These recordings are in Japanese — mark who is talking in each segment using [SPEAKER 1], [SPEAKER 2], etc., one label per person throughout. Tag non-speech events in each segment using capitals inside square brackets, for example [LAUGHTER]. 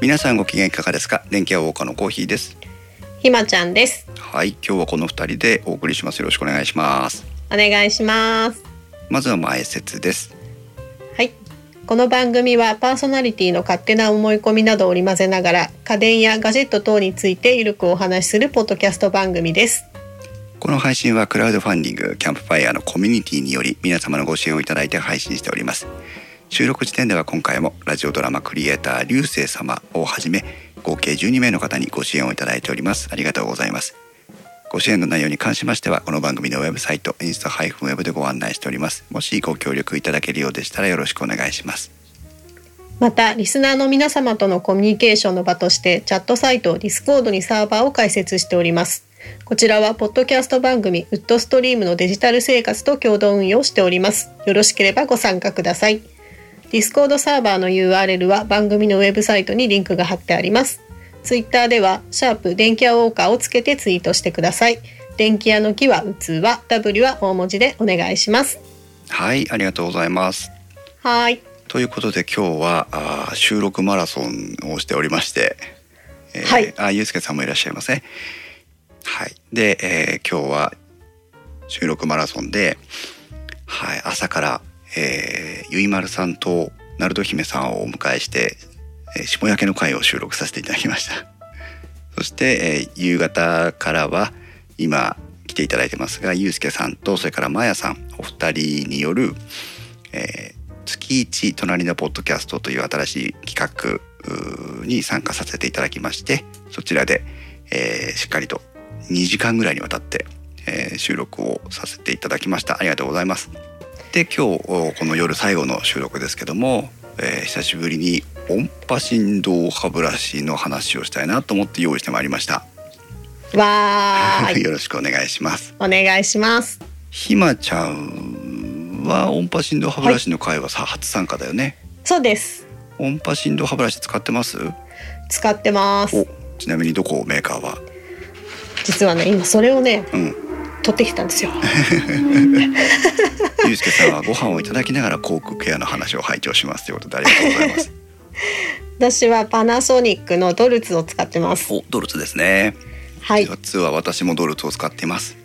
[SPEAKER 1] 皆さんご機嫌いかがですか電気屋ウォーカーのコーヒーです
[SPEAKER 2] ひまちゃんです。
[SPEAKER 1] はい今日はこの二人でお送りしますよろしくお願いします
[SPEAKER 2] お願いします。
[SPEAKER 1] まずは前説です
[SPEAKER 2] はい。この番組はパーソナリティの勝手な思い込みなどを織り交ぜながら家電やガジェット等についてゆるくお話しするポッドキャスト番組です。
[SPEAKER 1] この配信はクラウドファンディングキャンプファイヤーのコミュニティにより皆様のご支援をいただいて配信しております収録時点では今回もラジオドラマクリエイター流星様をはじめ合計12名の方にご支援をいただいておりますありがとうございますご支援の内容に関しましてはこの番組のウェブサイトインスタ -web でご案内しておりますもしご協力いただけるようでしたらよろしくお願いします
[SPEAKER 2] またリスナーの皆様とのコミュニケーションの場としてチャットサイト Discord にサーバーを開設しておりますこちらはポッドキャスト番組ウッドストリームのデジタル生活と共同運用しておりますよろしければご参加ください Discord サーバーの URL は番組のウェブサイトにリンクが貼ってありますツイッターではシャープ電気屋ウォーカーをつけてツイートしてください電気屋の木は器 W は大文字でお願いします
[SPEAKER 1] はいありがとうございます
[SPEAKER 2] はーい
[SPEAKER 1] ということで今日はあー収録マラソンをしておりまして、えー
[SPEAKER 2] はい
[SPEAKER 1] あゆうすけさんもいらっしゃいますね。はい、で、えー今日は収録マラソンで、はい、朝から、えーゆいまるさんとなると姫さんをお迎えして、えー下焼けの会を収録させていただきました。 [LAUGHS] そして、えー夕方からは今来ていただいてますがゆうすけさんとそれからまやさんお二人による、えー月一隣のポッドキャストという新しい企画うーに参加させていただきましてそちらで、えーしっかりと2時間ぐらいにわたって、えー収録をさせていただきましたありがとうございますで今日おこの夜最後の収録ですけども、えー久しぶりに音波振動歯ブラシの話をしたいなと思って用意してまいりました
[SPEAKER 2] わ
[SPEAKER 1] [LAUGHS]
[SPEAKER 2] ーい
[SPEAKER 1] よろしくお願いします
[SPEAKER 2] お願いします
[SPEAKER 1] ひまちゃんは音波振動歯ブラシの会はさ、初参加だよね
[SPEAKER 2] そうです
[SPEAKER 1] 音波振動歯ブラシ使ってます
[SPEAKER 2] 使ってます
[SPEAKER 1] おちなみにどこメーカー [LAUGHS] は
[SPEAKER 2] 実はね今それをね
[SPEAKER 1] うん
[SPEAKER 2] 取ってきたんですよ
[SPEAKER 1] ゆうすけさんはご飯をいただきながら口腔ケアの話を拝聴しますということでありがとうございます
[SPEAKER 2] 私はパナソニックのドルツを使ってます
[SPEAKER 1] おドルツですね
[SPEAKER 2] はい
[SPEAKER 1] 実は私もドルツを使っています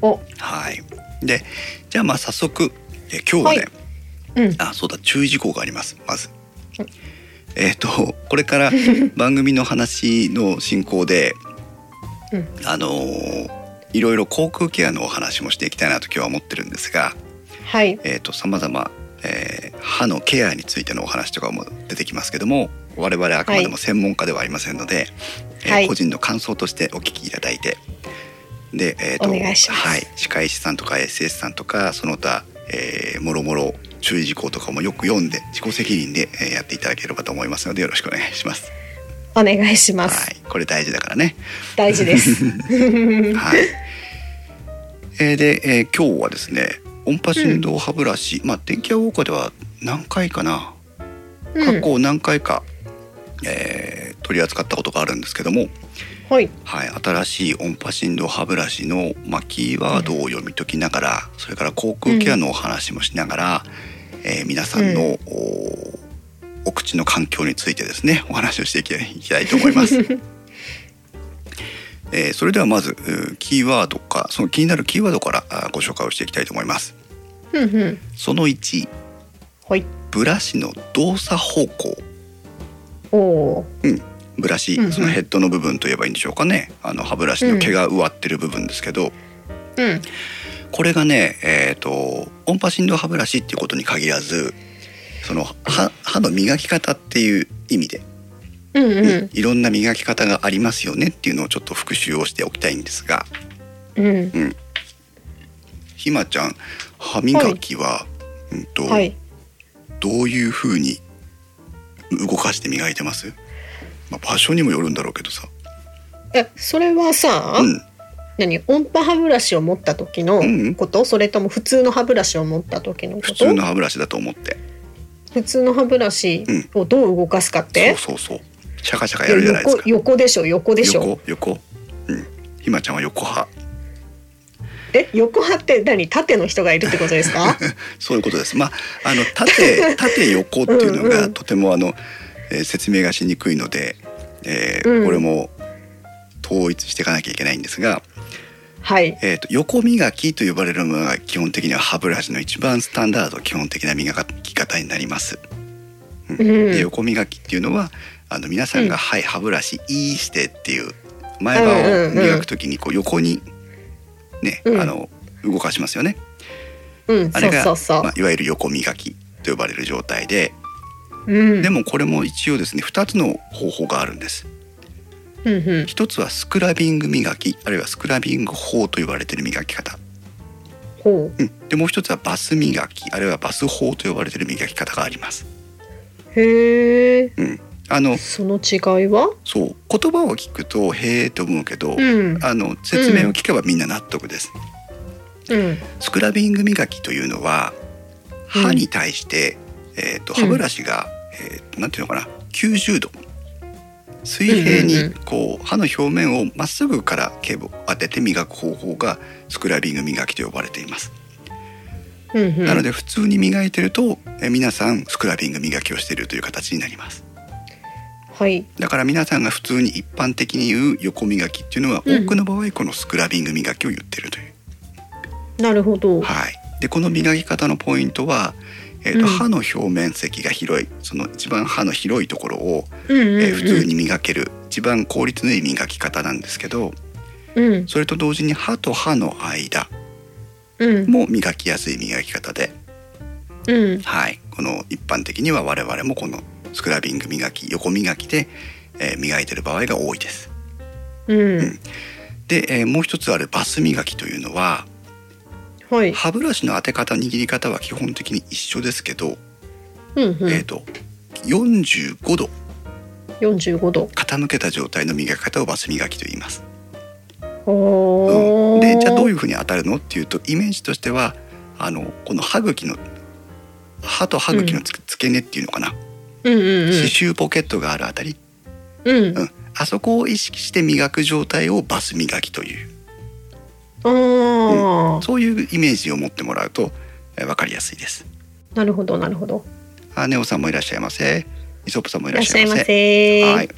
[SPEAKER 2] お
[SPEAKER 1] はいでじゃあまあ早速え今日はね、
[SPEAKER 2] はいうん
[SPEAKER 1] あそうだ注意事項がありますまず。えっ、とこれ [LAUGHS] から番組の話の進行で、
[SPEAKER 2] うん
[SPEAKER 1] あのーいろいろ航空ケアのお話もしていきたいなと今日は思ってるんですが、
[SPEAKER 2] はい
[SPEAKER 1] えっ、と様々、えー歯のケアについてのお話とかも出てきますけども、我々あくまでも専門家ではありませんので、えー
[SPEAKER 2] はい
[SPEAKER 1] 個人の感想としてお聞きいただいて、で、えーと
[SPEAKER 2] お願いします
[SPEAKER 1] はい、歯科医師さんとか SS さんとかその他、えー、もろもろ注意事項とかもよく読んで自己責任で、えーやっていただければと思いますのでよろしくお願いします。
[SPEAKER 2] お願いします、
[SPEAKER 1] はい、これ大事だからね。
[SPEAKER 2] 大事です
[SPEAKER 1] [LAUGHS] はい。えーで、えー今日はですね、音波振動歯ブラシ、まあ電気屋ウォーカーでは何回かな、
[SPEAKER 2] うん
[SPEAKER 1] 過去何回か、えー取り扱ったことがあるんですけども、
[SPEAKER 2] はい
[SPEAKER 1] はい、新しい音波振動歯ブラシの、まあ、キーワードを読み解きながら、それから口腔ケアのお話もしながら、えー皆さんの、
[SPEAKER 2] う
[SPEAKER 1] おお口の環境についてですねお話をしていきいきたいと思い
[SPEAKER 2] [LAUGHS]
[SPEAKER 1] ます。えーそれではまずうーキーワードかその気になるキーワードからあーご紹介をしていきたいと思います。
[SPEAKER 2] うんうん
[SPEAKER 1] その1
[SPEAKER 2] はい
[SPEAKER 1] ブラシの動作方向
[SPEAKER 2] おお
[SPEAKER 1] ブラシ、
[SPEAKER 2] うんうん
[SPEAKER 1] そのヘッドの部分といえばいいんでしょうかねあの歯ブラシの毛が植わってる部分ですけど、
[SPEAKER 2] ーうん
[SPEAKER 1] これがね、えー、と音波振動歯ブラシっていうことに限らずその歯歯の磨き方っていう意味で、
[SPEAKER 2] うんう
[SPEAKER 1] うん
[SPEAKER 2] ん
[SPEAKER 1] いろんな磨き方がありますよねっていうのをちょっと復習をしておきたいんですが
[SPEAKER 2] うん
[SPEAKER 1] ひまちゃん歯磨きは、うんと
[SPEAKER 2] はい
[SPEAKER 1] どういうふうに動かして磨いてます、まあ、場所にもよるんだろうけどさ、
[SPEAKER 2] えそれはさ、
[SPEAKER 1] うん、
[SPEAKER 2] 何音波歯ブラシを持った時のこと、それとも普通の歯ブラシを持った時のこと
[SPEAKER 1] 普通の歯ブラシだと思って
[SPEAKER 2] 普通の歯ブラシをどう動かすかって、
[SPEAKER 1] そうそうそうシャカシャカやるじゃないですか
[SPEAKER 2] 横横でしょ横でしょ
[SPEAKER 1] 横横うんひまちゃんは横派
[SPEAKER 2] え横派って何縦の人がいるってことですか
[SPEAKER 1] [LAUGHS]
[SPEAKER 2] [LAUGHS]
[SPEAKER 1] そういうことです。まあ、あの縦、縦横っていうの
[SPEAKER 2] うんう
[SPEAKER 1] が
[SPEAKER 2] ん
[SPEAKER 1] とてもあの。えー説明がしにくいので、えー
[SPEAKER 2] うん
[SPEAKER 1] これも統一していかなきゃいけないんですが、
[SPEAKER 2] はい。
[SPEAKER 1] えー、と横磨きと呼ばれるのが基本的には歯ブラシの一番スタンダード基本的な磨き方になります。
[SPEAKER 2] う
[SPEAKER 1] で
[SPEAKER 2] ん。
[SPEAKER 1] 横磨きっていうのはあの皆さんが、
[SPEAKER 2] うん
[SPEAKER 1] はい歯ブラシいいしてっていう前歯を磨くときにこう横にね、
[SPEAKER 2] うん
[SPEAKER 1] あの動かしますよね。
[SPEAKER 2] うん。
[SPEAKER 1] あ
[SPEAKER 2] そ
[SPEAKER 1] れ
[SPEAKER 2] う
[SPEAKER 1] が
[SPEAKER 2] そうそう
[SPEAKER 1] まあ、。いわゆる横磨きと呼ばれる状態で、
[SPEAKER 2] うん。
[SPEAKER 1] でもこれも一応ですね2つの方法があるんです。
[SPEAKER 2] うんうん。
[SPEAKER 1] 一つはスクラビング磨きあるいはスクラビング法と呼ばれている磨き方。
[SPEAKER 2] ほう。
[SPEAKER 1] うんでもう一つはバス磨きあるいはバス法と呼ばれている磨き方があります。
[SPEAKER 2] へえ。
[SPEAKER 1] あの
[SPEAKER 2] その違いは？
[SPEAKER 1] そう言葉を聞くとへえと思うけど、
[SPEAKER 2] うん。
[SPEAKER 1] あの説明を聞けばみんな納得です。
[SPEAKER 2] うん。
[SPEAKER 1] スクラビング磨きというのは
[SPEAKER 2] うん
[SPEAKER 1] 歯に対して、えー、と歯ブラシが、えーとなんていうのかな90度水平
[SPEAKER 2] うんうん
[SPEAKER 1] にこう歯の表面をまっすぐから毛を当てて磨く方法がスクラビング磨きと呼ばれています。
[SPEAKER 2] うんうん。
[SPEAKER 1] なので普通に磨いてると、えー皆さんスクラビング磨きをしているという形になります。
[SPEAKER 2] はい。
[SPEAKER 1] だから皆さんが普通に一般的に言う横磨きっていうのは
[SPEAKER 2] うん
[SPEAKER 1] 多くの場合このスクラビング磨きを言ってるという。
[SPEAKER 2] なるほど。
[SPEAKER 1] はい、でこの磨き方のポイントは、えーと
[SPEAKER 2] うん
[SPEAKER 1] 歯の表面積が広いその一番歯の広いところを、
[SPEAKER 2] うんうん、うん
[SPEAKER 1] えー普通。に磨ける一番効率のいい磨き方なんですけど
[SPEAKER 2] うん
[SPEAKER 1] それと同時に歯と歯の間
[SPEAKER 2] うん
[SPEAKER 1] も磨きやすい磨き方で、
[SPEAKER 2] うん
[SPEAKER 1] はい、この一般的には我々もこのスクラビング磨き横磨きで、えー磨いてる場合が多いです。
[SPEAKER 2] うん。
[SPEAKER 1] で、えーもう一つあるバス磨きというのは
[SPEAKER 2] はい。
[SPEAKER 1] 歯ブラシの当て方握り方は基本的に一緒ですけど、
[SPEAKER 2] うんう
[SPEAKER 1] えー、
[SPEAKER 2] ん。
[SPEAKER 1] と45度
[SPEAKER 2] 四十五度。
[SPEAKER 1] 傾けた状態の磨き方をバス磨きと言います。
[SPEAKER 2] おお、。
[SPEAKER 1] でじゃあどういううふうに当たるのっていうとイメージとしてはあのこの歯茎の歯と歯茎のつ付け根っていうのかな、
[SPEAKER 2] うんうん
[SPEAKER 1] 歯周ポケットがあるあたり、
[SPEAKER 2] うん。う。
[SPEAKER 1] うんん、あそこを意識して磨く状態をバス磨きという
[SPEAKER 2] ああ、
[SPEAKER 1] そういうイメージを持ってもらうと分かりやすいです。
[SPEAKER 2] なるほどなるほど。
[SPEAKER 1] あネオさんもいらっしゃいませイソップさんもい
[SPEAKER 2] い
[SPEAKER 1] ら
[SPEAKER 2] ら
[SPEAKER 1] っ
[SPEAKER 2] っ
[SPEAKER 1] し
[SPEAKER 2] し
[SPEAKER 1] ゃ
[SPEAKER 2] ゃ
[SPEAKER 1] い
[SPEAKER 2] い
[SPEAKER 1] ま
[SPEAKER 2] ま
[SPEAKER 1] せ。
[SPEAKER 2] せ。
[SPEAKER 1] はい。。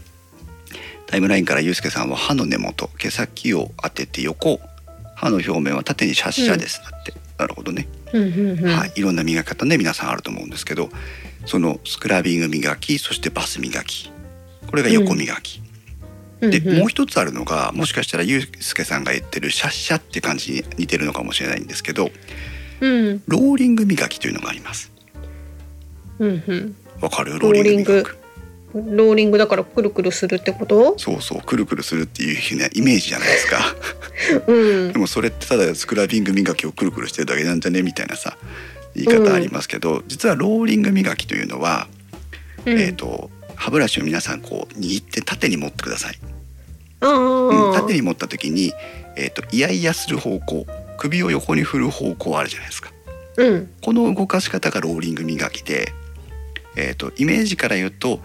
[SPEAKER 1] タイムラインからゆうすけさんは歯の根元毛先を当てて横歯の表面は縦にシャッシャです、だってなるほどね、
[SPEAKER 2] うんうんうん。
[SPEAKER 1] はい、いろんな磨き方ね皆さんあると思うんですけどそのスクラビング磨きそしてバス磨きこれが横磨き、
[SPEAKER 2] うん
[SPEAKER 1] で
[SPEAKER 2] うん
[SPEAKER 1] もう一つあるのがもしかしたらゆうすけさんが言ってるシャッシャって感じに似てるのかもしれないんですけど
[SPEAKER 2] うん
[SPEAKER 1] ローリング磨きというのがあります
[SPEAKER 2] うん
[SPEAKER 1] わかるローリング磨
[SPEAKER 2] ローリ
[SPEAKER 1] き
[SPEAKER 2] ングうん。ローリングだからくるくるするってこと？
[SPEAKER 1] そうそうくるくるするっていうふうなイメージじゃないですか
[SPEAKER 2] うん
[SPEAKER 1] で。もそれってただスクラビング磨きをくるくるしてるだけなんじゃねみたいなさ言い方ありますけど、実はローリング磨きというのは、
[SPEAKER 2] うん
[SPEAKER 1] えー、と歯ブラシを皆さんこう握って縦に持ってください、
[SPEAKER 2] ああ、
[SPEAKER 1] うん縦に持った時に、えー、とイヤイヤする方向首を横に振る方向あるじゃないですか
[SPEAKER 2] うん
[SPEAKER 1] この動かし方がローリング磨きで、えー、とイメージから言うと、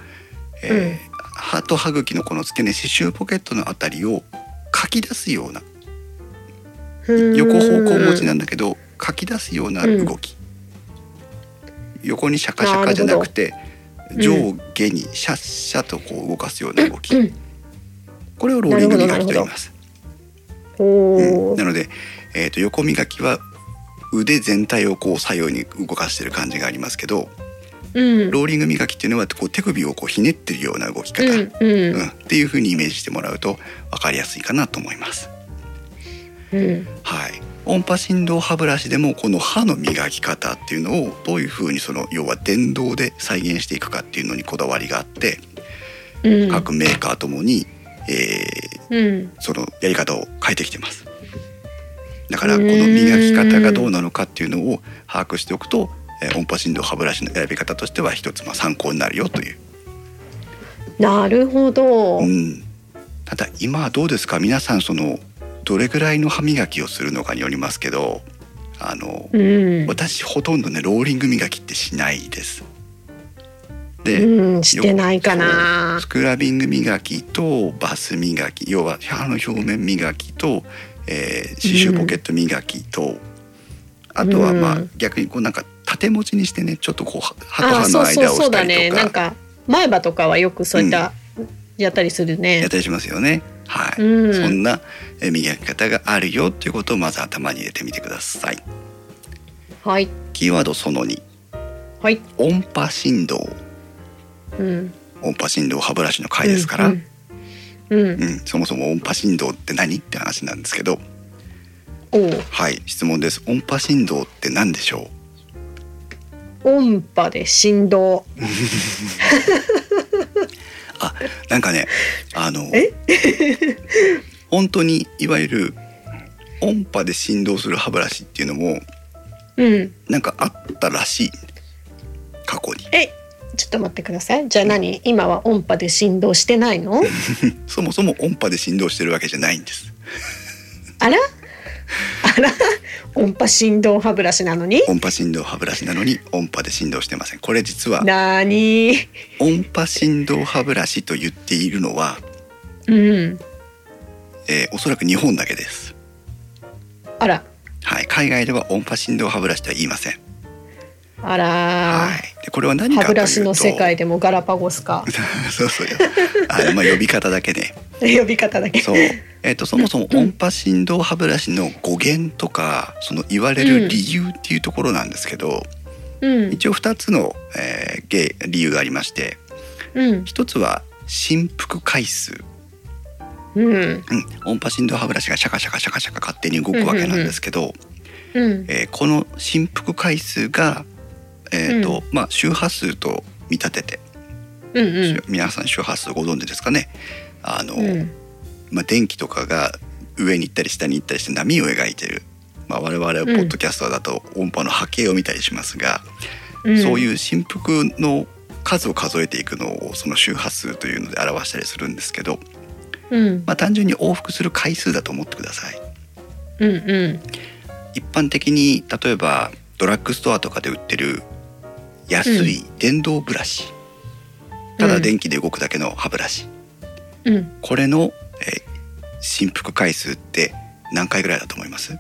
[SPEAKER 1] えー
[SPEAKER 2] うん
[SPEAKER 1] 歯と歯茎のこの付け根歯周ポケットのあたりをかき出すような
[SPEAKER 2] うん
[SPEAKER 1] 横方向持ちなんだけど書き出すような動き、横にシャカシャカじゃなくて
[SPEAKER 2] ほど
[SPEAKER 1] 上下にシャッシャとこう動かすような動き、
[SPEAKER 2] うん
[SPEAKER 1] これをローリング磨きと言います
[SPEAKER 2] お
[SPEAKER 1] な,、
[SPEAKER 2] お
[SPEAKER 1] うん、な、ので、えー、と横磨きは腕全体をこう左右に動かしてる感じがありますけど
[SPEAKER 2] うん、
[SPEAKER 1] ローリング磨きっていうのはこう手首をこうひねってるような動き方、うん
[SPEAKER 2] うんうん
[SPEAKER 1] っていう風にイメージしてもらうと分かりやすいかなと思います。
[SPEAKER 2] うん
[SPEAKER 1] はい、音波振動歯ブラシでもこの歯の磨き方っていうのをどういうふうにその要は電動で再現していくかっていうのにこだわりがあって
[SPEAKER 2] うん
[SPEAKER 1] 各メーカーともに、えー
[SPEAKER 2] うん
[SPEAKER 1] そのやり方を変えてきてます。だから
[SPEAKER 2] う
[SPEAKER 1] こ
[SPEAKER 2] ー
[SPEAKER 1] の
[SPEAKER 2] ん
[SPEAKER 1] 磨き方がどうなのかっていうのを把握しておくと、えー音波振動歯ブラシの選び方としては一つまあ参考になるよという。
[SPEAKER 2] なるほど、
[SPEAKER 1] うん、ただ今はどうですか皆さんそのどれぐらいの歯磨きをするのかによりますけどあの、
[SPEAKER 2] うん
[SPEAKER 1] 私ほとんどねローリング磨きってしないです。で、
[SPEAKER 2] うん、してないかな
[SPEAKER 1] スクラビング磨きとバス磨き要は歯の表面磨きと、えー、歯周ポケット磨きと、あとはまあ、
[SPEAKER 2] うん
[SPEAKER 1] 逆にこうなんか縦持ちにしてねちょっとこう歯歯と
[SPEAKER 2] あ
[SPEAKER 1] 歯
[SPEAKER 2] そ
[SPEAKER 1] の
[SPEAKER 2] うそう
[SPEAKER 1] 間を
[SPEAKER 2] そう
[SPEAKER 1] した
[SPEAKER 2] だ
[SPEAKER 1] り
[SPEAKER 2] ね
[SPEAKER 1] と
[SPEAKER 2] なん
[SPEAKER 1] か
[SPEAKER 2] か前歯とかはよくそういった、やったりするね
[SPEAKER 1] やったりしますよね。はい、
[SPEAKER 2] うん
[SPEAKER 1] そんなえー磨き方があるよということをまず頭に入れてみてください。
[SPEAKER 2] はい
[SPEAKER 1] キーワードその2
[SPEAKER 2] はい
[SPEAKER 1] 音波振動
[SPEAKER 2] うん
[SPEAKER 1] 音波振動歯ブラシの回ですから、う
[SPEAKER 2] うんんうん、
[SPEAKER 1] そもそも音波振動って何って話なんですけど
[SPEAKER 2] おう
[SPEAKER 1] はい質問です音波振動って何でしょ
[SPEAKER 2] 音波で振動
[SPEAKER 1] うあなんかねあの
[SPEAKER 2] え
[SPEAKER 1] [LAUGHS] 本当にいわゆる音波で振動する歯ブラシっていうのも
[SPEAKER 2] うん
[SPEAKER 1] なんかあったらしい過去に
[SPEAKER 2] えちょっと待ってくださいじゃあ何今は音波で振動してないの
[SPEAKER 1] そもそも音波で振動してるわけじゃないんです
[SPEAKER 2] あらあら音波振動歯ブラシなのに
[SPEAKER 1] 音波振動歯ブラシなのに音波で振動してませんこれ実は
[SPEAKER 2] なーに
[SPEAKER 1] 音波振動歯ブラシと言っているのは、
[SPEAKER 2] うん
[SPEAKER 1] えーおそらく日本だけです、
[SPEAKER 2] あら
[SPEAKER 1] はい、海外では音波振動歯ブラシとは言いません、
[SPEAKER 2] あら
[SPEAKER 1] はい、でこれは何か
[SPEAKER 2] 歯
[SPEAKER 1] というと
[SPEAKER 2] ブラシの世界でもガラパゴスか
[SPEAKER 1] [LAUGHS] そうそうよあのまあ呼び方だけね
[SPEAKER 2] 呼び方だけ
[SPEAKER 1] そう、えー、とそもそも音波振動歯ブラシの語源とかその言われる理由っていうところなんですけど、
[SPEAKER 2] うん
[SPEAKER 1] 一応2つの、えーげ理由がありまして
[SPEAKER 2] うん
[SPEAKER 1] 1つは振幅回数
[SPEAKER 2] うん
[SPEAKER 1] うん、音波振動歯ブラシがシャカシャカシャカシャカ勝手に動くわけなんですけど、
[SPEAKER 2] うん
[SPEAKER 1] えーこの振幅回数が、えーとまあ、周波数と見立てて、
[SPEAKER 2] うんうん
[SPEAKER 1] 皆さん周波数ご存知ですかねあの、
[SPEAKER 2] うん
[SPEAKER 1] まあ、電気とかが上に行ったり下に行ったりして波を描いてる、まあ、我々はポッドキャスターだと音波の波形を見たりしますが、
[SPEAKER 2] うん
[SPEAKER 1] そういう振幅の数を数えていくのをその周波数というので表したりするんですけど、
[SPEAKER 2] うん
[SPEAKER 1] まあ、単純に往復する回数だと思ってください。
[SPEAKER 2] うんうん
[SPEAKER 1] 一般的に例えばドラッグストアとかで売ってる安い電動ブラシ、ただ電気で動くだけの歯ブラシ、
[SPEAKER 2] うん
[SPEAKER 1] これの、えー振幅回数って何回ぐらいだと思います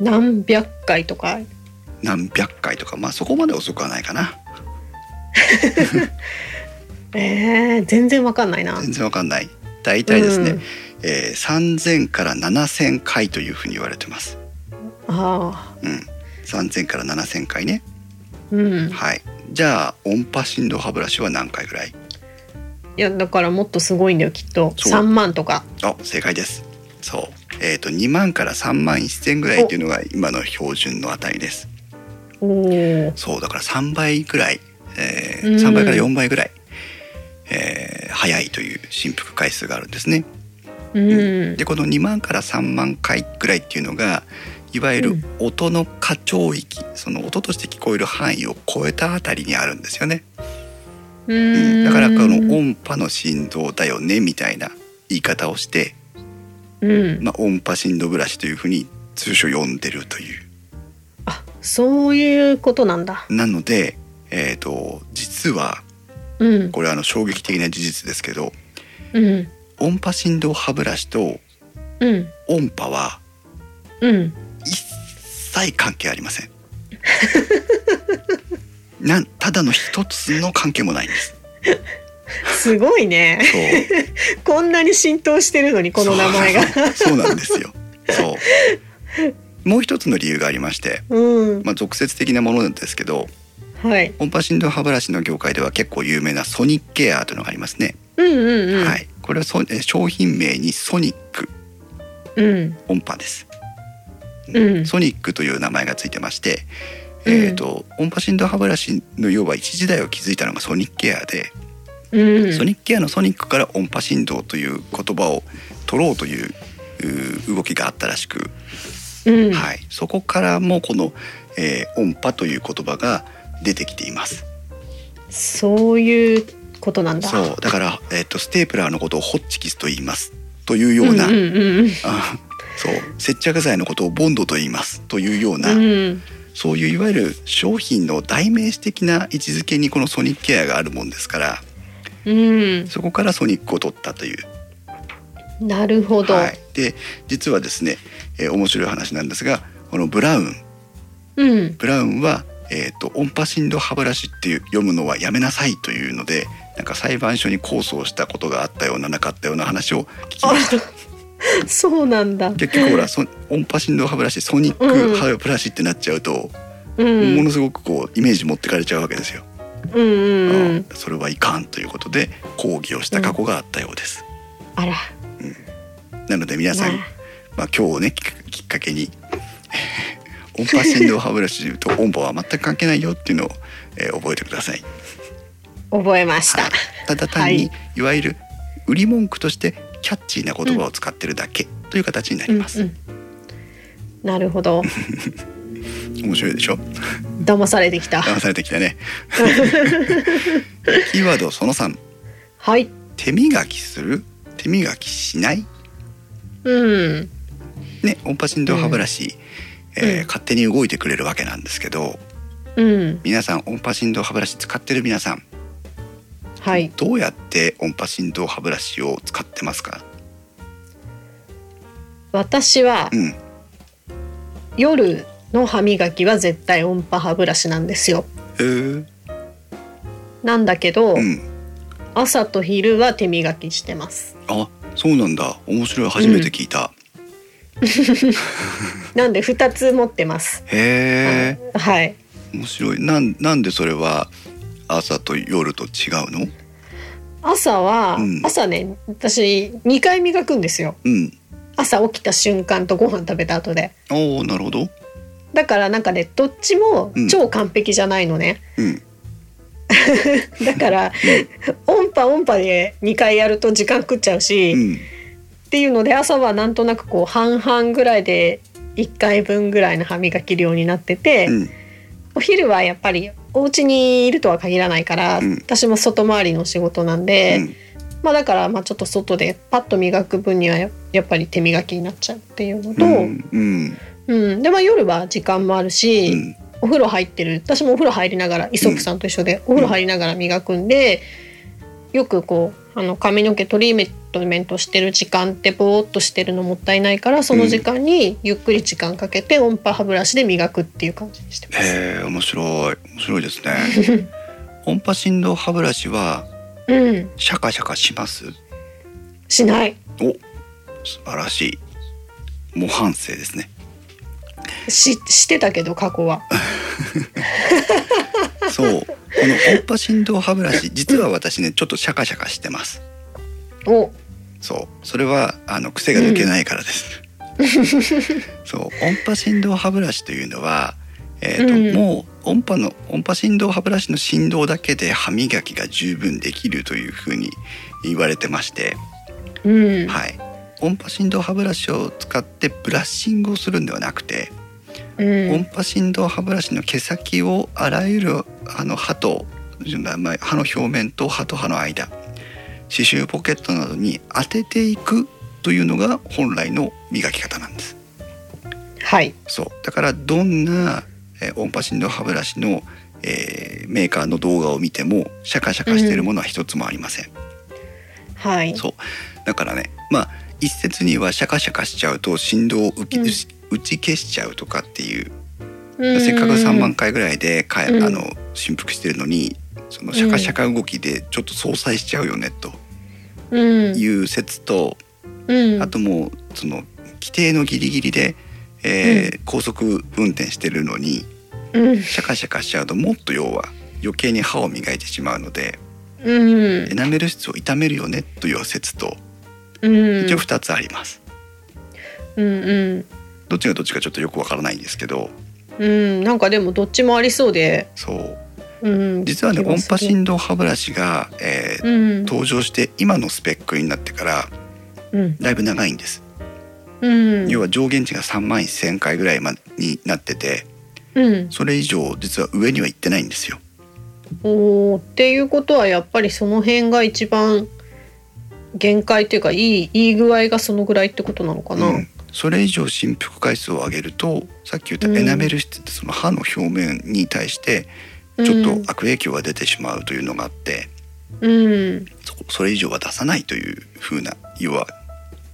[SPEAKER 2] 何百回とか
[SPEAKER 1] 何百回とかまあそこまで遅くはないかな
[SPEAKER 2] えー、全然わかんないな
[SPEAKER 1] 全然わかんない大体ですね、
[SPEAKER 2] うん
[SPEAKER 1] えー3000から7000回というふうに言われてます、
[SPEAKER 2] あ
[SPEAKER 1] うん、3000から7000回ね
[SPEAKER 2] ーうん
[SPEAKER 1] はいじゃあ音波振動歯ブラシは何回ぐらい
[SPEAKER 2] いやだからもっとすごいんだよきっと
[SPEAKER 1] そう
[SPEAKER 2] 3万とか
[SPEAKER 1] あ正解ですそうえっ、と2万から3万1000ぐらいっていうのが今の標準の値です
[SPEAKER 2] おお
[SPEAKER 1] そうだから3倍ぐらい、え
[SPEAKER 2] うん
[SPEAKER 1] 3倍から4倍ぐらい、えー早いという振幅回数があるんですね、
[SPEAKER 2] うん
[SPEAKER 1] でこの2万から3万回ぐらいっていうのがいわゆ
[SPEAKER 2] う
[SPEAKER 1] る
[SPEAKER 2] ん
[SPEAKER 1] 音の過聴域その音として聞こえる範囲を超えたあたりにあるんですよね、
[SPEAKER 2] う
[SPEAKER 1] うん
[SPEAKER 2] ん
[SPEAKER 1] だからこの音波の振動だよねみたいな言い方をして、
[SPEAKER 2] うん
[SPEAKER 1] まあ、音波振動ブラシというふうに通称呼んでるという
[SPEAKER 2] あそういうことなんだ
[SPEAKER 1] なので、えー、と実は
[SPEAKER 2] うん
[SPEAKER 1] これはあの衝撃的な事実ですけど
[SPEAKER 2] うん
[SPEAKER 1] 音波振動歯ブラシと
[SPEAKER 2] うん
[SPEAKER 1] 音波は
[SPEAKER 2] うん
[SPEAKER 1] 一切関係ありません。 [LAUGHS] なんただの一つの関係もないんです。
[SPEAKER 2] すごいね
[SPEAKER 1] そ
[SPEAKER 2] [LAUGHS]
[SPEAKER 1] う
[SPEAKER 2] こんなに浸透してるのにこの名前が
[SPEAKER 1] そうそうなんですよ。そうもう一つの理由がありまして、
[SPEAKER 2] うん
[SPEAKER 1] まあ、俗説的なものなんですけど
[SPEAKER 2] はい
[SPEAKER 1] 音波振動歯ブラシの業界では結構有名なソニックケアというのがありますね。
[SPEAKER 2] うんうんうん、
[SPEAKER 1] はい、これはソえ商品名にソニック
[SPEAKER 2] うん
[SPEAKER 1] 音波です、
[SPEAKER 2] うん
[SPEAKER 1] ソニックという名前がついてまして、えー、と音波振動歯ブラシの要は一時代を築いたのがソニックケアで、
[SPEAKER 2] うん
[SPEAKER 1] ソニックケアのソニックから音波振動という言葉を取ろうというう動きがあったらしく、
[SPEAKER 2] うん
[SPEAKER 1] はい、そこからもこの、えー音波という言葉が出てきています
[SPEAKER 2] そういうことなんだ
[SPEAKER 1] そうだから、えー、とステープラーのことをホッチキスと言いますというような、
[SPEAKER 2] んうんうん
[SPEAKER 1] あ [LAUGHS] そう接着剤のことをボンドと言いますというような、
[SPEAKER 2] うん
[SPEAKER 1] そういういわゆる商品の代名詞的な位置づけにこのソニックケアがあるもんですから
[SPEAKER 2] うん
[SPEAKER 1] そこからソニックを取ったという。
[SPEAKER 2] なるほど、
[SPEAKER 1] はい、で実はですね、えー面白い話なんですがこのブラウン
[SPEAKER 2] うん
[SPEAKER 1] ブラウンは、えーと音波振動歯ブラシっていう読むのはやめなさいというのでなんか裁判所に控訴をしたことがあったようななかったような話を聞きました
[SPEAKER 2] そうなんだ。
[SPEAKER 1] 結局ほらそ音波振動歯ブラシソニック歯ブラシってなっちゃうと、
[SPEAKER 2] うん。
[SPEAKER 1] ものすごくこうイメージ持ってかれちゃうわけですよ、
[SPEAKER 2] うんうんうん。
[SPEAKER 1] あそれはいかんということで抗議をした過去があったようです、
[SPEAKER 2] あら。
[SPEAKER 1] なので皆さん、
[SPEAKER 2] まあ
[SPEAKER 1] まあ、今日をねきっかきっかけに [LAUGHS] 音波振動歯ブラシと音波は全く関係ないよっていうのを、えー覚えてください
[SPEAKER 2] 覚えました。
[SPEAKER 1] はいただ単に、
[SPEAKER 2] はい
[SPEAKER 1] い、わゆる売り文句としてキャッチーな言葉を使ってるだけという形になります、
[SPEAKER 2] うんうんなるほど。
[SPEAKER 1] 面白いでしょ
[SPEAKER 2] 騙されてきた。
[SPEAKER 1] 騙されてきた
[SPEAKER 2] [LAUGHS]
[SPEAKER 1] ねキーワードその3
[SPEAKER 2] はい。
[SPEAKER 1] 手磨きする手磨きしない
[SPEAKER 2] うん。
[SPEAKER 1] ね音波振動歯ブラシ、えー
[SPEAKER 2] うん
[SPEAKER 1] 勝手に動いてくれるわけなんですけど
[SPEAKER 2] うん。
[SPEAKER 1] 皆さん音波振動歯ブラシ使ってる皆さん
[SPEAKER 2] はい。
[SPEAKER 1] どうやって音波振動歯ブラシを使ってますか
[SPEAKER 2] 私は
[SPEAKER 1] うん
[SPEAKER 2] 夜の歯磨きは絶対音波歯ブラシなんですよ。
[SPEAKER 1] えー
[SPEAKER 2] なんだけど、
[SPEAKER 1] うん
[SPEAKER 2] 朝と昼は手磨きしてます。
[SPEAKER 1] あそうなんだ面白い初めて聞いた、
[SPEAKER 2] なんで二つ持ってます。
[SPEAKER 1] へえ
[SPEAKER 2] はい。
[SPEAKER 1] 面白いなんなんでそれは朝と夜と違うの
[SPEAKER 2] 朝は、
[SPEAKER 1] うん
[SPEAKER 2] 朝ね私2回磨くんですよ
[SPEAKER 1] うん
[SPEAKER 2] 朝起きた瞬間とご飯食べた後で
[SPEAKER 1] おおなるほど
[SPEAKER 2] だからなんかねどっちも
[SPEAKER 1] うん
[SPEAKER 2] 超完璧じゃないのね、
[SPEAKER 1] うん
[SPEAKER 2] だから音波音波で2回やると時間食っちゃうし、
[SPEAKER 1] う
[SPEAKER 2] っ
[SPEAKER 1] ん
[SPEAKER 2] ていうので朝はなんとなくこう半々ぐらいで1回分ぐらいの歯磨き量になってて、
[SPEAKER 1] うん
[SPEAKER 2] お昼はやっぱりお家にいるとは限らないから、
[SPEAKER 1] うん
[SPEAKER 2] 私も外回りの仕事なんで、
[SPEAKER 1] うん
[SPEAKER 2] まあだからまあちょっと外でパッと磨く分にはややっぱり手磨きになっちゃうっていうのと、
[SPEAKER 1] う
[SPEAKER 2] うん
[SPEAKER 1] んうん
[SPEAKER 2] でまあ夜は時間もあるし、
[SPEAKER 1] うん
[SPEAKER 2] お風呂入ってる私もお風呂入りながらイソップさんと一緒でお風呂入りながら磨くんで、よくこうあの髪の毛トリートメントしてる時間ってぼーっとしてるのもったいないからその時間にゆっくり時間かけて音波歯ブラシで磨くっていう感じにしてます。
[SPEAKER 1] へえ面白い面白いですね
[SPEAKER 2] [LAUGHS]
[SPEAKER 1] 音波振動歯ブラシは
[SPEAKER 2] うん、
[SPEAKER 1] シャカシャカします
[SPEAKER 2] しない
[SPEAKER 1] お素晴らしい模範生ですね
[SPEAKER 2] ししてたけど過去は。
[SPEAKER 1] そうこの音波振動歯ブラシ実は私ねちょっとシャカシャカしてます
[SPEAKER 2] お
[SPEAKER 1] そうそれはあの癖が抜けないからです、そう音波振動歯ブラシというのはえーと
[SPEAKER 2] うん
[SPEAKER 1] もう音波の音波振動歯ブラシの振動だけで歯磨きが十分できるというふうに言われてまして、
[SPEAKER 2] うん、
[SPEAKER 1] はい、音波振動歯ブラシを使ってブラッシングをするんではなくて、
[SPEAKER 2] うん、
[SPEAKER 1] 音波振動歯ブラシの毛先をあらゆるあの歯とまあ歯の表面と歯と歯の間歯周ポケットなどに当てていくというのが本来の磨き方なんです。
[SPEAKER 2] はい。
[SPEAKER 1] そうだからどんなえー音波振動歯ブラシの、えーメーカーの動画を見てもシャカシャカしているものは一つもありません。
[SPEAKER 2] はい。
[SPEAKER 1] そうだからねまあ一説にはシャカシャカしちゃうと振動を受け
[SPEAKER 2] うん
[SPEAKER 1] 打ち打ち消しちゃうとかっていう、
[SPEAKER 2] うん
[SPEAKER 1] せっかく3万。回ぐらいでかえ、
[SPEAKER 2] うん
[SPEAKER 1] あの振幅してるのにそのシャカシャカ動きでちょっと相殺しちゃうよねと
[SPEAKER 2] うん。
[SPEAKER 1] いう説と、
[SPEAKER 2] うん。
[SPEAKER 1] あともうその規定のギリギリで、えー高速運転してるのに
[SPEAKER 2] うん。
[SPEAKER 1] シャカシャカしちゃうともっと要は余計に歯を磨いてしまうので
[SPEAKER 2] う
[SPEAKER 1] エ。
[SPEAKER 2] ん
[SPEAKER 1] ナメル質を傷めるよねという説と
[SPEAKER 2] うん。
[SPEAKER 1] 一応2つあります。
[SPEAKER 2] うん。うん。
[SPEAKER 1] どっちがどっちかちょっとよくわからないんですけど
[SPEAKER 2] うん。なんかでもどっちもありそうで。
[SPEAKER 1] そう
[SPEAKER 2] うん。
[SPEAKER 1] 実はね
[SPEAKER 2] 気が
[SPEAKER 1] 音
[SPEAKER 2] する
[SPEAKER 1] 波振動歯ブラシが、えー
[SPEAKER 2] うん。
[SPEAKER 1] 登場して今のスペックになってから
[SPEAKER 2] うん。
[SPEAKER 1] だいぶ長いんです、
[SPEAKER 2] うん。
[SPEAKER 1] 要は上限値が3万1,000回ぐらいまになってて
[SPEAKER 2] うん。
[SPEAKER 1] それ以上実は上には行ってないんですよ
[SPEAKER 2] おお。っていうことはやっぱりその辺が一番。限界というか、いい、いい具合がそのぐらいってことなのかな。
[SPEAKER 1] うんそれ以上振幅回数を上げるとさっき言った
[SPEAKER 2] うん
[SPEAKER 1] エナメル質ってその歯の表面に対して
[SPEAKER 2] うん
[SPEAKER 1] ちょっと悪影響が出てしまうというのがあって、
[SPEAKER 2] うん。
[SPEAKER 1] そこそれ以上は出さないという風な要は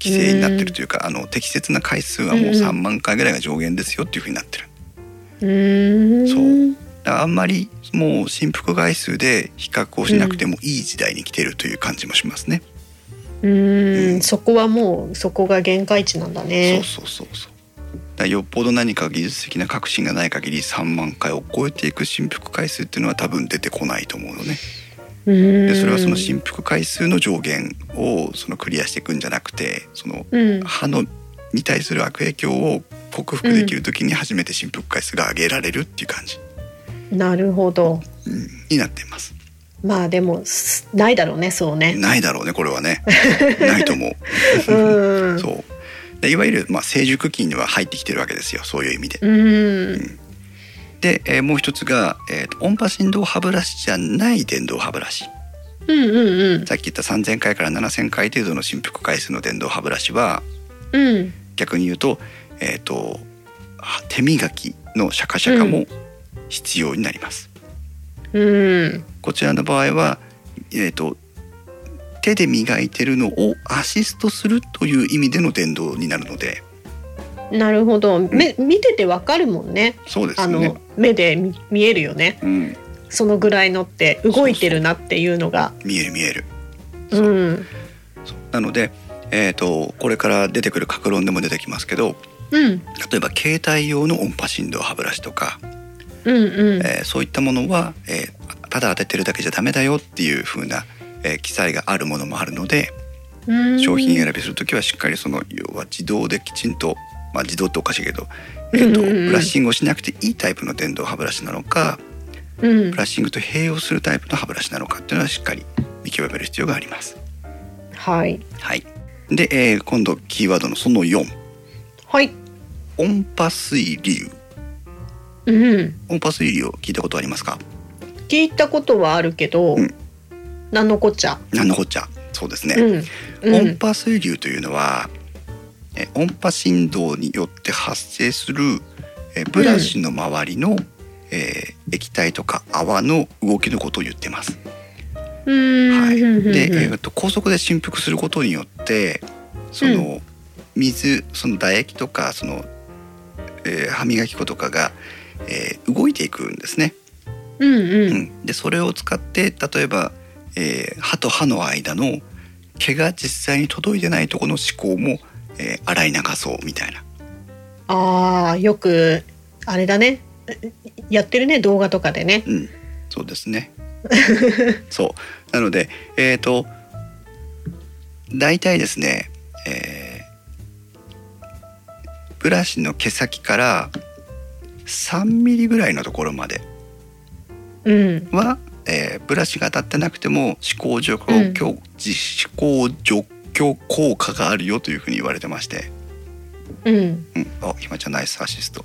[SPEAKER 1] 規制になってるというか、あの適切な回数はもう
[SPEAKER 2] うんうん
[SPEAKER 1] 3万回ぐらいが上限ですよっていう風になってる、
[SPEAKER 2] うー
[SPEAKER 1] そう
[SPEAKER 2] ん。
[SPEAKER 1] だからあんまりもう振幅外数で比較をしなくてもいい時代に来てるという感じもしますね。
[SPEAKER 2] うー
[SPEAKER 1] うん
[SPEAKER 2] ん、そこはもうそこが限界値なんだね。
[SPEAKER 1] そうそうそうそうだからよっぽど何か技術的な革新がない限り3万回を超えていく振幅回数っていうのは多分出てこないと思うのね。
[SPEAKER 2] うーん
[SPEAKER 1] でそれはその振幅回数の上限をそのクリアしていくんじゃなくてその
[SPEAKER 2] うん、
[SPEAKER 1] 歯のに対する悪影響を克服できる時に初めて振幅回数が上げられるっていう感じ、
[SPEAKER 2] なるほど。
[SPEAKER 1] うんになっています。
[SPEAKER 2] まあでもすないだろうね、そうね。
[SPEAKER 1] ないだろうねこれはねないと思う。
[SPEAKER 2] うん。
[SPEAKER 1] そうでいわゆる、まあ、成熟期には入ってきてるわけですよそういう意味で。
[SPEAKER 2] うん。
[SPEAKER 1] で、えーもう一つが、えーと音波振動歯ブラシじゃない電動歯ブラシ
[SPEAKER 2] うんうん
[SPEAKER 1] さっき言った3,000回から7,000回程度の振幅回数の電動歯ブラシは
[SPEAKER 2] うん。うん。
[SPEAKER 1] 逆に言うと,、えー、とあ手磨きのシャカシャカも必要になります。
[SPEAKER 2] うん。
[SPEAKER 1] こちらの場合は、えー、と手で磨いてるのをアシストするという意味での電動になるので
[SPEAKER 2] なるほど。目見ててわかるもんね。
[SPEAKER 1] そうです
[SPEAKER 2] あ
[SPEAKER 1] よ
[SPEAKER 2] の、
[SPEAKER 1] ね。
[SPEAKER 2] 目で見見えるよね。
[SPEAKER 1] うん、
[SPEAKER 2] そのぐらいのって動いてるなっていうのが。
[SPEAKER 1] 見える見える。
[SPEAKER 2] う。
[SPEAKER 1] そうんそうなので、えー、とこれから出てくる格論でも出てきますけど
[SPEAKER 2] うん。
[SPEAKER 1] 例えば携帯用の音波振動歯ブラシとか、
[SPEAKER 2] うんうん。
[SPEAKER 1] えーそういったものは、えーただ当ててるだけじゃダメだよっていう風な、えー記載があるものもあるので
[SPEAKER 2] うん
[SPEAKER 1] 商品選びするときはしっかりその要は自動できちんと、まあ、自動っておかしいけど、えーと
[SPEAKER 2] うんうんうん
[SPEAKER 1] ブラッシングをしなくていいタイプの電動歯ブラシなのか
[SPEAKER 2] うん
[SPEAKER 1] ブラッシングと併用するタイプの歯ブラシなのかっていうのはしっかり見極める必要があります。
[SPEAKER 2] はい。
[SPEAKER 1] はい、で、えー今度キーワードのその4
[SPEAKER 2] はい。
[SPEAKER 1] 音波水流
[SPEAKER 2] うん。
[SPEAKER 1] 音波水流を聞いたことありますか
[SPEAKER 2] 聞いたことはあるけど、
[SPEAKER 1] うん
[SPEAKER 2] なんのこっちゃ。
[SPEAKER 1] なんのこっちゃそうですね、
[SPEAKER 2] うん。う
[SPEAKER 1] 音
[SPEAKER 2] ん。
[SPEAKER 1] 波水流というのはえ音波振動によって発生するえブラシの周りの、えー液体とか泡の動きのことを言ってます。
[SPEAKER 2] うん。
[SPEAKER 1] はい、
[SPEAKER 2] うん
[SPEAKER 1] で、え
[SPEAKER 2] うん
[SPEAKER 1] ー、と高速で振幅することによってその、
[SPEAKER 2] う
[SPEAKER 1] 水その唾液とかその、えー歯磨き粉とかが、えー動いていくんですね。
[SPEAKER 2] うんう。
[SPEAKER 1] うんん、でそれを使って例えば、えー歯と歯の間の毛が実際に届いてないところの思考も、えー洗い流そうみたいな
[SPEAKER 2] ああ、よく、あれだね。やってるね、動画とかでね。
[SPEAKER 1] うんそうですねそうなのでえっ、と大体ですね、えーブラシの毛先から3ミリぐらいのところまで
[SPEAKER 2] うん。
[SPEAKER 1] は、えーブラシが当たってなくても歯垢除去強、思考除去効果があるよというふうに言われてまして、
[SPEAKER 2] うん。
[SPEAKER 1] うん、あひまちゃんナイスアシスト。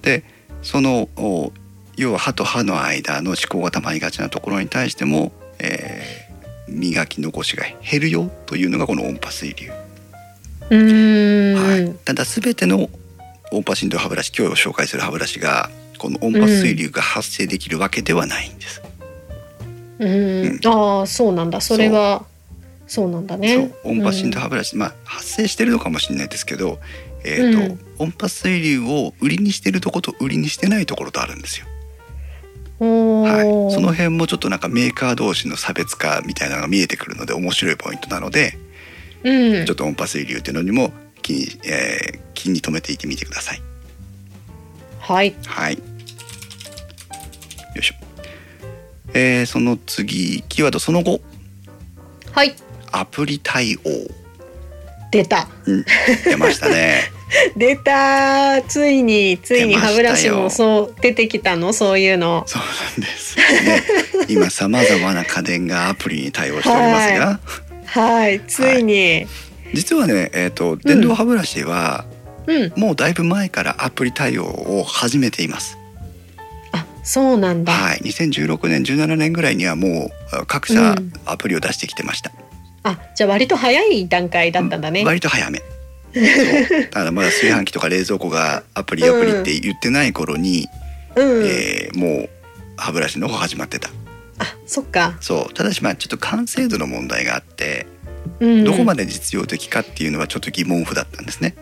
[SPEAKER 1] でそのお要は歯と歯の間の歯垢が溜まりがちなところに対しても、えー磨き残しが減るよというのがこの音波水流。
[SPEAKER 2] うーん。
[SPEAKER 1] はい、ただ全ての音波振動歯ブラシ今日紹介する歯ブラシがこの音波水流が発生できるわけではないんです。
[SPEAKER 2] うん。ああ、そうなんだ。それは。そうなんだ
[SPEAKER 1] そ
[SPEAKER 2] ね
[SPEAKER 1] う。音波振動歯ブラシ、まあ発生してるのかもしれないですけど、えーと
[SPEAKER 2] うん
[SPEAKER 1] 音波水流を売りにしてるとこと売りにしてないところとあるんですよ、
[SPEAKER 2] うん。お
[SPEAKER 1] はい、
[SPEAKER 2] ー
[SPEAKER 1] その。辺もちょっとなんかメーカー同士の差別化みたいなのが見えてくるので面白いポイントなので、
[SPEAKER 2] うん
[SPEAKER 1] ちょっ。と音波水流っていうのにも気に,、えー気に留めていってみてください。
[SPEAKER 2] はい。
[SPEAKER 1] はいよいしょ、えーその次キーワードその後
[SPEAKER 2] はい。
[SPEAKER 1] アプリ対応、
[SPEAKER 2] 出た。
[SPEAKER 1] うん、出ましたね。
[SPEAKER 2] [LAUGHS] 出たーついについに
[SPEAKER 1] 出ました
[SPEAKER 2] 歯
[SPEAKER 1] よ
[SPEAKER 2] ブラシもそう出てきたのそういうの
[SPEAKER 1] そうなんです、ね。今さまざまな家電がアプリに対応しておりますが、
[SPEAKER 2] はいついに、
[SPEAKER 1] 実はね、えっ、と電動歯ブラシは
[SPEAKER 2] うん
[SPEAKER 1] もうだいぶ前からアプリ対応を始めています。
[SPEAKER 2] あそうなんだ、
[SPEAKER 1] はい、2016年17年ぐらいにはもうあ各社
[SPEAKER 2] うん
[SPEAKER 1] アプリを出してきてました。
[SPEAKER 2] あじゃあ割と早い段階だったんだね、
[SPEAKER 1] 割と早
[SPEAKER 2] [LAUGHS]
[SPEAKER 1] め。そうただまだ炊飯器とか冷蔵庫がアプリアプリって言ってない頃に、
[SPEAKER 2] うん、
[SPEAKER 1] えーもう歯ブラシの方始まってた。
[SPEAKER 2] あそっか、
[SPEAKER 1] そう。ただしまあちょっと完成度の問題があって。
[SPEAKER 2] うん、
[SPEAKER 1] どこま
[SPEAKER 2] で
[SPEAKER 1] で実用的かっていうのはちょっと疑問符だったんですね。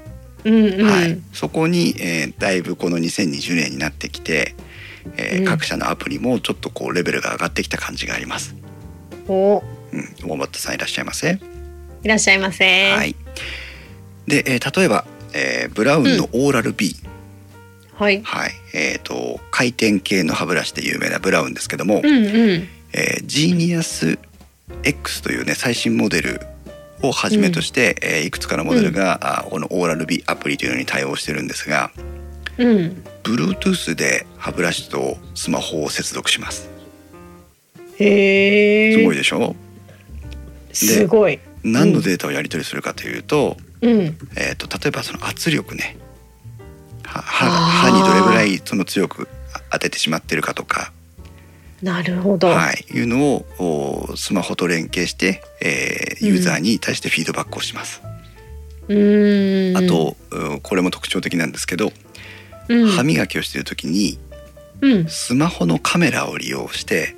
[SPEAKER 2] うんうん、
[SPEAKER 1] はい、そこに、えーだいぶこの2020年になってきて、えー
[SPEAKER 2] うん
[SPEAKER 1] 各社のアプリもちょっとこうレベルが上がってきた感じがあります。
[SPEAKER 2] お
[SPEAKER 1] うん、ウォンバットさんいらっしゃいませ。
[SPEAKER 2] いらっしゃいませ。
[SPEAKER 1] はい。で、えー例えば、えーブラウンのオーラル B、
[SPEAKER 2] はい。
[SPEAKER 1] はい、えっ、と回転系の歯ブラシで有名なブラウンですけども、
[SPEAKER 2] うんうん。
[SPEAKER 1] えージーニアス X というね最新モデルをはじめとして、えーいくつかのモデルが、あこのオーラル B アプリというのに対応してるんですが、
[SPEAKER 2] うん。
[SPEAKER 1] Bluetooth で歯ブラシとスマホを接続します。
[SPEAKER 2] へえ。
[SPEAKER 1] すごいでしょ？
[SPEAKER 2] すごい。
[SPEAKER 1] 何のデータをやり取りするかというと、
[SPEAKER 2] うん。
[SPEAKER 1] えっ、と例えばその圧力ね、は歯が
[SPEAKER 2] あ
[SPEAKER 1] 歯
[SPEAKER 2] ー
[SPEAKER 1] にどれぐらいその強く当ててしまってるかとか、
[SPEAKER 2] なるほど。
[SPEAKER 1] はい、いうのをおスマホと連携して、えー
[SPEAKER 2] うん
[SPEAKER 1] ユーザーに対してフィードバックをします。
[SPEAKER 2] うーん。
[SPEAKER 1] あ、とうんこれも特徴的なんですけど、
[SPEAKER 2] うん、
[SPEAKER 1] 歯磨きをしている時に
[SPEAKER 2] うん。
[SPEAKER 1] スマホのカメラを利用して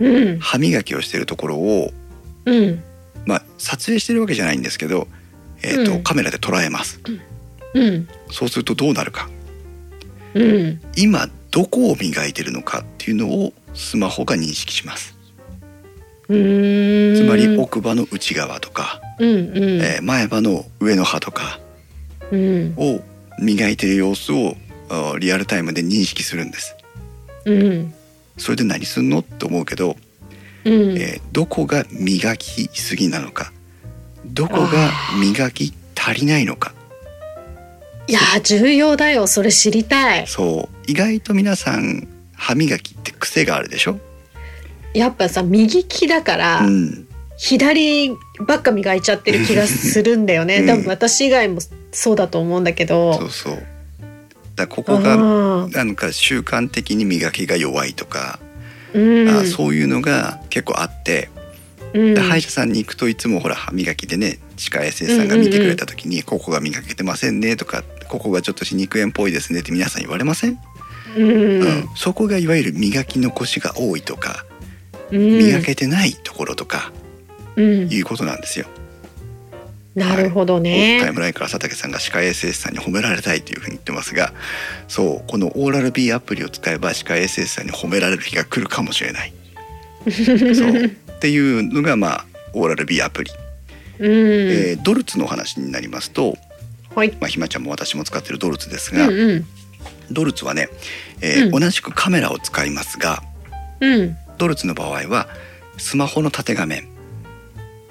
[SPEAKER 2] うん。
[SPEAKER 1] 歯磨きをしているところを
[SPEAKER 2] うん。
[SPEAKER 1] まあ、撮影してるわけじゃないんですけど、えーと
[SPEAKER 2] うん
[SPEAKER 1] カメラで捉えます
[SPEAKER 2] うん。
[SPEAKER 1] そうするとどうなるか
[SPEAKER 2] うん。
[SPEAKER 1] 今どこを磨いてるのかっていうのをスマホが認識します
[SPEAKER 2] うーん。
[SPEAKER 1] つまり奥歯の内側とか、
[SPEAKER 2] うんうん。
[SPEAKER 1] えー前歯の上の歯とか
[SPEAKER 2] うん。
[SPEAKER 1] を磨いてる様子をあーリアルタイムで認識するんです
[SPEAKER 2] うん。
[SPEAKER 1] それで何すんのって思うけど、
[SPEAKER 2] うん。
[SPEAKER 1] えーどこが磨きすぎなのかどこが磨き足りないのか
[SPEAKER 2] いやー重要だよそれ知りたい
[SPEAKER 1] そう意外と皆さん歯磨きって癖があるでしょ、
[SPEAKER 2] やっぱさ右利きだから、
[SPEAKER 1] うん、
[SPEAKER 2] 左ばっか磨いちゃってる気がするんだよね、
[SPEAKER 1] うん
[SPEAKER 2] 多分私以外もそうだと思うんだけど
[SPEAKER 1] そうそうだからこ
[SPEAKER 2] う
[SPEAKER 1] こが
[SPEAKER 2] ん
[SPEAKER 1] なんか習慣的に磨きが弱いとか、
[SPEAKER 2] うん
[SPEAKER 1] あそういうのが結構あって、
[SPEAKER 2] うん
[SPEAKER 1] で歯医者さんに行くといつもほら歯磨きでね歯科衛生士さんが見てくれた時に、ここが磨けてませんね」とか「ここがちょっと歯肉炎っぽいですね」って皆さん言われません、
[SPEAKER 2] うん
[SPEAKER 1] うんそこがいわゆる磨き残しが多いとか
[SPEAKER 2] うん
[SPEAKER 1] 磨けてないところとか
[SPEAKER 2] うん
[SPEAKER 1] いうことなんですよ。
[SPEAKER 2] なるほど
[SPEAKER 1] タイ
[SPEAKER 2] ね
[SPEAKER 1] ムラインから佐竹さんが歯科衛生士さんに褒められたいというふうに言ってますがそうこのオーラル B アプリを使えば歯科衛生士さんに褒められる日が来るかもしれない。そうっていうのがまあオーラル B アプリ、
[SPEAKER 2] うん、
[SPEAKER 1] えードルツのお話になりますと、
[SPEAKER 2] はい
[SPEAKER 1] まあ、ひまちゃんも私も使ってるドルツです
[SPEAKER 2] うん
[SPEAKER 1] が、
[SPEAKER 2] うん
[SPEAKER 1] ドルツはね、えー
[SPEAKER 2] うん
[SPEAKER 1] 同じくカメラを使いますが
[SPEAKER 2] うん
[SPEAKER 1] ドルツの場合はスマホの縦画面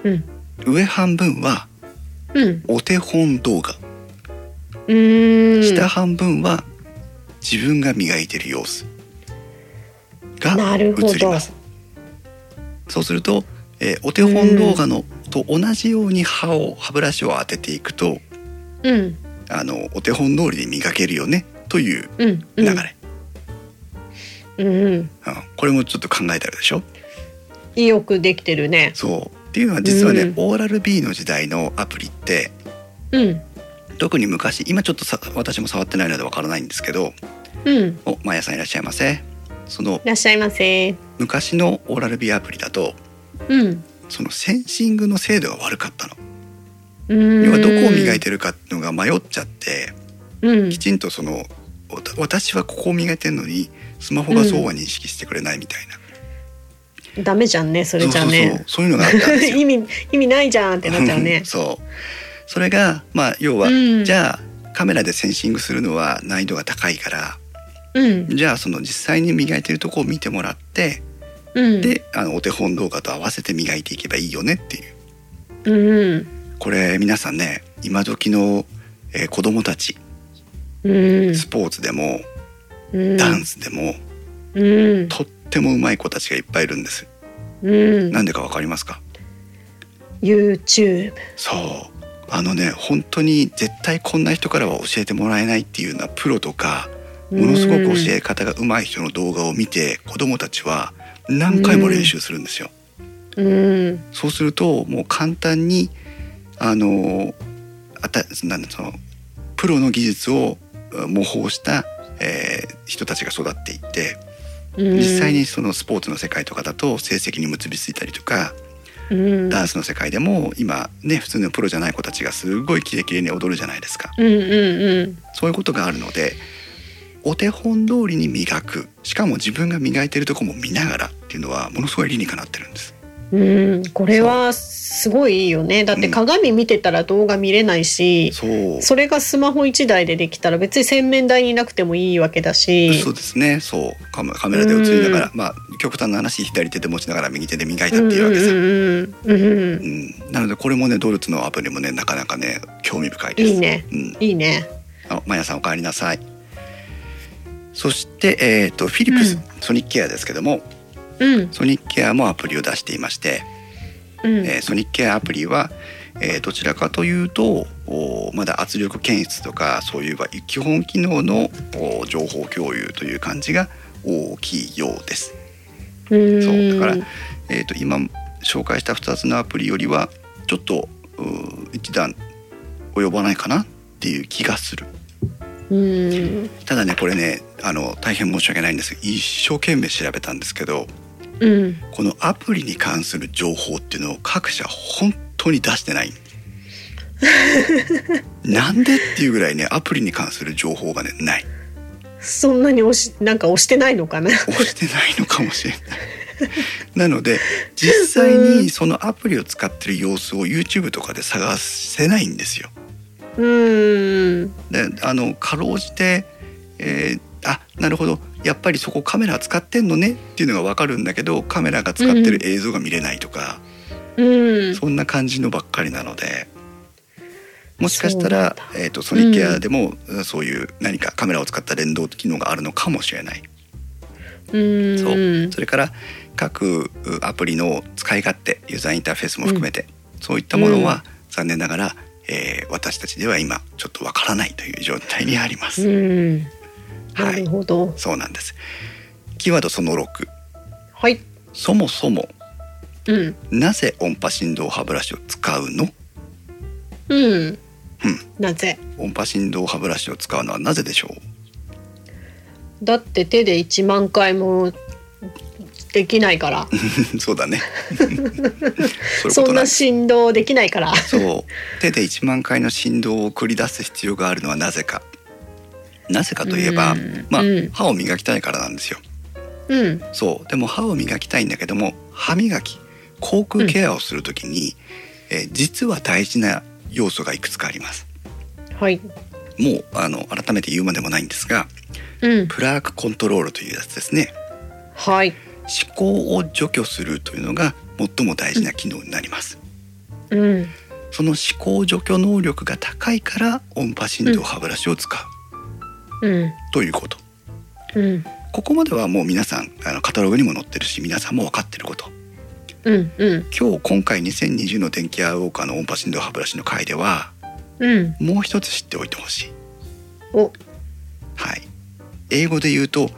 [SPEAKER 2] うん
[SPEAKER 1] 上半分は
[SPEAKER 2] うん
[SPEAKER 1] お手本動画
[SPEAKER 2] うーん
[SPEAKER 1] 下半分は自分が磨いてる様子が
[SPEAKER 2] な
[SPEAKER 1] 映
[SPEAKER 2] るほど
[SPEAKER 1] ります。そうすると、えーお手本動画のと同じように歯を歯ブラシを当てていくと
[SPEAKER 2] うん
[SPEAKER 1] あのお手本通りに磨けるよねという
[SPEAKER 2] うんう
[SPEAKER 1] 流
[SPEAKER 2] ん
[SPEAKER 1] れ、
[SPEAKER 2] うんうん
[SPEAKER 1] うんこれもちょっと考えてあるでしょ
[SPEAKER 2] よくできてるね
[SPEAKER 1] そうっていうのは実はね、
[SPEAKER 2] うん
[SPEAKER 1] オーラル B の時代のアプリって
[SPEAKER 2] うん
[SPEAKER 1] 特に昔今ちょっとさ私も触ってないのでわからないんですけど
[SPEAKER 2] うん
[SPEAKER 1] おマヤさんいらっしゃいませその
[SPEAKER 2] いらっしゃいませ
[SPEAKER 1] 昔のオーラル B アプリだと
[SPEAKER 2] うん
[SPEAKER 1] そのセンシングの精度が悪かったの
[SPEAKER 2] うん
[SPEAKER 1] 要はどこを磨いてるかっていうのが迷っちゃって
[SPEAKER 2] うん
[SPEAKER 1] きちんとそのおた私はここを磨いてるのにスマホがそうは認識してくれないみたいな、
[SPEAKER 2] ダメじゃんねそれじゃ
[SPEAKER 1] そうそうそう
[SPEAKER 2] ね
[SPEAKER 1] そういうのがあったんですよ
[SPEAKER 2] 意味意味 [LAUGHS] ないじゃんってなっちゃうね
[SPEAKER 1] そうそれがまあ要は、
[SPEAKER 2] うん
[SPEAKER 1] じゃあカメラでセンシングするのは難易度が高いから
[SPEAKER 2] うん
[SPEAKER 1] じゃあその実際に磨いてるとこを見てもらって、
[SPEAKER 2] うん
[SPEAKER 1] であのお手本動画と合わせて磨いていけばいいよねっていう
[SPEAKER 2] うん
[SPEAKER 1] これ皆さんね今時の、えー子供たち
[SPEAKER 2] うん
[SPEAKER 1] スポーツでも、
[SPEAKER 2] うん
[SPEAKER 1] ダンスでも、
[SPEAKER 2] うん
[SPEAKER 1] とっても上手い子たちがいっぱいいるんです
[SPEAKER 2] うん
[SPEAKER 1] なんでかわかりますか
[SPEAKER 2] YouTube
[SPEAKER 1] そうあのね本当に絶対こんな人からは教えてもらえないっていうようなプロとかものすごく教え方が上手い人の動画を見て子供たちは何回も練習するんですよ。
[SPEAKER 2] うん
[SPEAKER 1] そうするともう簡単にあのあたなんだそのプロの技術をうん模倣した、えー人たちが育っていって
[SPEAKER 2] うん
[SPEAKER 1] 実際にそのスポーツの世界とかだと成績に結びついたりとか、
[SPEAKER 2] うん
[SPEAKER 1] ダンスの世界でも今ね普通のプロじゃない子たちがすごいキレキレに踊るじゃないですか
[SPEAKER 2] うんうん
[SPEAKER 1] そういうことがあるのでお手本通りに磨くしかも自分が磨いてるとこも見ながらっていうのはものすごい理にかなってるんです。
[SPEAKER 2] うん、これはすごいいいよね。だって鏡見てたら動画見れないし、
[SPEAKER 1] そう
[SPEAKER 2] それがスマホ1台でできたら別に洗面台になくてもいいわけだし
[SPEAKER 1] そうですねそうカメカメラで映りながら、まあ極端な話左手で持ちながら右手で磨いたっていうわけさ、
[SPEAKER 2] うんうんうんうんうん
[SPEAKER 1] うん、なのでこれもねドルツのアプリもねなかなかね興味深いです
[SPEAKER 2] いいね
[SPEAKER 1] うん、
[SPEAKER 2] いいね
[SPEAKER 1] あのマヤさんお帰りなさいそして、えー、とフィリップス、
[SPEAKER 2] うん
[SPEAKER 1] ソニックケアですけども
[SPEAKER 2] うん
[SPEAKER 1] ソニックケアもアプリを出していまして、
[SPEAKER 2] うん
[SPEAKER 1] えーソニックケアアプリは、えーどちらかというとおーまだ圧力検出とかそういう基本機能のおー情報共有という感じが大きいようです。
[SPEAKER 2] うん
[SPEAKER 1] そうだから、えー、と今紹介した2つのアプリよりはちょっとうー一段及ばないかなっていう気がする。
[SPEAKER 2] うん
[SPEAKER 1] ただねこれねあの大変申し訳ないんですが一生懸命調べたんですけど
[SPEAKER 2] うん
[SPEAKER 1] このアプリに関する情報っていうのを各社本当に出してないなんでっていうぐらいねアプリに関する情報がねない
[SPEAKER 2] そんなに押しなんか押してないのかな
[SPEAKER 1] 押してないのかもしれないなので実際にそのアプリを使ってる様子を YouTube とかで探せないんですよ
[SPEAKER 2] うん
[SPEAKER 1] であのかろうじて、えーあなるほどやっぱりそこカメラ使ってんのねっていうのがわかるんだけどカメラが使ってる映像が見れないとか、
[SPEAKER 2] うん
[SPEAKER 1] そんな感じのばっかりなのでもしかしたら、えー、とソニックケアでも、そういう何かカメラを使った連動機能があるのかもしれない。
[SPEAKER 2] うん
[SPEAKER 1] そうそれから各うアプリの使い勝手ユーザーインターフェースも含めて、そういったものは残念ながら、えー私たちでは今ちょっとわからないという状態にあります。
[SPEAKER 2] うん
[SPEAKER 1] は
[SPEAKER 2] ないるほど
[SPEAKER 1] そうなんです。キーワードその6。
[SPEAKER 2] はい、
[SPEAKER 1] そもそも
[SPEAKER 2] うん
[SPEAKER 1] なぜ音波振動歯ブラシを使うの？
[SPEAKER 2] うん、なぜ
[SPEAKER 1] 音波振動歯ブラシを使うのはなぜでしょう？
[SPEAKER 2] だって手で1万回もできないから
[SPEAKER 1] [LAUGHS] そうだ
[SPEAKER 2] [LAUGHS]
[SPEAKER 1] ね。そういうこと
[SPEAKER 2] そん
[SPEAKER 1] なん
[SPEAKER 2] な
[SPEAKER 1] です。
[SPEAKER 2] 振動できないから
[SPEAKER 1] そう手で1万回の振動を繰り出す必要があるのはなぜか。なぜかといえば
[SPEAKER 2] うん、
[SPEAKER 1] まあ
[SPEAKER 2] うん
[SPEAKER 1] 歯を磨きたいからなんですよ。
[SPEAKER 2] うん
[SPEAKER 1] そうでも歯を磨きたいんだけども歯磨き口腔ケアをするときに、えー実は大事な要素がいくつかあります。
[SPEAKER 2] はい
[SPEAKER 1] もうあの改めて言うまでもないんですが
[SPEAKER 2] うん
[SPEAKER 1] プラークコントロールというやつですね
[SPEAKER 2] はい
[SPEAKER 1] 歯垢を除去するというのが最も大事な機能になります、
[SPEAKER 2] うん
[SPEAKER 1] その歯垢除去能力が高いから音波振動歯ブラシを使う
[SPEAKER 2] うん
[SPEAKER 1] ということ、
[SPEAKER 2] うん
[SPEAKER 1] ここまではもう皆さんあのカタログにも載ってるし皆さんも分かってること
[SPEAKER 2] うんうん
[SPEAKER 1] 今日今回2020の電気アウォーカーの音波振動歯ブラシの回では
[SPEAKER 2] うん
[SPEAKER 1] もう一つ知っておいてほしい
[SPEAKER 2] お
[SPEAKER 1] はい英語で言うと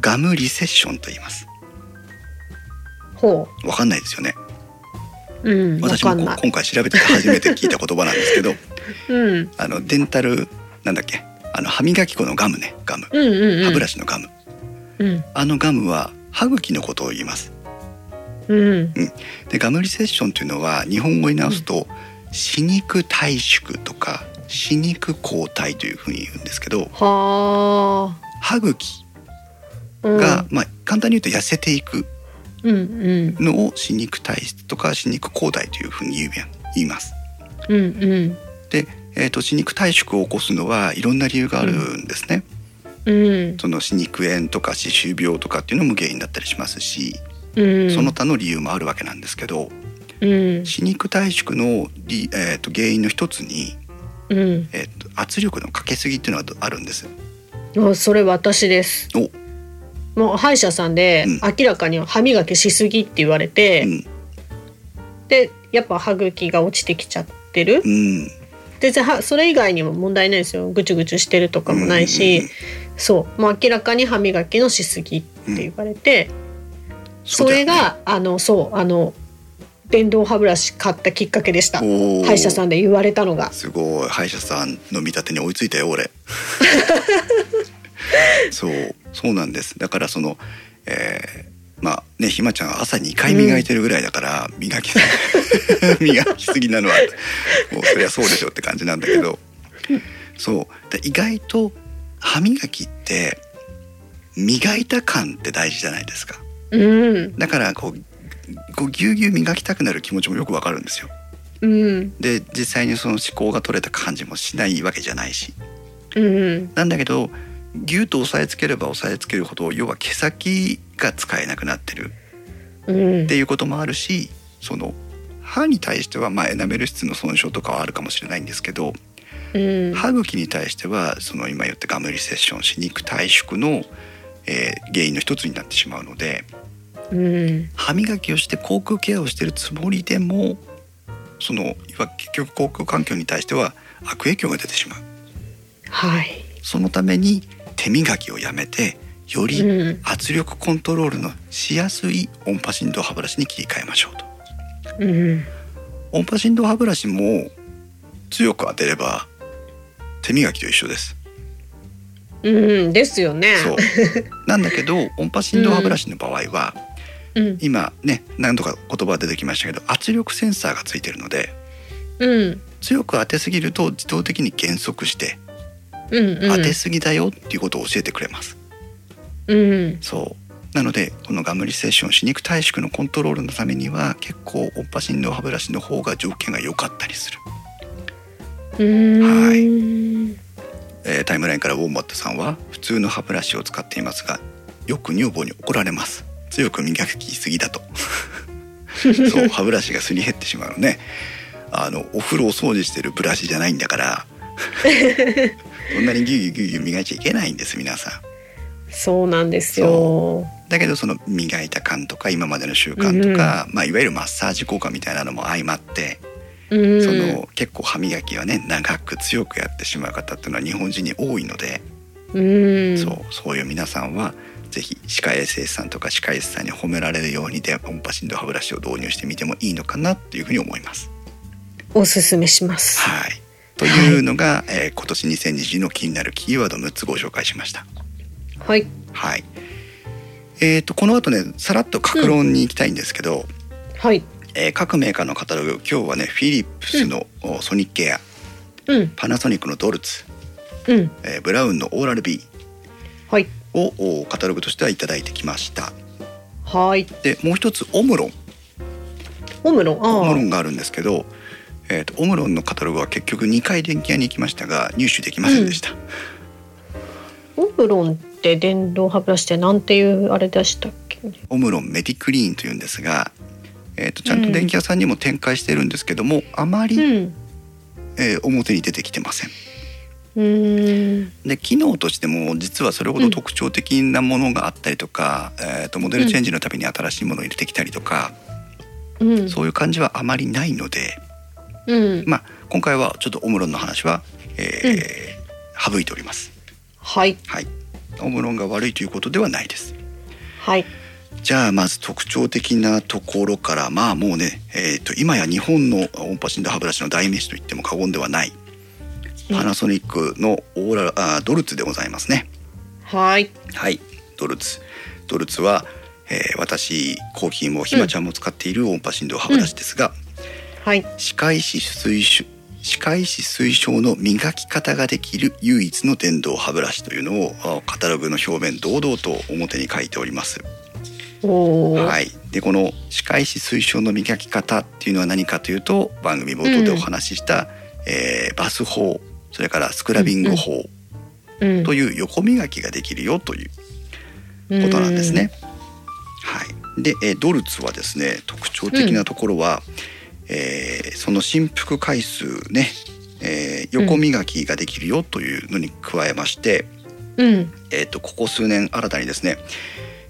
[SPEAKER 1] ガムリセッションと言います
[SPEAKER 2] ほ
[SPEAKER 1] わかんないですよね
[SPEAKER 2] ううんわ
[SPEAKER 1] 私
[SPEAKER 2] か
[SPEAKER 1] も
[SPEAKER 2] ん
[SPEAKER 1] こ
[SPEAKER 2] ない
[SPEAKER 1] 今回調べてて初めて聞いた言葉なんです
[SPEAKER 2] [LAUGHS]
[SPEAKER 1] けど
[SPEAKER 2] うん
[SPEAKER 1] あのデンタルなんだっけあの歯磨き粉のガムねガム
[SPEAKER 2] うんうんうん
[SPEAKER 1] 歯ブラシのガム、
[SPEAKER 2] うん
[SPEAKER 1] あのガムは歯茎のことを言います
[SPEAKER 2] うん
[SPEAKER 1] でガムリセッションというのは日本語に直すと歯肉退縮とか歯肉抗体というふうに言うんですけど
[SPEAKER 2] はあ
[SPEAKER 1] 歯茎
[SPEAKER 2] うん
[SPEAKER 1] が、まあ簡単に言うと痩せていく
[SPEAKER 2] うんうん
[SPEAKER 1] のを歯肉体質とか歯肉抗体というふうに言うやん言います
[SPEAKER 2] うんうん
[SPEAKER 1] えー、と歯肉退縮を起こすのはいろんな理由があるんですね、
[SPEAKER 2] うん
[SPEAKER 1] その歯肉炎とか歯周病とかっていうのも原因だったりしますし、
[SPEAKER 2] うん
[SPEAKER 1] その他の理由もあるわけなんですけど
[SPEAKER 2] うん
[SPEAKER 1] 歯肉退縮の理、えー、と原因の一つに、
[SPEAKER 2] うん
[SPEAKER 1] えー、と圧力のかけすぎっていうのがあるんです
[SPEAKER 2] あそれ私です
[SPEAKER 1] お
[SPEAKER 2] もう歯医者さんで
[SPEAKER 1] うん
[SPEAKER 2] 明らかに歯磨きしすぎって言われて、
[SPEAKER 1] うん、
[SPEAKER 2] でやっぱ歯茎が落ちてきちゃってる
[SPEAKER 1] うん、
[SPEAKER 2] 全然はそれ以外にも問題ないですよぐちゅぐちゅしてるとかもないし、
[SPEAKER 1] うんうん
[SPEAKER 2] そうもう明らかに歯磨きのしすぎって言われて、そ
[SPEAKER 1] だよ
[SPEAKER 2] れ
[SPEAKER 1] ね
[SPEAKER 2] があのそうあの電動歯ブラシ買ったきっかけでした
[SPEAKER 1] おー
[SPEAKER 2] 歯医者さんで言われたのが
[SPEAKER 1] すごい歯医者さんの見立てに追いついたよ
[SPEAKER 2] [LAUGHS]
[SPEAKER 1] 俺そうそうなんですだからそのえーまあねひまちゃんは朝2回磨いてるぐらいだから、磨きすぎ [LAUGHS] 磨きすぎなのはもうそりゃそうでしょって感じなんだけどそうで意外と歯磨きって磨いた感って大事じゃないですか
[SPEAKER 2] うん
[SPEAKER 1] だからこうこうぎゅうぎゅう磨きたくなる気持ちもよくわかるんですよ
[SPEAKER 2] うん
[SPEAKER 1] で実際にその思考が取れた感じもしないわけじゃないし
[SPEAKER 2] うん
[SPEAKER 1] なんだけどギュッと押さえつければ押さえつけるほど要は毛先が使えなくなってる
[SPEAKER 2] うん
[SPEAKER 1] っていうこともあるしその歯に対してはまあエナメル質の損傷とかはあるかもしれないんですけど
[SPEAKER 2] うん
[SPEAKER 1] 歯茎に対してはその今言ったガムリセッション歯肉退縮の、えー原因の一つになってしまうので
[SPEAKER 2] うん
[SPEAKER 1] 歯磨きをして口腔ケアをしてるつもりでもそのいわ結局口腔環境に対しては悪影響が出てしまう
[SPEAKER 2] はい
[SPEAKER 1] そのために手磨きをやめてより
[SPEAKER 2] うん
[SPEAKER 1] 圧力コントロールのしやすい音波振動歯ブラシに切り替えましょうと
[SPEAKER 2] うん
[SPEAKER 1] 音波振動歯ブラシも強く当てれば手磨きと一緒です、
[SPEAKER 2] うんですよね
[SPEAKER 1] そうなんだけど音波振動歯ブラシの場合は、
[SPEAKER 2] うん
[SPEAKER 1] 今ね何度か言葉が出てきましたけど圧力センサーがついてるので
[SPEAKER 2] うん
[SPEAKER 1] 強く当てすぎると自動的に減速して
[SPEAKER 2] うんうん
[SPEAKER 1] 当てすぎだよっていうことを教えてくれます、
[SPEAKER 2] うん
[SPEAKER 1] そうなのでこのガムリセッション歯肉退縮のコントロールのためには結構音波振動歯ブラシの方が条件が良かったりする、
[SPEAKER 2] うん
[SPEAKER 1] は
[SPEAKER 2] うん
[SPEAKER 1] えータイムラインからウォーマットさんは普通の歯ブラシを使っていますがよく女房に怒られます強く磨きすぎだ
[SPEAKER 2] [LAUGHS]
[SPEAKER 1] とそう歯ブラシがすり減ってしまうのねあのお風呂を掃除してるブラシじゃないんだから
[SPEAKER 2] [LAUGHS]
[SPEAKER 1] そんなにギュギュギュギュ磨いちゃいけないんです皆さん
[SPEAKER 2] そうなんですよ
[SPEAKER 1] だけどその磨いた感とか今までの習慣とか、まあ、いわゆるマッサージ効果みたいなのも相まって、
[SPEAKER 2] うん
[SPEAKER 1] その結構歯磨きはね長く強くやってしまう方っていうのは日本人に多いので、
[SPEAKER 2] うん
[SPEAKER 1] そうそういう皆さんはぜひ歯科衛生士さんとか歯科医師さんに褒められるようにで音波振動歯ブラシを導入してみてもいいのかなっていうふうに思います。
[SPEAKER 2] おすすめします
[SPEAKER 1] はいというのが、えー今年2020の気になるキーワード6つご紹介しました。
[SPEAKER 2] はい
[SPEAKER 1] はいえー、とこの後ねさらっと格論に行きたいんですけど、
[SPEAKER 2] はい
[SPEAKER 1] えー各メーカーのカタログ今日はねフィリップスのおソニックエア
[SPEAKER 2] うん
[SPEAKER 1] パナソニックのドルツ、
[SPEAKER 2] うん
[SPEAKER 1] えーブラウンのオーラル B
[SPEAKER 2] はい
[SPEAKER 1] をおカタログとしてはいただいてきました
[SPEAKER 2] はい
[SPEAKER 1] でもう一つオムロン
[SPEAKER 2] オムロン
[SPEAKER 1] オムロ
[SPEAKER 2] ああ
[SPEAKER 1] ンがあるんですけど、えー、とオムロンのカタログは結局2回電気屋に行きましたが入手できませんでした、
[SPEAKER 2] オムロンって電動歯ブラシってなんていうあれでしたっけね
[SPEAKER 1] オムロンメディクリーンというんですが、えー、とちゃんと電気屋さんにも展開してるんですけども、あまり、
[SPEAKER 2] うん
[SPEAKER 1] えー表に出てきてません
[SPEAKER 2] うーん
[SPEAKER 1] で機能としても実はそれほど特徴的なものがあったりとか、えー、とモデルチェンジのたびに新しいものを入れてきたりとか、
[SPEAKER 2] うん
[SPEAKER 1] そういう感じはあまりないので、
[SPEAKER 2] うん
[SPEAKER 1] まあ、今回はちょっとオムロンの話は、えー省いております。
[SPEAKER 2] はい
[SPEAKER 1] はいオムロンが悪いということではないです
[SPEAKER 2] はい
[SPEAKER 1] じゃあまず特徴的なところからまあもうね、えー、と今や日本の音波振動歯ブラシの代名詞と言っても過言ではない
[SPEAKER 2] うん
[SPEAKER 1] パナソニックのオーラあードルツでございますね。
[SPEAKER 2] はい
[SPEAKER 1] はい、ドルツ。ドルツは、えー私、コーヒーもひまちゃんも使っている音波振動歯ブラシですが、
[SPEAKER 2] はい
[SPEAKER 1] 歯科医師推奨、歯科医師推奨の磨き方ができる唯一の電動歯ブラシというのをあカタログの表面堂々と表に書いております。
[SPEAKER 2] おおい
[SPEAKER 1] はい。で、この歯科医師推奨の磨き方っていうのは何かというと、番組冒頭でお話しした、えーバス法、それからスクラビング法
[SPEAKER 2] うん
[SPEAKER 1] という横磨きができるよということなんですね。はい、で、えードルツはですね特徴的なところは、えーその振幅回数ね、えー横磨きができるよというのに加えまして、
[SPEAKER 2] うん
[SPEAKER 1] えー、とここ数年新たにですね、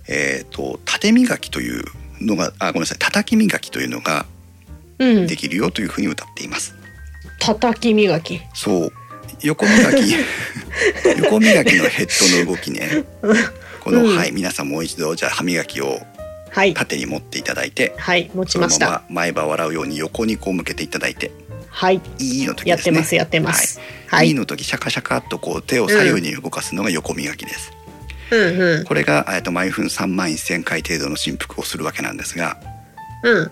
[SPEAKER 1] えー、と縦磨きというのがあごめんなさい叩き磨きというのが
[SPEAKER 2] うん
[SPEAKER 1] できるよというふうに歌っています。
[SPEAKER 2] 叩き磨き
[SPEAKER 1] そう横磨
[SPEAKER 2] [LAUGHS]
[SPEAKER 1] き横磨きのヘッドの動きねこの、
[SPEAKER 2] うん
[SPEAKER 1] はい皆さんもう一度じゃあ歯磨きを
[SPEAKER 2] はい
[SPEAKER 1] 縦に持っていただいて
[SPEAKER 2] はい持ち
[SPEAKER 1] その
[SPEAKER 2] まし
[SPEAKER 1] ま
[SPEAKER 2] た
[SPEAKER 1] ま前歯を洗うように横にこう向けていただいて
[SPEAKER 2] はい
[SPEAKER 1] 「いい」の時
[SPEAKER 2] や
[SPEAKER 1] で
[SPEAKER 2] っ
[SPEAKER 1] す
[SPEAKER 2] て
[SPEAKER 1] ね
[SPEAKER 2] ますやってますは
[SPEAKER 1] はい、い
[SPEAKER 2] い
[SPEAKER 1] いの時シャカシャカっとこう手を左右に動かすのが横磨きです、
[SPEAKER 2] うんうん
[SPEAKER 1] これがえっと毎分3万1,000回程度の振幅をするわけなんですが
[SPEAKER 2] うん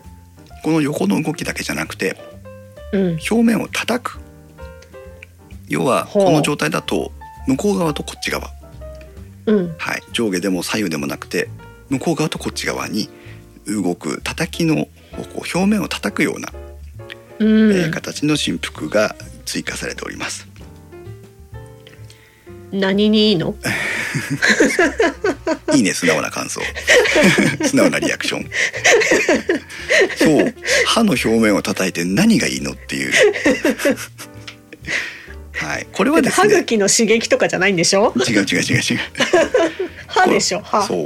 [SPEAKER 1] この横の動きだけじゃなくて
[SPEAKER 2] うん
[SPEAKER 1] 表面を叩く要は
[SPEAKER 2] ほう
[SPEAKER 1] この状態だと向こう側とこっち側、
[SPEAKER 2] うん
[SPEAKER 1] はい、上下でも左右でもなくて向こう側とこっち側に動く叩きのこう表面を叩くような、
[SPEAKER 2] うん
[SPEAKER 1] えー形の振幅が追加されております。
[SPEAKER 2] 何にいいの
[SPEAKER 1] いいね素直な感想 [LAUGHS] 素直なリアクションそう歯の表面を叩いて何がいいのっていうはいこれはです
[SPEAKER 2] 歯
[SPEAKER 1] ね
[SPEAKER 2] 茎の刺激とかじゃないんでしょ
[SPEAKER 1] 違う違う違う違う
[SPEAKER 2] 歯でしょ歯
[SPEAKER 1] そう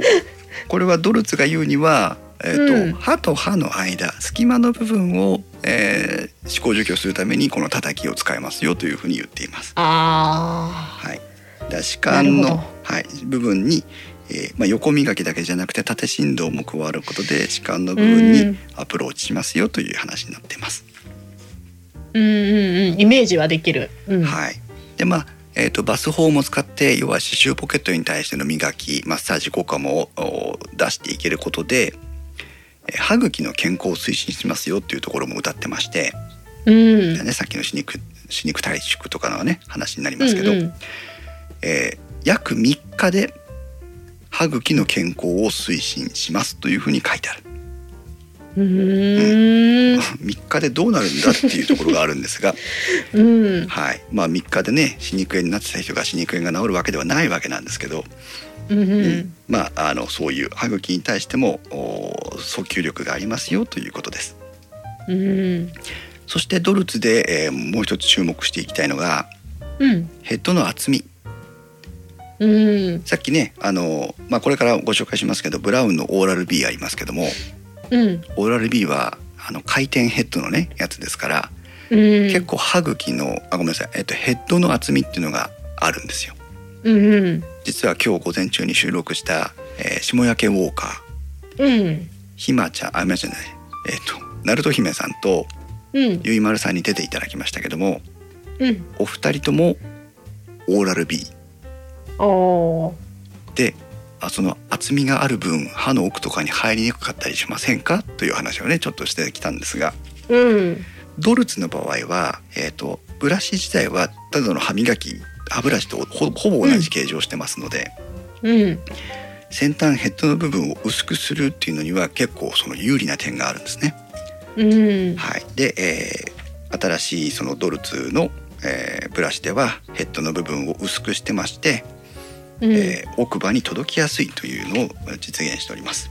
[SPEAKER 1] これはドルツが言うには、えーと
[SPEAKER 2] うん
[SPEAKER 1] 歯と歯の間隙間の部分を、えー、歯垢除去するためにこの叩きを使いますよというふうに言っています。
[SPEAKER 2] あ
[SPEAKER 1] はい、だ歯間
[SPEAKER 2] なる
[SPEAKER 1] の
[SPEAKER 2] ほ、
[SPEAKER 1] はい、部分に、えーまあ、横磨きだけじゃなくて縦振動も加わることで歯間の部分
[SPEAKER 2] う
[SPEAKER 1] に
[SPEAKER 2] ん
[SPEAKER 1] アプローチしますよという話になっています。
[SPEAKER 2] ーうんうんうんイメージはできる、うん
[SPEAKER 1] はい、でまあえー、とバス法も使って要は歯周ポケットに対しての磨きマッサージ効果もお出していけることでえー歯茎の健康を推進しますよっていうところも歌ってまして、
[SPEAKER 2] うん
[SPEAKER 1] ね、さっきの歯肉歯肉退縮とかのね話になりますけど、
[SPEAKER 2] うんうん
[SPEAKER 1] えー約3日で歯茎の健康を推進しますというふうに書いてある、
[SPEAKER 2] う
[SPEAKER 1] [LAUGHS]
[SPEAKER 2] ーん
[SPEAKER 1] 3日でどうなるんだっていうところがあるんですが
[SPEAKER 2] うん
[SPEAKER 1] はい、まあ3日でね歯肉炎になってた人が歯肉炎が治るわけではないわけなんですけど、
[SPEAKER 2] うんう
[SPEAKER 1] うんんまああのそういう歯茎に対してもお訴求力がありますよということです。
[SPEAKER 2] うん
[SPEAKER 1] そしてドルツで、えーもう一つ注目していきたいのが
[SPEAKER 2] うん
[SPEAKER 1] ヘッドの厚み
[SPEAKER 2] うん
[SPEAKER 1] さっきねあの、まあ、これからご紹介しますけどブラウンのオーラル B ありますけども
[SPEAKER 2] うん
[SPEAKER 1] オーラル B はあの回転ヘッドのねやつですから、結構歯茎のあごめんなさい、えっと、ヘッドの厚みっていうのがあるんですよ。
[SPEAKER 2] うんうん
[SPEAKER 1] 実は今日午前中に収録した、えー、下焼けウォーカー
[SPEAKER 2] うん
[SPEAKER 1] ひまちゃんあひまちゃんじゃないえっ、とナルト姫さんと
[SPEAKER 2] うん
[SPEAKER 1] ゆいまるさんに出ていただきましたけども
[SPEAKER 2] うん
[SPEAKER 1] お二人ともオーラル B
[SPEAKER 2] おー
[SPEAKER 1] であその厚みがある分歯の奥とかに入りにくかったりしませんかという話をねちょっとしてきたんですが
[SPEAKER 2] うん
[SPEAKER 1] ドルツの場合は、えー、とブラシ自体はただの歯磨き歯ブラシとほほぼ同じ形状をしてますので、
[SPEAKER 2] うん
[SPEAKER 1] 先端ヘッドの部分を薄くするっていうのには結構その有利な点があるんですね。
[SPEAKER 2] うん
[SPEAKER 1] はい、で、えー新しいそのドルツの、えーブラシではヘッドの部分を薄くしてまして、
[SPEAKER 2] うん
[SPEAKER 1] えー奥歯に届きやすいというのを実現しております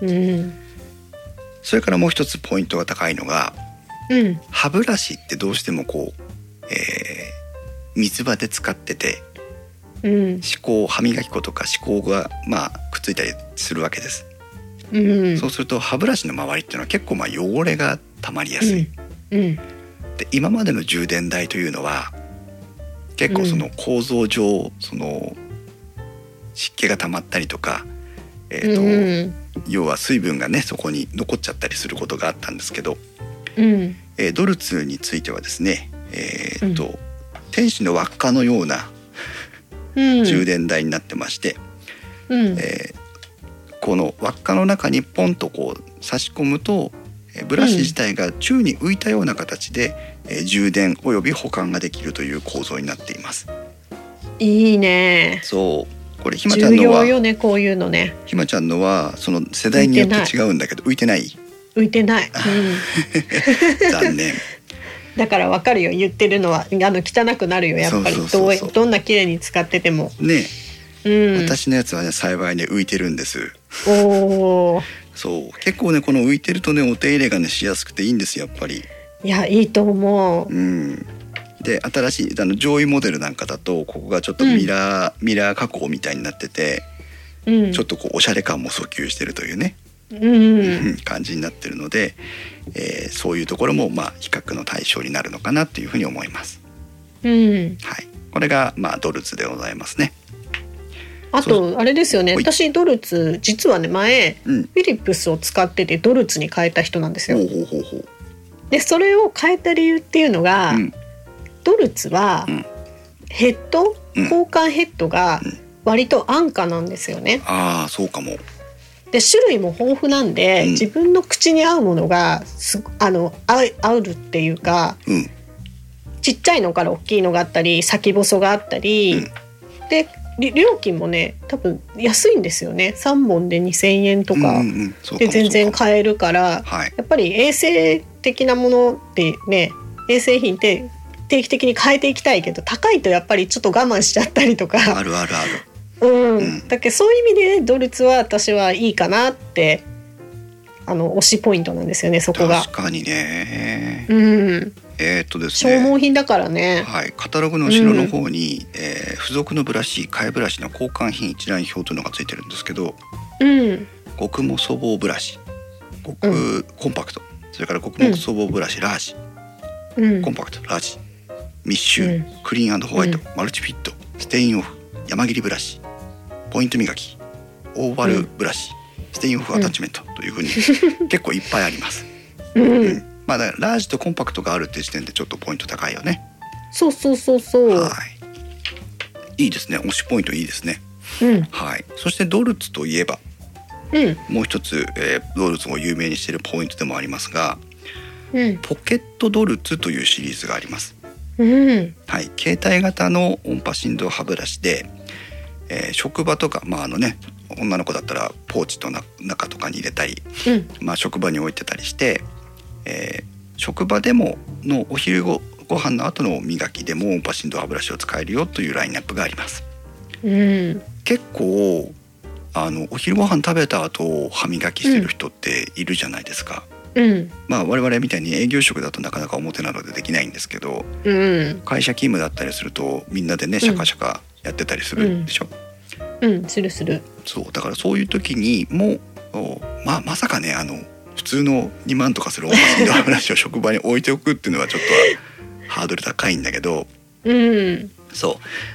[SPEAKER 2] うん
[SPEAKER 1] それからもう一つポイントが高いのが
[SPEAKER 2] うん
[SPEAKER 1] 歯ブラシってどうしてもこう、えー水場で使ってて
[SPEAKER 2] うん
[SPEAKER 1] 歯垢歯磨き粉とか歯垢がまあくっついたりするわけです、
[SPEAKER 2] うん
[SPEAKER 1] そうすると歯ブラシの周りっていうのは結構まあ汚れが溜まりやすい、
[SPEAKER 2] うん
[SPEAKER 1] で今までの充電台というのは結構その構造上、その湿気が溜まったりとか、えーと
[SPEAKER 2] うん
[SPEAKER 1] 要は水分がねそこに残っちゃったりすることがあったんですけど、
[SPEAKER 2] うん
[SPEAKER 1] えードルツについてはですね、えーと天使の輪っかのような
[SPEAKER 2] うん
[SPEAKER 1] 充電台になってまして、
[SPEAKER 2] うん
[SPEAKER 1] えーこの輪っかの中にポンとこう差し込むとえーブラシ自体が宙に浮いたような形で、えー充電および保管ができるという構造になっています。
[SPEAKER 2] いいね
[SPEAKER 1] そうこれひまちゃ
[SPEAKER 2] 重
[SPEAKER 1] んの
[SPEAKER 2] 要よ
[SPEAKER 1] は
[SPEAKER 2] ねこういうのね
[SPEAKER 1] ひまちゃんのはその世代によって違うんだけど浮いてない
[SPEAKER 2] 浮いてない、うん、
[SPEAKER 1] 残
[SPEAKER 2] [LAUGHS]
[SPEAKER 1] 念
[SPEAKER 2] だからわかるよ言ってるのはあの汚くなるよやっぱり
[SPEAKER 1] そうそうそうそう
[SPEAKER 2] どうどんな綺麗に使ってても、
[SPEAKER 1] ね、
[SPEAKER 2] うん、
[SPEAKER 1] 私のやつはね幸いね浮いてるんです
[SPEAKER 2] おお
[SPEAKER 1] そう結構ねこの浮いてるとねお手入れがねしやすくていいんですやっぱり
[SPEAKER 2] いやいいと思う
[SPEAKER 1] うんで新しいあの上位モデルなんかだとここがちょっとミラー、ミラー加工みたいになってて
[SPEAKER 2] うん
[SPEAKER 1] ちょっとこうおしゃれ感も訴求してるというね、
[SPEAKER 2] うん
[SPEAKER 1] うん感じになってるので、えーそういうところもまあ比較の対象になるのかなというふうに思います。
[SPEAKER 2] うん
[SPEAKER 1] はい、これがまあドルツでございますね。
[SPEAKER 2] あとあれですよね
[SPEAKER 1] はい
[SPEAKER 2] 私ドルツ実はね前
[SPEAKER 1] うん。
[SPEAKER 2] フィリップスを使っててドルツに変えた人なんです
[SPEAKER 1] ほ
[SPEAKER 2] よ
[SPEAKER 1] うほうほうほう。
[SPEAKER 2] でそれを変えた理由っていうのが、
[SPEAKER 1] うん。
[SPEAKER 2] ドルツは、
[SPEAKER 1] うん
[SPEAKER 2] ヘッド
[SPEAKER 1] うん
[SPEAKER 2] 交換ヘッドが
[SPEAKER 1] うん
[SPEAKER 2] 割と安価なんですよね
[SPEAKER 1] ああ、そうかも。
[SPEAKER 2] で種類も豊富なんで、
[SPEAKER 1] うん
[SPEAKER 2] 自分の口に合うものがすあの合う合うっていうか
[SPEAKER 1] うん。
[SPEAKER 2] ちっちゃいのから大きいのがあったり先細があったり、でり料金もね多分安いんですよね3本で2,000円とか
[SPEAKER 1] うんうんうんそうか
[SPEAKER 2] で
[SPEAKER 1] も
[SPEAKER 2] 全然
[SPEAKER 1] そうか
[SPEAKER 2] 買えるから
[SPEAKER 1] もはい
[SPEAKER 2] やっぱり衛生的なものってね衛生品って定期的に変えていきたいけど高いとやっぱりちょっと我慢しちゃったりとか
[SPEAKER 1] あるあるある
[SPEAKER 2] うん、
[SPEAKER 1] うん
[SPEAKER 2] だけどそういう意味で、ね、ドルツは私はいいかなってあの推しポイントなんですよねそこが
[SPEAKER 1] 確。かにね
[SPEAKER 2] うん、
[SPEAKER 1] えーっとです
[SPEAKER 2] 消
[SPEAKER 1] ね
[SPEAKER 2] 耗品だからね。
[SPEAKER 1] はい、カタログの後ろの方に、えー付属のブラシ替えブラシの交換品一覧表というのがついてるんですけど
[SPEAKER 2] うん、
[SPEAKER 1] 極も粗暴ブラシ極、
[SPEAKER 2] う
[SPEAKER 1] コンパクトそれから極も粗暴ブラシ、ラージ
[SPEAKER 2] うん
[SPEAKER 1] コンパクトラージ密集、
[SPEAKER 2] うん
[SPEAKER 1] クリーンホワイト、
[SPEAKER 2] う
[SPEAKER 1] マルチフィットステインオフ山切りブラシポイント磨きオーバルブラシ、ステインオフアタッチメントというふう
[SPEAKER 2] [LAUGHS]
[SPEAKER 1] に結構いっぱいあります。
[SPEAKER 2] うん
[SPEAKER 1] うんまあ、だからラージとコンパクトがあるって時点でちょっとポイント高いよね。
[SPEAKER 2] そうそうそうそう
[SPEAKER 1] は。い。いいですね。推しポイントいいですね。
[SPEAKER 2] うん、
[SPEAKER 1] はい。そしてドルツといえば
[SPEAKER 2] うん、
[SPEAKER 1] もう一つ、えードルツを有名にしているポイントでもありますが、
[SPEAKER 2] うん、
[SPEAKER 1] ポケットドルツというシリーズがあります。
[SPEAKER 2] うん、
[SPEAKER 1] はい、携帯型の音波振動歯ブラシで、えー職場とか、まああのね、女の子だったらポーチとな中とかに入れたり、
[SPEAKER 2] うん、
[SPEAKER 1] まあ、職場に置いてたりして、えー職場でものお昼ごご飯の後の磨きでも音波振動歯ブラシを使えるよというラインナップがあります。
[SPEAKER 2] うん、
[SPEAKER 1] 結構あのお昼ご飯食べた後歯磨きしてる人っているじゃないですか。
[SPEAKER 2] うん、
[SPEAKER 1] まあ我々みたいに営業職だとなかなか表なのでできないんですけど、
[SPEAKER 2] うん、
[SPEAKER 1] 会社勤務だったりするとみんなでねシャカシャカやってたりするでしょ、
[SPEAKER 2] うん、するする。
[SPEAKER 1] そうだからそういう時にもおまあまさかねあの普通の2万とかするお菓子の話を職場に置いておくっていうのはちょっとハードル高いんだけど
[SPEAKER 2] うん、
[SPEAKER 1] そ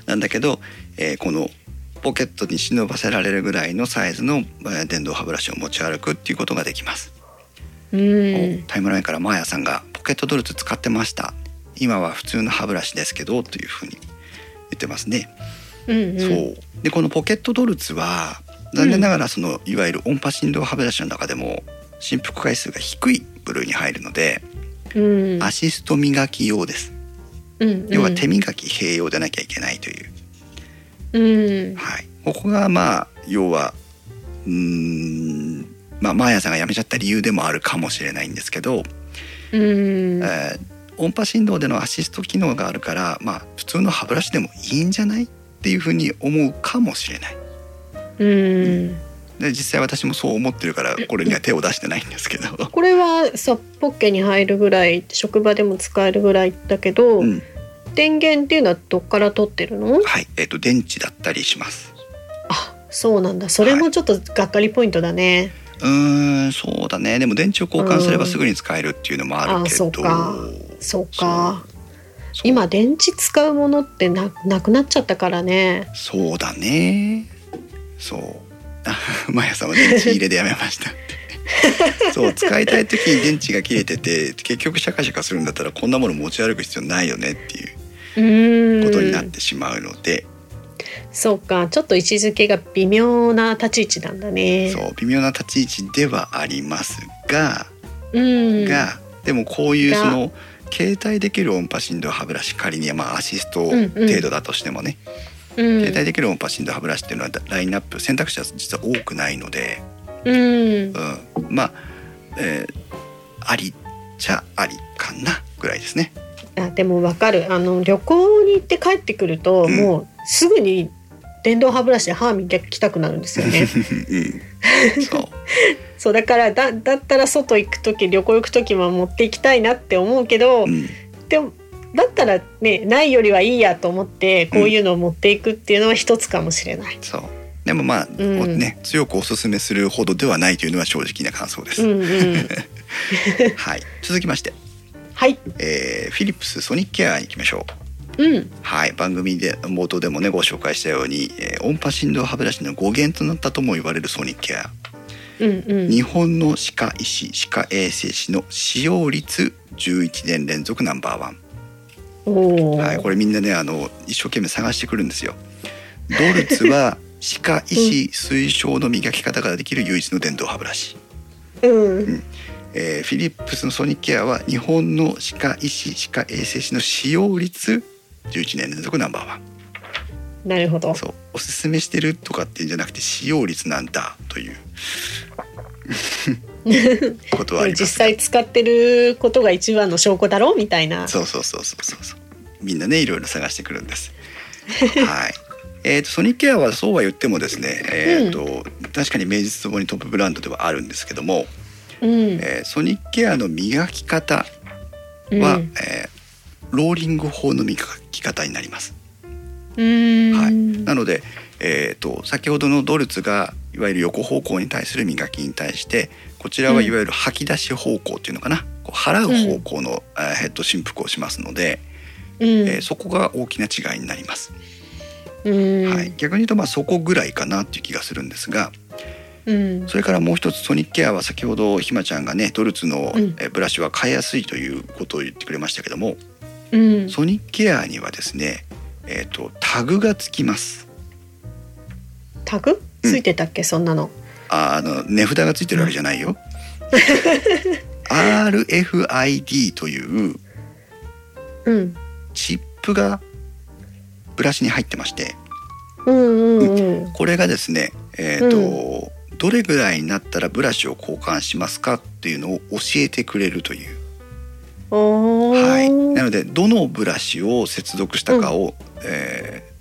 [SPEAKER 1] うなんだけど、えーこのポケットに忍ばせられるぐらいのサイズの、えー電動歯ブラシを持ち歩くっていうことができます。
[SPEAKER 2] うん、
[SPEAKER 1] タイムラインからマーヤさんが「ポケットドルツ使ってました今は普通の歯ブラシですけど」というふうに言ってますね。
[SPEAKER 2] うん、
[SPEAKER 1] そ
[SPEAKER 2] うん、
[SPEAKER 1] うでこのポケットドルツは残念ながらその、いわゆる音波振動歯ブラシの中でも振幅回数が低い部類に入るので、
[SPEAKER 2] うん、
[SPEAKER 1] アシスト磨き用です
[SPEAKER 2] うん、
[SPEAKER 1] 要は手磨き併用でなきゃいけないという、
[SPEAKER 2] うん、
[SPEAKER 1] はい、ここがまあ要はうーんまあマーヤさんが辞めちゃった理由でもあるかもしれないんですけど、
[SPEAKER 2] うん、
[SPEAKER 1] えー音波振動でのアシスト機能があるから、まあ、普通の歯ブラシでもいいんじゃないっていうふうに思うかもしれない。
[SPEAKER 2] うん。
[SPEAKER 1] で実際私もそう思ってるからこれには手を出してないんですけど、
[SPEAKER 2] これはさポッケに入るぐらい職場でも使えるぐらいだけど、
[SPEAKER 1] うん、
[SPEAKER 2] 電源っていうのはどっから取ってるの
[SPEAKER 1] はい、えっ、と電池だったりします。
[SPEAKER 2] あそうなんだそれもちょっとがっかりポイントだね、
[SPEAKER 1] うーん、そうだね。でも電池を交換すればすぐに使えるっていうのもあるけど、
[SPEAKER 2] うんあそうかそうか
[SPEAKER 1] そう
[SPEAKER 2] 今電池使うものってななくなっちゃったからね
[SPEAKER 1] そうだね。そう。あ [LAUGHS] マヤさんは
[SPEAKER 2] [LAUGHS]
[SPEAKER 1] 電池入れでやめましたって。そう使いたい時に電池が切れてて結局シャカシャカするんだったらこんなもの持ち歩く必要ないよねっていううことになっ
[SPEAKER 2] ーん
[SPEAKER 1] てしまうので、
[SPEAKER 2] そうかちょっと位置づけが微妙な立ち位置なんだね
[SPEAKER 1] そう微妙な立ち位置ではありますが、
[SPEAKER 2] う、ん、
[SPEAKER 1] がでもこういう
[SPEAKER 2] が
[SPEAKER 1] その携帯できる音波振動歯ブラシ仮にまあアシスト
[SPEAKER 2] うんうん
[SPEAKER 1] 程度だとしてもね、
[SPEAKER 2] うん、
[SPEAKER 1] 携帯できる音波振動歯ブラシっていうのはラインナップ選択肢は実は多くないので、
[SPEAKER 2] うん
[SPEAKER 1] うん、まあ、えーありちゃありかなぐらい
[SPEAKER 2] [LAUGHS]
[SPEAKER 1] ですね。
[SPEAKER 2] あでもわかるあの旅行に行って帰ってくると、
[SPEAKER 1] うん
[SPEAKER 2] もうすぐに電動歯ブラシで歯磨きたくなるんですよ
[SPEAKER 1] [LAUGHS]
[SPEAKER 2] ね
[SPEAKER 1] うん、
[SPEAKER 2] [LAUGHS]
[SPEAKER 1] そう
[SPEAKER 2] そうだからだだったら外行く時旅行行く時は持って行きたいなって思うけど、
[SPEAKER 1] うん
[SPEAKER 2] でもだったらねないよりはいいやと思ってこういうのを持っていくっていうのは一つかもしれない。
[SPEAKER 1] そうでもまあ、
[SPEAKER 2] ん
[SPEAKER 1] おね強くおすすめするほどではないというのは正直な感想です。
[SPEAKER 2] うんうん、
[SPEAKER 1] はい、続きまして、
[SPEAKER 2] はい、
[SPEAKER 1] えーフィリップスソニックケアに行きましょう。
[SPEAKER 2] うん、
[SPEAKER 1] はい、番組で冒頭でもねご紹介したように、えー音波振動歯ブラシの語源となったとも言われるソニックケア
[SPEAKER 2] うんうん
[SPEAKER 1] 日本の歯科医師歯科衛生士の使用率11年連続ナンバーワン
[SPEAKER 2] おお、
[SPEAKER 1] はい、これみんなねあの一生懸命探してくるんですよ。ドルツは歯科医師推奨の磨き方ができる唯一の電動歯ブラシ。
[SPEAKER 2] うん、
[SPEAKER 1] えーフィリップスのソニックケアは日本の歯科医師歯科衛生士の使用率11年連続ナンバーワン
[SPEAKER 2] なるほど
[SPEAKER 1] そうおすすめしてるとかっていうんじゃなくて使用率なんだということはあります
[SPEAKER 2] 実際使ってることが一番の証拠だろうみたいな
[SPEAKER 1] そうそうそうそうそうそうみんなねいろいろ探してくるんですはい [LAUGHS] えー、とソニックケアはそうは言ってもですね、えーと確かに名実ともにトップブランドではあるんですけども、
[SPEAKER 2] うん
[SPEAKER 1] えーソニックケアの磨き方は、
[SPEAKER 2] うん
[SPEAKER 1] えーローリング法の磨き方になります。
[SPEAKER 2] うーん
[SPEAKER 1] はい、なので、えー、と先ほどのドルツがいわゆる横方向に対する磨きに対してこちらは
[SPEAKER 2] うん
[SPEAKER 1] いわゆる吐き出し方向っていうのかな、こう払う方向の、えーヘッド振幅をしますので、
[SPEAKER 2] うん
[SPEAKER 1] えーそこが大きな違いになります、
[SPEAKER 2] うん
[SPEAKER 1] はい、逆に言うとまあそこぐらいかなっていう気がするんですが
[SPEAKER 2] うん
[SPEAKER 1] それからもう一つソニックケアは先ほどひまちゃんがねドルツの、
[SPEAKER 2] うん
[SPEAKER 1] えーブラシは買いやすいということを言ってくれましたけども
[SPEAKER 2] うん
[SPEAKER 1] ソニックケアにはですね、えー、とタグがつきます
[SPEAKER 2] タグ
[SPEAKER 1] うん
[SPEAKER 2] ついてたっけそんなの
[SPEAKER 1] ああの値札がついてるわけじゃない
[SPEAKER 2] [LAUGHS]
[SPEAKER 1] よ。RFID という
[SPEAKER 2] うん
[SPEAKER 1] チップがブラシに入ってまして
[SPEAKER 2] うんうんうん
[SPEAKER 1] これがですね、えーとどれぐらいになったらブラシを交換しますかっていうのを教えてくれるという、
[SPEAKER 2] おー
[SPEAKER 1] はい、なのでどのブラシを接続したかを、えー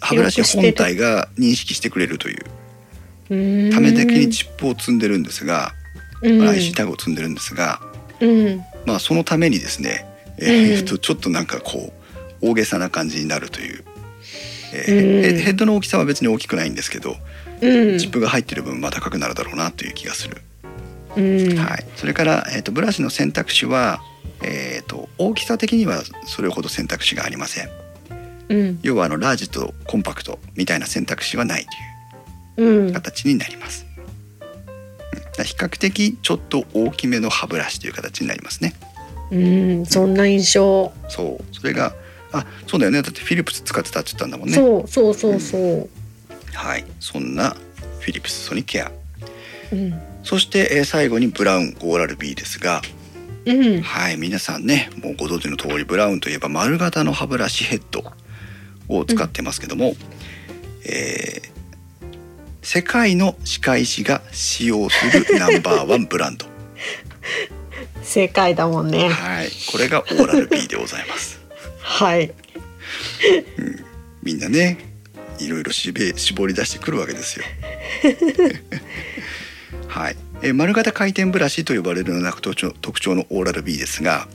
[SPEAKER 1] 歯ブラシ本体が認識してくれるという
[SPEAKER 2] うーん
[SPEAKER 1] ため的にチップを積んでるんですが、
[SPEAKER 2] うん
[SPEAKER 1] IC タグを積んでるんですが、
[SPEAKER 2] うん
[SPEAKER 1] まあ、そのためにですね、えー
[SPEAKER 2] うん
[SPEAKER 1] とちょっとなんかこう大げさな感じになるという、え
[SPEAKER 2] うん
[SPEAKER 1] ーヘッヘッドの大きさは別に大きくないんですけど、
[SPEAKER 2] うん
[SPEAKER 1] チップが入ってる分まあ高くなるだろうなという気がする、
[SPEAKER 2] うん
[SPEAKER 1] はい、それから、えー、とブラシの選択肢は、えー、と大きさ的にはそれほど選択肢がありません
[SPEAKER 2] うん
[SPEAKER 1] 要はあのラージとコンパクトみたいな選択肢はないと
[SPEAKER 2] うん
[SPEAKER 1] いう形になります、うんだから比較的ちょっと大きめの歯ブラシという形になりますね
[SPEAKER 2] うんそんな印象
[SPEAKER 1] そうそれがあそうだよねだってフィリップス使ってたって言ったんだもんね
[SPEAKER 2] そうそうそうそう
[SPEAKER 1] はいそんなフィリップスソニックケア
[SPEAKER 2] うん
[SPEAKER 1] そして、えー最後にブラウンオーラル B ですが
[SPEAKER 2] うん
[SPEAKER 1] はい皆さんねもうご存知の通りブラウンといえば丸型の歯ブラシヘッドを使ってますけども、えー世界の歯科医師が使用するナンバーワンブランド
[SPEAKER 2] 正解だもんね
[SPEAKER 1] はいこれがオーラル B でございます
[SPEAKER 2] はい
[SPEAKER 1] みんなねいろいろしべ絞り出してくるわけですよ。はい、えー丸型回転ブラシと呼ばれるのが特徴特徴のオーラル B ですが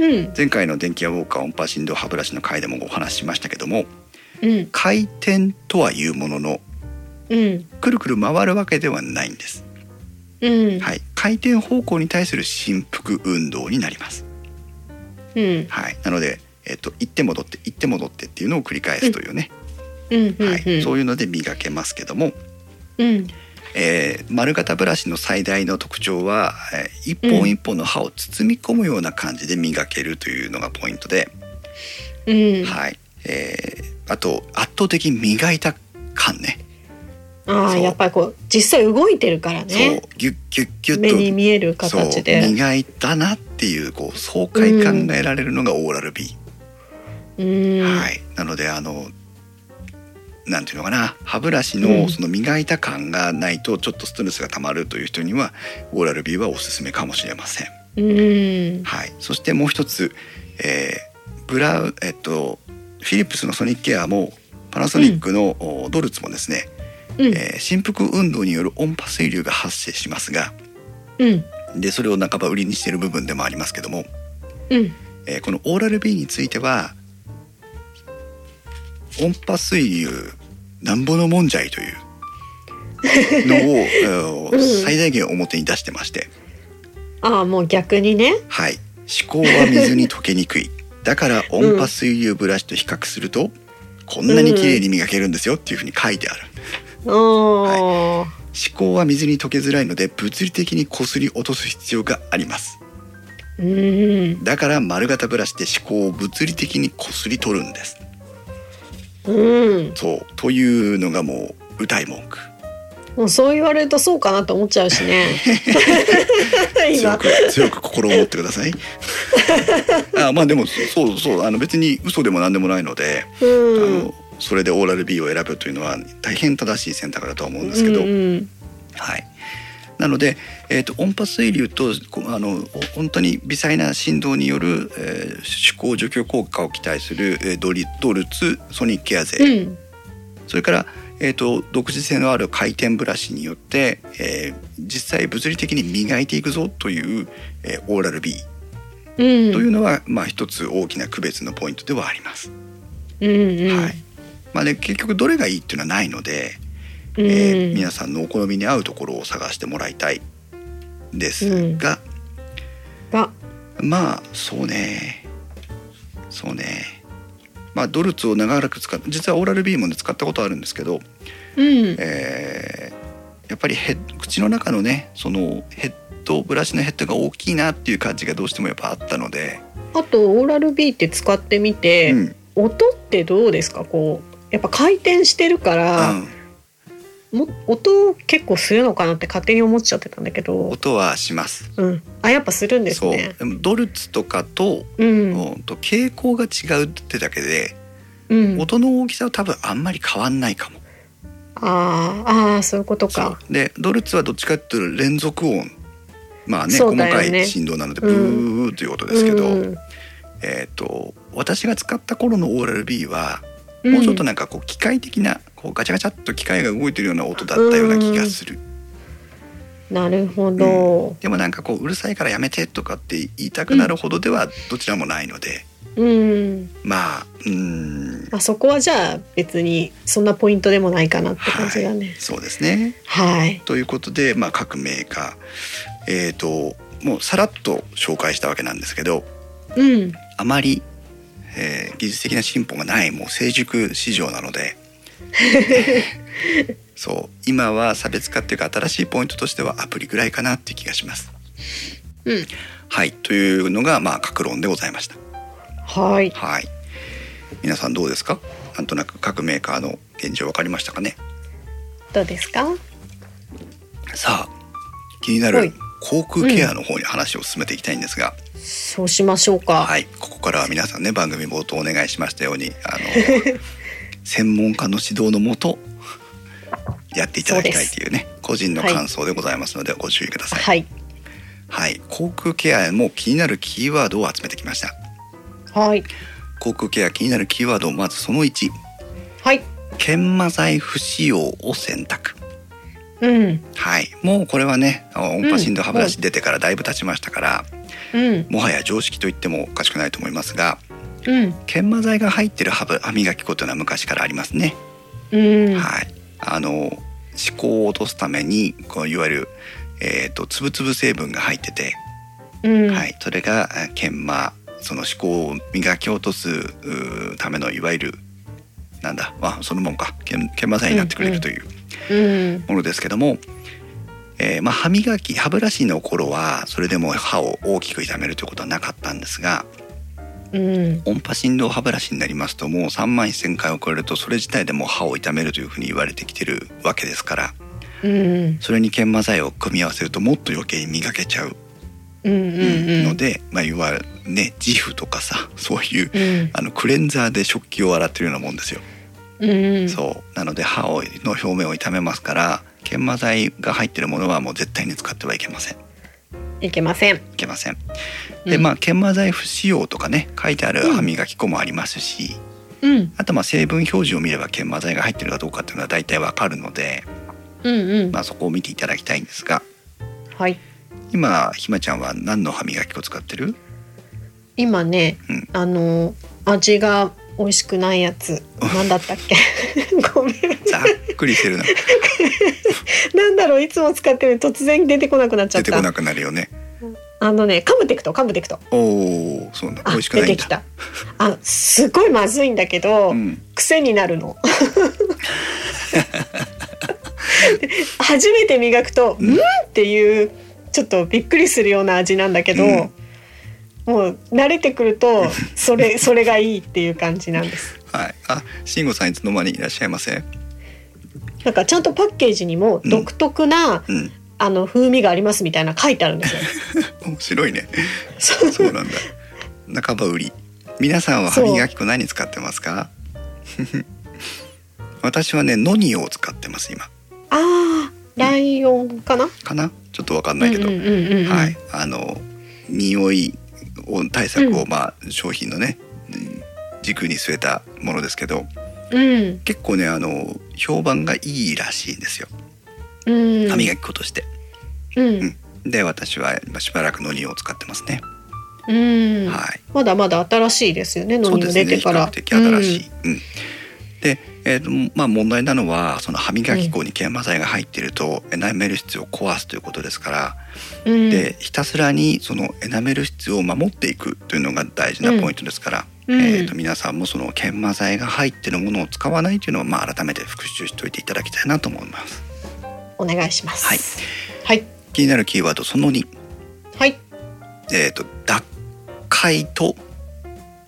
[SPEAKER 2] うん
[SPEAKER 1] 前回の電気やウォーカー音波振動歯ブラシの回でもお話ししましたけども
[SPEAKER 2] うん
[SPEAKER 1] 回転とはいうものの
[SPEAKER 2] うん
[SPEAKER 1] くるくる回るわけではないんです、
[SPEAKER 2] うん
[SPEAKER 1] はい、回転方向に対する振幅運動になります、
[SPEAKER 2] うん
[SPEAKER 1] はい、なので、えっと行って戻って行って戻ってっていうのを繰り返すというね、
[SPEAKER 2] うんうん
[SPEAKER 1] はい、
[SPEAKER 2] う
[SPEAKER 1] そ
[SPEAKER 2] ん
[SPEAKER 1] ういうので磨けますけども
[SPEAKER 2] うん
[SPEAKER 1] えー丸型ブラシの最大の特徴は、えー一本一本の歯を包み込むような感じで磨けるというのがポイントで、
[SPEAKER 2] うん
[SPEAKER 1] はいえーあと圧倒的に磨いた感ね
[SPEAKER 2] ああ
[SPEAKER 1] そう
[SPEAKER 2] やっぱりこう実際動いてるからね
[SPEAKER 1] そうギュッギュッギュ
[SPEAKER 2] 目に
[SPEAKER 1] ッ
[SPEAKER 2] 見える
[SPEAKER 1] とそう
[SPEAKER 2] 形で
[SPEAKER 1] 磨いたなっていうこう爽快感が得られるのがオーラル B、
[SPEAKER 2] うーん
[SPEAKER 1] はい、なのであのなんていうのかな歯ブラシ
[SPEAKER 2] う
[SPEAKER 1] の
[SPEAKER 2] ん
[SPEAKER 1] その磨いた感がないとちょっとストレスがたまるという人にはオーラル B はおすすめかもしれません。
[SPEAKER 2] うーん
[SPEAKER 1] はい、そしてもう一つ、えーブラウえっとフィリップスのソニックケアもパナソニックの、おドルツもですね、
[SPEAKER 2] うん
[SPEAKER 1] えー振幅運動による音波水流が発生しますが
[SPEAKER 2] うん
[SPEAKER 1] でそれを半ば売りにしている部分でもありますけども、
[SPEAKER 2] うん
[SPEAKER 1] えーこのオーラル B については音波水流なんぼのもんじゃいというのをえー
[SPEAKER 2] うん
[SPEAKER 1] 最大限表に出してまして
[SPEAKER 2] ああもう逆にね
[SPEAKER 1] はい思考は水に溶けにくいだから音波水流ブラシと比較すると、こんなに綺麗に磨けるんですよっていうふうに書いてある
[SPEAKER 2] おー
[SPEAKER 1] 思考は水に溶けづらいので物理的にこすり落とす必要があります
[SPEAKER 2] うーん
[SPEAKER 1] だから丸型ブラシで思考を物理的にこすり取るんです
[SPEAKER 2] うん
[SPEAKER 1] そうというのがもう歌い文句
[SPEAKER 2] もうそう言われるとそうかなと思っちゃう
[SPEAKER 1] [LAUGHS]
[SPEAKER 2] しね
[SPEAKER 1] 強
[SPEAKER 2] 今
[SPEAKER 1] く強く心を持ってくだ
[SPEAKER 2] [LAUGHS]
[SPEAKER 1] さいあまあでもそうそうあの別に嘘でも何でもないので、
[SPEAKER 2] うん
[SPEAKER 1] あのそれでオーラル B を選ぶというのは大変正しい選択だとは思うんですけど、
[SPEAKER 2] うんうん
[SPEAKER 1] はい。なので、えー、と音波水流とこあのお本当に微細な振動による、えー、手工除去効果を期待する、えードリドルツソニックケアゼ、
[SPEAKER 2] うん
[SPEAKER 1] それから、えー、と独自性のある回転ブラシによって、えー実際物理的に磨いていくぞという、えーオーラル B
[SPEAKER 2] うん
[SPEAKER 1] というのは、まあ、一つ大きな区別のポイントではあります。
[SPEAKER 2] うんうん
[SPEAKER 1] はいまあね、結局どれがいいっていうのはないので、
[SPEAKER 2] うん
[SPEAKER 1] えー皆さんのお好みに合うところを探してもらいたいですが、
[SPEAKER 2] が
[SPEAKER 1] まあそうねそうねまあドルツを長らく使って実はオーラルビームで使ったことあるんですけど、
[SPEAKER 2] うん
[SPEAKER 1] えーやっぱりヘッ口の中のねそのヘッドブラシのヘッドが大きいなっていう感じがどうしてもやっぱあったので、
[SPEAKER 2] あとオーラル B って使ってみて、
[SPEAKER 1] うん、
[SPEAKER 2] 音ってどうですかこうやっぱ回転してるか
[SPEAKER 1] う
[SPEAKER 2] ら、
[SPEAKER 1] ん
[SPEAKER 2] も音結構するのかなって勝手に思っちゃってたんだけど、
[SPEAKER 1] 音はします。
[SPEAKER 2] うん、あやっぱするんです
[SPEAKER 1] そう
[SPEAKER 2] ね。
[SPEAKER 1] でもドルツとかと,、う
[SPEAKER 2] う、
[SPEAKER 1] んんと傾向が違うってだけで、
[SPEAKER 2] うん、
[SPEAKER 1] 音の大きさは多分あんまり変わんないかも。
[SPEAKER 2] あーあーそういうことか。
[SPEAKER 1] そうでドルツはどっちかっていうと連続音まあね
[SPEAKER 2] そう
[SPEAKER 1] 細
[SPEAKER 2] だよ
[SPEAKER 1] か
[SPEAKER 2] ね
[SPEAKER 1] い振動なので
[SPEAKER 2] う
[SPEAKER 1] ブ
[SPEAKER 2] ん
[SPEAKER 1] ーということですけど、
[SPEAKER 2] うん
[SPEAKER 1] えっ、と私が使った頃のオーラル B は
[SPEAKER 2] ん
[SPEAKER 1] もうちょっとなんかこう機械的なこうガチャガチャっと機械が動いてるような音だったような気がする、
[SPEAKER 2] なるほど。
[SPEAKER 1] でもなんかこううるさいからやめてとかって言いたくなるほどではどちらもないので、
[SPEAKER 2] うん、
[SPEAKER 1] まあうーん
[SPEAKER 2] まあそこはじゃあ別にそんなポイントでもないかなって感じだ
[SPEAKER 1] はい
[SPEAKER 2] ね。、
[SPEAKER 1] そうですね
[SPEAKER 2] はい。
[SPEAKER 1] ということで、まあ、各メーカーえっ、ともうさらっと紹介したわけなんですけど、
[SPEAKER 2] うん。
[SPEAKER 1] あまり、えー技術的な進歩がないもう成熟市場なの
[SPEAKER 2] [LAUGHS]
[SPEAKER 1] でそう今は差別化っていうか新しいポイントとしてはアプリぐらいかなって気がします。
[SPEAKER 2] うん。
[SPEAKER 1] はいというのがまあ各論でございました。
[SPEAKER 2] はい。
[SPEAKER 1] はい皆さんどうですかなんとなく各メーカーの現状分かりましたかね
[SPEAKER 2] どうですか？
[SPEAKER 1] さあ気にな
[SPEAKER 2] は
[SPEAKER 1] る
[SPEAKER 2] い
[SPEAKER 1] 航空ケアの方に話を進めていきたいんですが、
[SPEAKER 2] そうしましょうか。
[SPEAKER 1] はい、ここからは皆さんね番組冒頭お願いしましたようにあの [LAUGHS] 専門家の指導のもとやっていただきたいというね個人の感想でございますのでご注意ください。はい、
[SPEAKER 2] はい。
[SPEAKER 1] 航空ケアも気になるキーワードを集めてきました。
[SPEAKER 2] はい。
[SPEAKER 1] 航空ケア気になるキーワードまずその1
[SPEAKER 2] はい。
[SPEAKER 1] 研磨剤不使用を選択。
[SPEAKER 2] うん。
[SPEAKER 1] はい、もうこれはねあ音波振動
[SPEAKER 2] うん
[SPEAKER 1] 歯ブラシ出てからだいぶ経ちましたから、
[SPEAKER 2] うん。
[SPEAKER 1] もはや常識と言ってもおかしくないと思いますが
[SPEAKER 2] うん。
[SPEAKER 1] 研磨剤が入ってる歯ぶ歯磨き粉というのは昔からありますね。
[SPEAKER 2] うん。
[SPEAKER 1] はい、あの歯垢を落とすためにこのいわゆる、えー、とつぶつぶ成分が入ってて、
[SPEAKER 2] うん。
[SPEAKER 1] はい、それがえー研磨その歯垢を磨き落とすうーためのいわゆるなんだ、まあ、そのもんか研研磨剤になってくれるという
[SPEAKER 2] うん。
[SPEAKER 1] ものですけども、えーまあ、歯磨き歯ブラシの頃はそれでも歯を大きく傷めるということはなかったんですが
[SPEAKER 2] うん。
[SPEAKER 1] 音波振動歯ブラシになりますともう3万1,000回を超えるとそれ自体でもう歯を痛めるというふうに言われてきてるわけですから。
[SPEAKER 2] うん。
[SPEAKER 1] それに研磨剤を組み合わせるともっと余計に磨けちゃう
[SPEAKER 2] うん。うん。
[SPEAKER 1] ので、まあ、いわゆるねジフとかさ [LAUGHS] そういう
[SPEAKER 2] うん。
[SPEAKER 1] あのクレンザーで食器を洗ってるようなもんですよ、
[SPEAKER 2] うん。
[SPEAKER 1] そうなので歯をの表面を傷めますから研磨剤が入ってるものはもう絶対に使ってはいけませんい
[SPEAKER 2] いけません。
[SPEAKER 1] けません
[SPEAKER 2] う
[SPEAKER 1] で
[SPEAKER 2] ん
[SPEAKER 1] まあ研磨剤不使用とかね書いてある
[SPEAKER 2] うん
[SPEAKER 1] 歯磨き粉もありますし、
[SPEAKER 2] うん。
[SPEAKER 1] あとまあ成分表示を見れば研磨剤が入ってるかどうかっていうのは大体わかるので、
[SPEAKER 2] うん。うん
[SPEAKER 1] ま。あ、そこを見ていただきたいんですが
[SPEAKER 2] はい。
[SPEAKER 1] 今ひまちゃんは何の歯磨き粉使ってる
[SPEAKER 2] 今ね
[SPEAKER 1] うん、
[SPEAKER 2] あの、味が美味しくないやつ、なんだったっけ。 [LAUGHS] ごめん。
[SPEAKER 1] ざっくりして
[SPEAKER 2] [LAUGHS]
[SPEAKER 1] るな
[SPEAKER 2] なんだろう、いつも使ってる、突然出てこなくなっちゃ
[SPEAKER 1] 出
[SPEAKER 2] って
[SPEAKER 1] こ
[SPEAKER 2] た。
[SPEAKER 1] なくなるよね。
[SPEAKER 2] あのね、カムテクト、カムテクト。
[SPEAKER 1] おお、そうなんだ。
[SPEAKER 2] あ
[SPEAKER 1] 美味しく
[SPEAKER 2] 出
[SPEAKER 1] ないん
[SPEAKER 2] てき
[SPEAKER 1] だ。
[SPEAKER 2] た。あ、すごいまずいんだけど
[SPEAKER 1] う。ん、
[SPEAKER 2] 癖になるの。 [LAUGHS] 初めて磨くと「
[SPEAKER 1] うん
[SPEAKER 2] うん?」っていうちょっとびっくりするような味なんだけど、
[SPEAKER 1] うん
[SPEAKER 2] もう慣れてくると
[SPEAKER 1] [LAUGHS]
[SPEAKER 2] それそれがいいっていう感じなんです。
[SPEAKER 1] はい。あ、慎吾さんいつの間にいらっしゃいませ。
[SPEAKER 2] なんかちゃんとパッケージにも
[SPEAKER 1] うん
[SPEAKER 2] 独特な、
[SPEAKER 1] うん
[SPEAKER 2] あの風味がありますみたいな書いてあるん
[SPEAKER 1] [LAUGHS]
[SPEAKER 2] ですよ。
[SPEAKER 1] 面白いね
[SPEAKER 2] そう
[SPEAKER 1] そうなんだ半ば売り皆さんは歯磨き粉何使ってますか [LAUGHS] 私はねノニオを使ってます今
[SPEAKER 2] ああ、ライオンかな。
[SPEAKER 1] かなちょっとわかんないけど、
[SPEAKER 2] うんうんうんうん
[SPEAKER 1] はい。あの匂いを対策を、
[SPEAKER 2] うん
[SPEAKER 1] まあ商品のねうん軸に据えたものですけど
[SPEAKER 2] うん。
[SPEAKER 1] 結構ねあの評判がいいらしいんですよ
[SPEAKER 2] うん。
[SPEAKER 1] 歯磨き粉として、
[SPEAKER 2] うん。
[SPEAKER 1] で私はまあしばらくノニオを使ってますね、
[SPEAKER 2] うん。
[SPEAKER 1] はい
[SPEAKER 2] まだまだ新しいですよね。
[SPEAKER 1] そ
[SPEAKER 2] ノ
[SPEAKER 1] う
[SPEAKER 2] ニ
[SPEAKER 1] で
[SPEAKER 2] オ
[SPEAKER 1] すね
[SPEAKER 2] 出
[SPEAKER 1] 比
[SPEAKER 2] てから。
[SPEAKER 1] 較的新しい。うんで、えーとまあ、問題なのはその歯磨き粉に研磨剤が入っているとエナメル質を壊すということですから、
[SPEAKER 2] うん。うん、
[SPEAKER 1] でひたすらにそのエナメル質を守っていくというのが大事なポイントですから、
[SPEAKER 2] うん
[SPEAKER 1] えーと皆さんもその研磨剤が入っているものを使わないというのを、まあ、改めて復習しておいていただきたいなと思います。
[SPEAKER 2] お願いします。
[SPEAKER 1] はい。
[SPEAKER 2] はい。
[SPEAKER 1] 気になるキーワードその2、
[SPEAKER 2] はい。
[SPEAKER 1] えーと脱灰と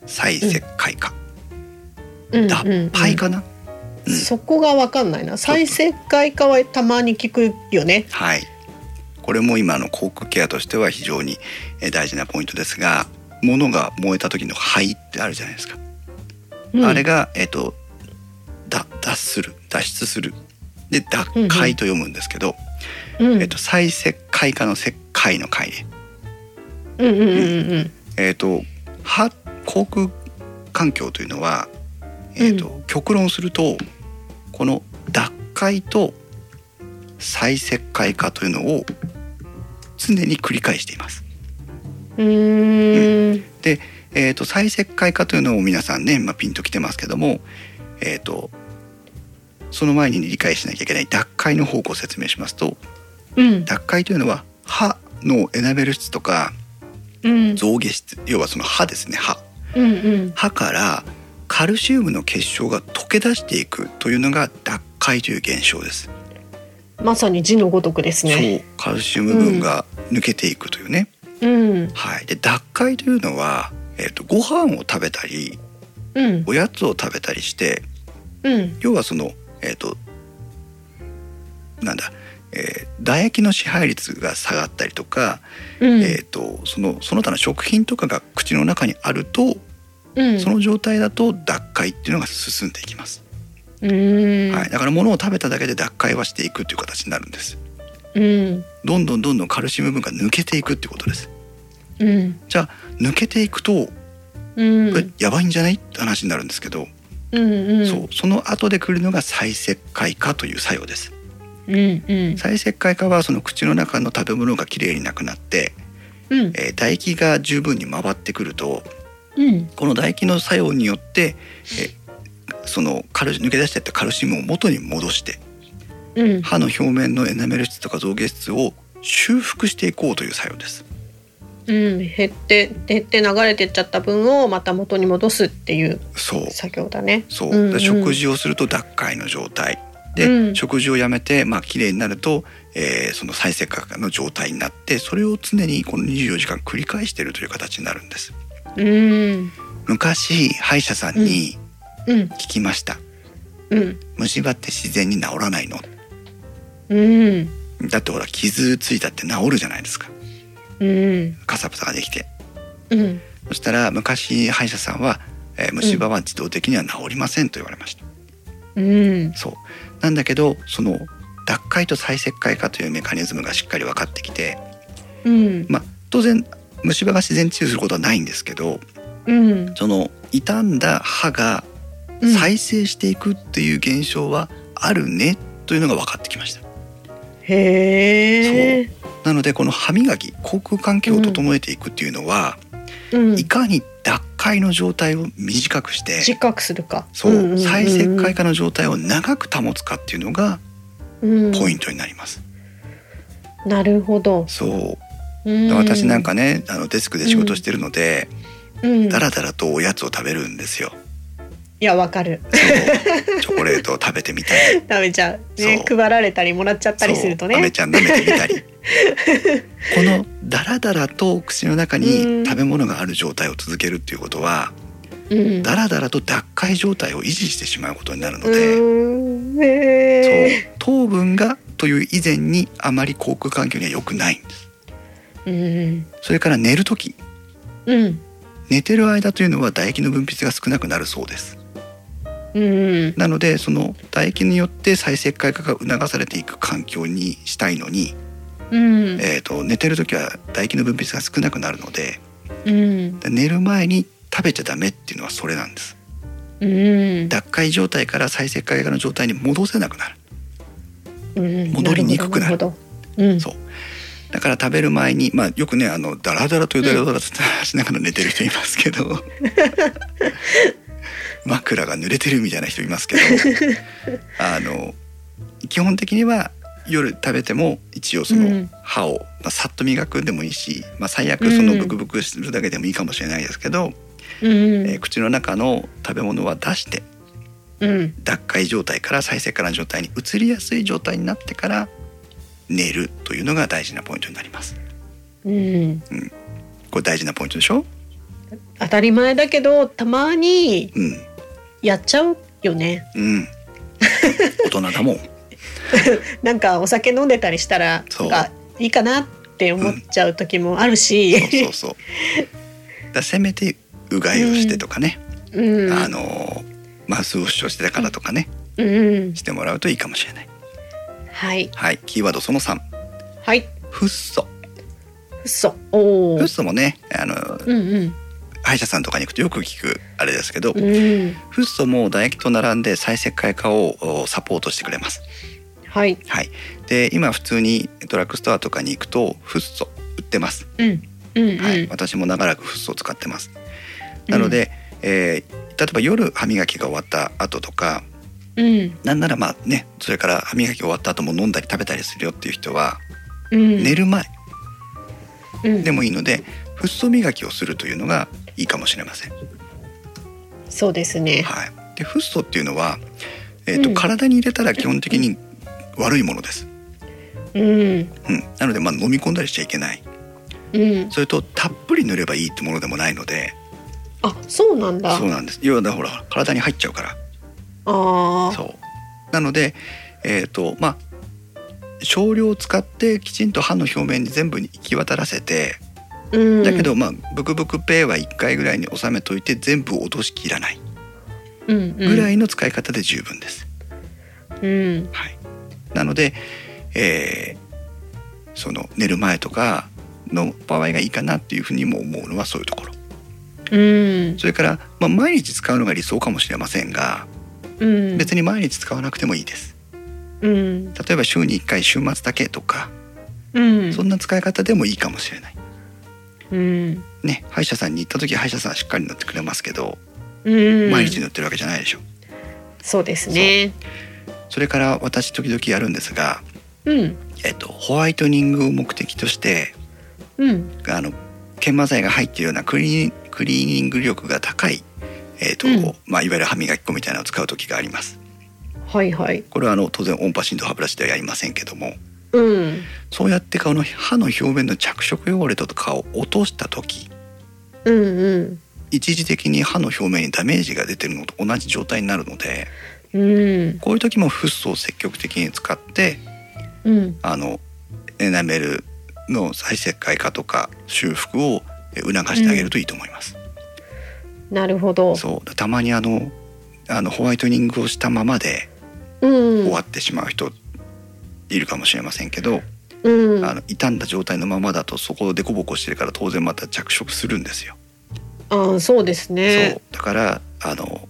[SPEAKER 1] 再石灰化、
[SPEAKER 2] うん
[SPEAKER 1] 脱灰かな、
[SPEAKER 2] う
[SPEAKER 1] うんん
[SPEAKER 2] そこがわかんないな。再生回化はたまに聞くよね。
[SPEAKER 1] はい。これも今の口腔ケアとしては非常にえー大事なポイントですが、物が燃えた時の灰ってあるじゃないですか。
[SPEAKER 2] うん
[SPEAKER 1] あれがえっ、とだ脱する脱出するで脱灰と読むんですけど、
[SPEAKER 2] うん、
[SPEAKER 1] えっ、と再石灰化の石灰の灰で、
[SPEAKER 2] うんうんうんうん
[SPEAKER 1] えっ、と歯口腔環境というのはえっ、と、極論するとこの脱灰と再石灰化というのを常に繰り返しています。
[SPEAKER 2] うーん
[SPEAKER 1] で、えー、と再石灰化というのを皆さんね、まあ、ピンときてますけども、えー、とその前に理解しなきゃいけない脱灰の方向を説明しますと
[SPEAKER 2] うん
[SPEAKER 1] 脱灰というのは歯のエナメル質とか
[SPEAKER 2] うん
[SPEAKER 1] 象牙質要はその歯ですね歯
[SPEAKER 2] うんうん
[SPEAKER 1] 歯からカルシウムの結晶が溶け出していくというのが脱灰という現象です。
[SPEAKER 2] まさに字のごとくですね。
[SPEAKER 1] そうカルシウム分が抜けていくというね。
[SPEAKER 2] うん
[SPEAKER 1] はい、で脱灰というのは、えー、とご飯を食べたり
[SPEAKER 2] うん
[SPEAKER 1] おやつを食べたりして
[SPEAKER 2] うん
[SPEAKER 1] 要はそのえっ、となんだ、えー唾液の支配率が下がったりとか、
[SPEAKER 2] うん
[SPEAKER 1] えー、とそのその他の食品とかが口の中にあると、
[SPEAKER 2] うん
[SPEAKER 1] その状態だと脱灰っていうのが進んでいきます、
[SPEAKER 2] うーん
[SPEAKER 1] はい、だから物を食べただけで脱灰はしていくという形になるんです
[SPEAKER 2] うん
[SPEAKER 1] どんどんどんどんカルシウム分が抜けていくっていうことです
[SPEAKER 2] うん
[SPEAKER 1] じゃあ抜けていくとこ
[SPEAKER 2] うん
[SPEAKER 1] れやばいんじゃないって話になるんですけど、
[SPEAKER 2] うんうん
[SPEAKER 1] そうその後で来るのが再石灰化という作用です
[SPEAKER 2] うんうん
[SPEAKER 1] 再石灰化はその口の中の食べ物がきれいになくなって、
[SPEAKER 2] うん
[SPEAKER 1] えー唾液が十分に回ってくると
[SPEAKER 2] うん
[SPEAKER 1] この唾液の作用によって、えーそのカル抜け出してったカルシウムを元に戻して
[SPEAKER 2] うん
[SPEAKER 1] 歯の表面のエナメル質とか造形質を修復していこうという作用です。
[SPEAKER 2] うん減って減って流れてっちゃった分をまた元に戻すっていう
[SPEAKER 1] そう
[SPEAKER 2] 作業だね。
[SPEAKER 1] そう、
[SPEAKER 2] うんうん
[SPEAKER 1] で食事をすると脱灰の状態で、
[SPEAKER 2] うん
[SPEAKER 1] 食事をやめてまあ綺麗になると、えーその再生可能の状態になってそれを常にこの24時間繰り返しているという形になるんです。
[SPEAKER 2] うん
[SPEAKER 1] 昔歯医者さんに
[SPEAKER 2] うん
[SPEAKER 1] 聞きました、
[SPEAKER 2] うん
[SPEAKER 1] 虫歯って自然に治らないの
[SPEAKER 2] うん
[SPEAKER 1] だってほら傷ついたって治るじゃないですか
[SPEAKER 2] うん
[SPEAKER 1] カサブサができて
[SPEAKER 2] うん
[SPEAKER 1] そしたら昔歯医者さんは、えー虫歯は自動的には治りませんと言われました、
[SPEAKER 2] うん
[SPEAKER 1] そうなんだけどその脱灰と再石灰化というメカニズムがしっかり分かってきて
[SPEAKER 2] うん
[SPEAKER 1] まあ当然虫歯が自然治癒することはないんですけど
[SPEAKER 2] うん
[SPEAKER 1] その傷んだ歯が
[SPEAKER 2] うん
[SPEAKER 1] 再生していくっていう現象はあるねというのが分かってきました
[SPEAKER 2] へえ。
[SPEAKER 1] なのでこの歯磨き口腔環境を整えていくっていうのは、
[SPEAKER 2] うん
[SPEAKER 1] いかに脱灰の状態を短くして
[SPEAKER 2] 自覚するか。
[SPEAKER 1] そう,、
[SPEAKER 2] んんん
[SPEAKER 1] 再石灰化の状態を長く保つかっていうのが
[SPEAKER 2] うん
[SPEAKER 1] ポイントになります、
[SPEAKER 2] なるほど。
[SPEAKER 1] そう
[SPEAKER 2] うん
[SPEAKER 1] 私なんかねあのデスクで仕事してるので、
[SPEAKER 2] うん、い
[SPEAKER 1] だらだらとおやつを食べるんですよ
[SPEAKER 2] やわかる。
[SPEAKER 1] そうチョコレートを食べてみた
[SPEAKER 2] [LAUGHS]
[SPEAKER 1] り
[SPEAKER 2] 食べちゃうね
[SPEAKER 1] そ
[SPEAKER 2] 配られたりもらっちゃったりすると
[SPEAKER 1] そう飴
[SPEAKER 2] ね。
[SPEAKER 1] ちゃん舐めてみ
[SPEAKER 2] [LAUGHS]
[SPEAKER 1] たりこのだらだらと口の中に食べ物がある状態を続けるっていうことは、
[SPEAKER 2] うん
[SPEAKER 1] だらだらと脱灰状態を維持してしまうことになるの
[SPEAKER 2] う
[SPEAKER 1] で、
[SPEAKER 2] ーんえ
[SPEAKER 1] そう糖分がという以前にあまり口腔環境には良くないんです
[SPEAKER 2] ーうん
[SPEAKER 1] それから寝る時
[SPEAKER 2] うん
[SPEAKER 1] 寝てる間というのは唾液の分泌が少なくなるそうです
[SPEAKER 2] うん
[SPEAKER 1] なのでその唾液によって再石灰化が促されていく環境にしたいのに、
[SPEAKER 2] うん
[SPEAKER 1] えー、と寝てる時は唾液の分泌が少なくなるので
[SPEAKER 2] うん
[SPEAKER 1] 寝る前に食べちゃダメっていうのはそれなんです
[SPEAKER 2] うん
[SPEAKER 1] 脱灰状態から再石灰化の状態に戻せなくなる
[SPEAKER 2] うん
[SPEAKER 1] 戻りにくくなる
[SPEAKER 2] るほどるほどうん
[SPEAKER 1] そうだから食べる前にまあよくねあのダラダラとダラダラとしながら寝てる人いますけど
[SPEAKER 2] [LAUGHS]
[SPEAKER 1] 枕が濡れてるみたいな人いますけどあの基本的には夜食べても一応そ
[SPEAKER 2] うん
[SPEAKER 1] の歯を、まあ、さっと磨くでもいいし、まあ、最悪そのブクブクするだけでもいいかもしれないですけど、
[SPEAKER 2] うん
[SPEAKER 1] えー口の中の食べ物は出して
[SPEAKER 2] うん
[SPEAKER 1] 脱灰状態から再生可能な状態に移りやすい状態になってから寝るというのが大事なポイントになります。
[SPEAKER 2] うん
[SPEAKER 1] これ大事なポイントでしょ
[SPEAKER 2] 当たり前だけどたまに
[SPEAKER 1] うん。
[SPEAKER 2] やっちゃうよね [LAUGHS]
[SPEAKER 1] うん。大人だもん。
[SPEAKER 2] なんかお酒飲んでたりしたら
[SPEAKER 1] そう
[SPEAKER 2] なんかいいかなって思っちゃう時もあるし、
[SPEAKER 1] そうそうそう。だからせめてうがいをしてとかね、
[SPEAKER 2] [LAUGHS] うん、
[SPEAKER 1] あのーマウスウォッシュをしてたからとかね、
[SPEAKER 2] うん、
[SPEAKER 1] してもらうといいかもしれない。
[SPEAKER 2] はい
[SPEAKER 1] はい。キーワードその3。
[SPEAKER 2] はい
[SPEAKER 1] フッ素。
[SPEAKER 2] 嘘おお
[SPEAKER 1] フッ素もね、あのー
[SPEAKER 2] うんうん
[SPEAKER 1] 歯医者さんとかに行くとよく聞くあれですけど、
[SPEAKER 2] うん
[SPEAKER 1] フッ素も唾液と並んで再石灰化をおサポートしてくれます。
[SPEAKER 2] はい
[SPEAKER 1] はい。で、今普通にドラッグストアとかに行くとフッ素売ってます。
[SPEAKER 2] うんうんうん、
[SPEAKER 1] はい、私も長らくフッ素を使ってます。なので、えー例えば夜歯磨きが終わった後とか、
[SPEAKER 2] うん
[SPEAKER 1] なんならまあね、それから歯磨き終わった後も飲んだり食べたりするよっていう人は、
[SPEAKER 2] うん
[SPEAKER 1] 寝る前
[SPEAKER 2] うん
[SPEAKER 1] でもいいので、フッ素磨きをするというのがいいかもしれません。
[SPEAKER 2] そうですね
[SPEAKER 1] はい。で、フッ素っていうのは、えっ、と、
[SPEAKER 2] うん
[SPEAKER 1] 体に入れたら基本的に悪いものです。
[SPEAKER 2] うん
[SPEAKER 1] うん。なので、まあ飲み込んだりしちゃいけない。
[SPEAKER 2] うん
[SPEAKER 1] それと、たっぷり塗ればいいってものでもないので、
[SPEAKER 2] あそうなんだ
[SPEAKER 1] そうなんです。要はだからほら、体に入っちゃうから。
[SPEAKER 2] ああ
[SPEAKER 1] そうなのでえっ、とまあ少量使ってきちんと歯の表面に全部に行き渡らせて
[SPEAKER 2] うん
[SPEAKER 1] だけど、まあブクブクペイは1回ぐらいに収めといて全部落としきらないぐ
[SPEAKER 2] ぐ
[SPEAKER 1] ら
[SPEAKER 2] い
[SPEAKER 1] いの使い方で十分です。
[SPEAKER 2] うん
[SPEAKER 1] はい、なので、えーその寝る前とかの場合がいいかなっていうふうにも思うのはそういうところ
[SPEAKER 2] うん
[SPEAKER 1] それから、まあ、毎日使うのが理想かもしれませんが
[SPEAKER 2] うん
[SPEAKER 1] 別に毎日使わなくてもいいです
[SPEAKER 2] うん
[SPEAKER 1] 例えば週に1回週末だけとか
[SPEAKER 2] うん
[SPEAKER 1] そんな使い方でもいいかもしれない。
[SPEAKER 2] うん
[SPEAKER 1] ね、歯医者さんに行った時歯医者さんはしっかり塗ってくれますけど、
[SPEAKER 2] うん
[SPEAKER 1] 毎日塗ってるわけじゃないでしょ
[SPEAKER 2] そうですね
[SPEAKER 1] それから私時々やるんですが、
[SPEAKER 2] うん
[SPEAKER 1] えっと、ホワイトニングを目的として
[SPEAKER 2] うん
[SPEAKER 1] あの研磨剤が入っているようなクリーンクリーニング力が高い、えっと
[SPEAKER 2] うん
[SPEAKER 1] まあ、いわゆる歯磨き粉みたいなのを使う時があります。
[SPEAKER 2] はいはい
[SPEAKER 1] これはあの当然音波振動歯ブラシではやりませんけども
[SPEAKER 2] うん
[SPEAKER 1] そうやって顔の歯の表面の着色汚れとかを落とした時
[SPEAKER 2] うんうん
[SPEAKER 1] 一時的に歯の表面にダメージが出てるのと同じ状態になるので
[SPEAKER 2] うん
[SPEAKER 1] こういう時もフッ素を積極的に使って
[SPEAKER 2] うん
[SPEAKER 1] あのエナメルの再石灰化とか修復をえ促してあげるといいと思います。
[SPEAKER 2] なるほど
[SPEAKER 1] そうたまにあのあのホワイトニングをしたままで
[SPEAKER 2] うん
[SPEAKER 1] 終わってしまう人いるかもしれませんけど、
[SPEAKER 2] うん
[SPEAKER 1] あの傷んだ状態のままだとそこでコボコしてるから当然また着色するんですよ。
[SPEAKER 2] あそうです
[SPEAKER 1] そ
[SPEAKER 2] ね
[SPEAKER 1] うだからあの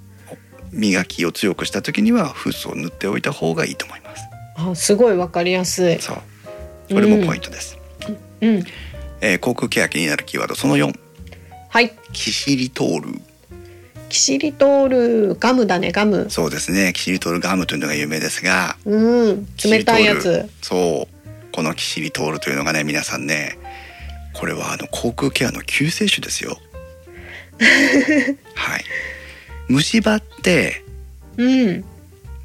[SPEAKER 1] 磨きを強くした時にはフッ素を塗っておいた方がいいと思います。
[SPEAKER 2] あすごいわかりやすい
[SPEAKER 1] そうこれもポイントです。
[SPEAKER 2] うん
[SPEAKER 1] えー、口腔ケア気になるキーワードその4
[SPEAKER 2] はい
[SPEAKER 1] キシリトール
[SPEAKER 2] キシリトールガムだねガム
[SPEAKER 1] そうですねキシリトールガムというのが有名ですが
[SPEAKER 2] うん冷たいや
[SPEAKER 1] キシリトー
[SPEAKER 2] つ
[SPEAKER 1] ルそうこのキシリトールというのがね皆さんねこれはあの口腔ケアの救世主です
[SPEAKER 2] [LAUGHS]
[SPEAKER 1] よはい虫歯って
[SPEAKER 2] うん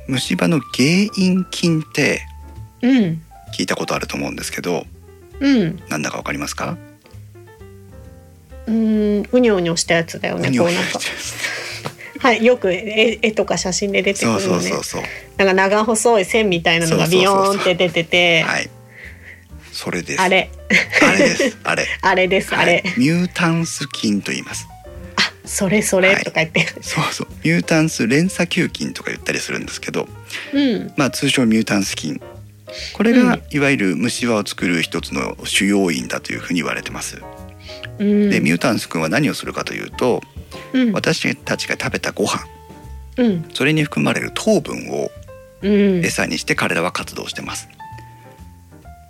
[SPEAKER 1] 虫歯の原因菌って
[SPEAKER 2] うん
[SPEAKER 1] 聞いたことあると思うんですけど
[SPEAKER 2] うん
[SPEAKER 1] なんだかわかりますか
[SPEAKER 2] うんうにょうにょしたやつだよね
[SPEAKER 1] 何
[SPEAKER 2] こ
[SPEAKER 1] を
[SPEAKER 2] う
[SPEAKER 1] 言
[SPEAKER 2] な
[SPEAKER 1] っ
[SPEAKER 2] んか [LAUGHS]
[SPEAKER 1] て
[SPEAKER 2] はい、よく絵絵とか写真で出てくる
[SPEAKER 1] そ
[SPEAKER 2] の
[SPEAKER 1] う
[SPEAKER 2] ね
[SPEAKER 1] そうそうそう。
[SPEAKER 2] なんか長細い線みたいなのがビヨーンって出てて
[SPEAKER 1] はい。それです。
[SPEAKER 2] あ。れ
[SPEAKER 1] あれです。あれ。
[SPEAKER 2] あれです [LAUGHS] あれ
[SPEAKER 1] はいミュータンス菌と言います。
[SPEAKER 2] あそれそれ
[SPEAKER 1] はい
[SPEAKER 2] とか言って、
[SPEAKER 1] そうそう。ミュータンス連鎖球菌とか言ったりするんですけど、
[SPEAKER 2] うん
[SPEAKER 1] まあ通称ミュータンス菌。これ
[SPEAKER 2] う
[SPEAKER 1] が
[SPEAKER 2] ん
[SPEAKER 1] いわゆる虫歯を作る一つの主要因だというふうに言われてます。
[SPEAKER 2] うん
[SPEAKER 1] で、ミュータンス君は何をするかというと、
[SPEAKER 2] うん
[SPEAKER 1] 私たちが食べたご飯、
[SPEAKER 2] うん
[SPEAKER 1] それに含まれる糖分を
[SPEAKER 2] うん
[SPEAKER 1] 餌にして彼らは活動してます。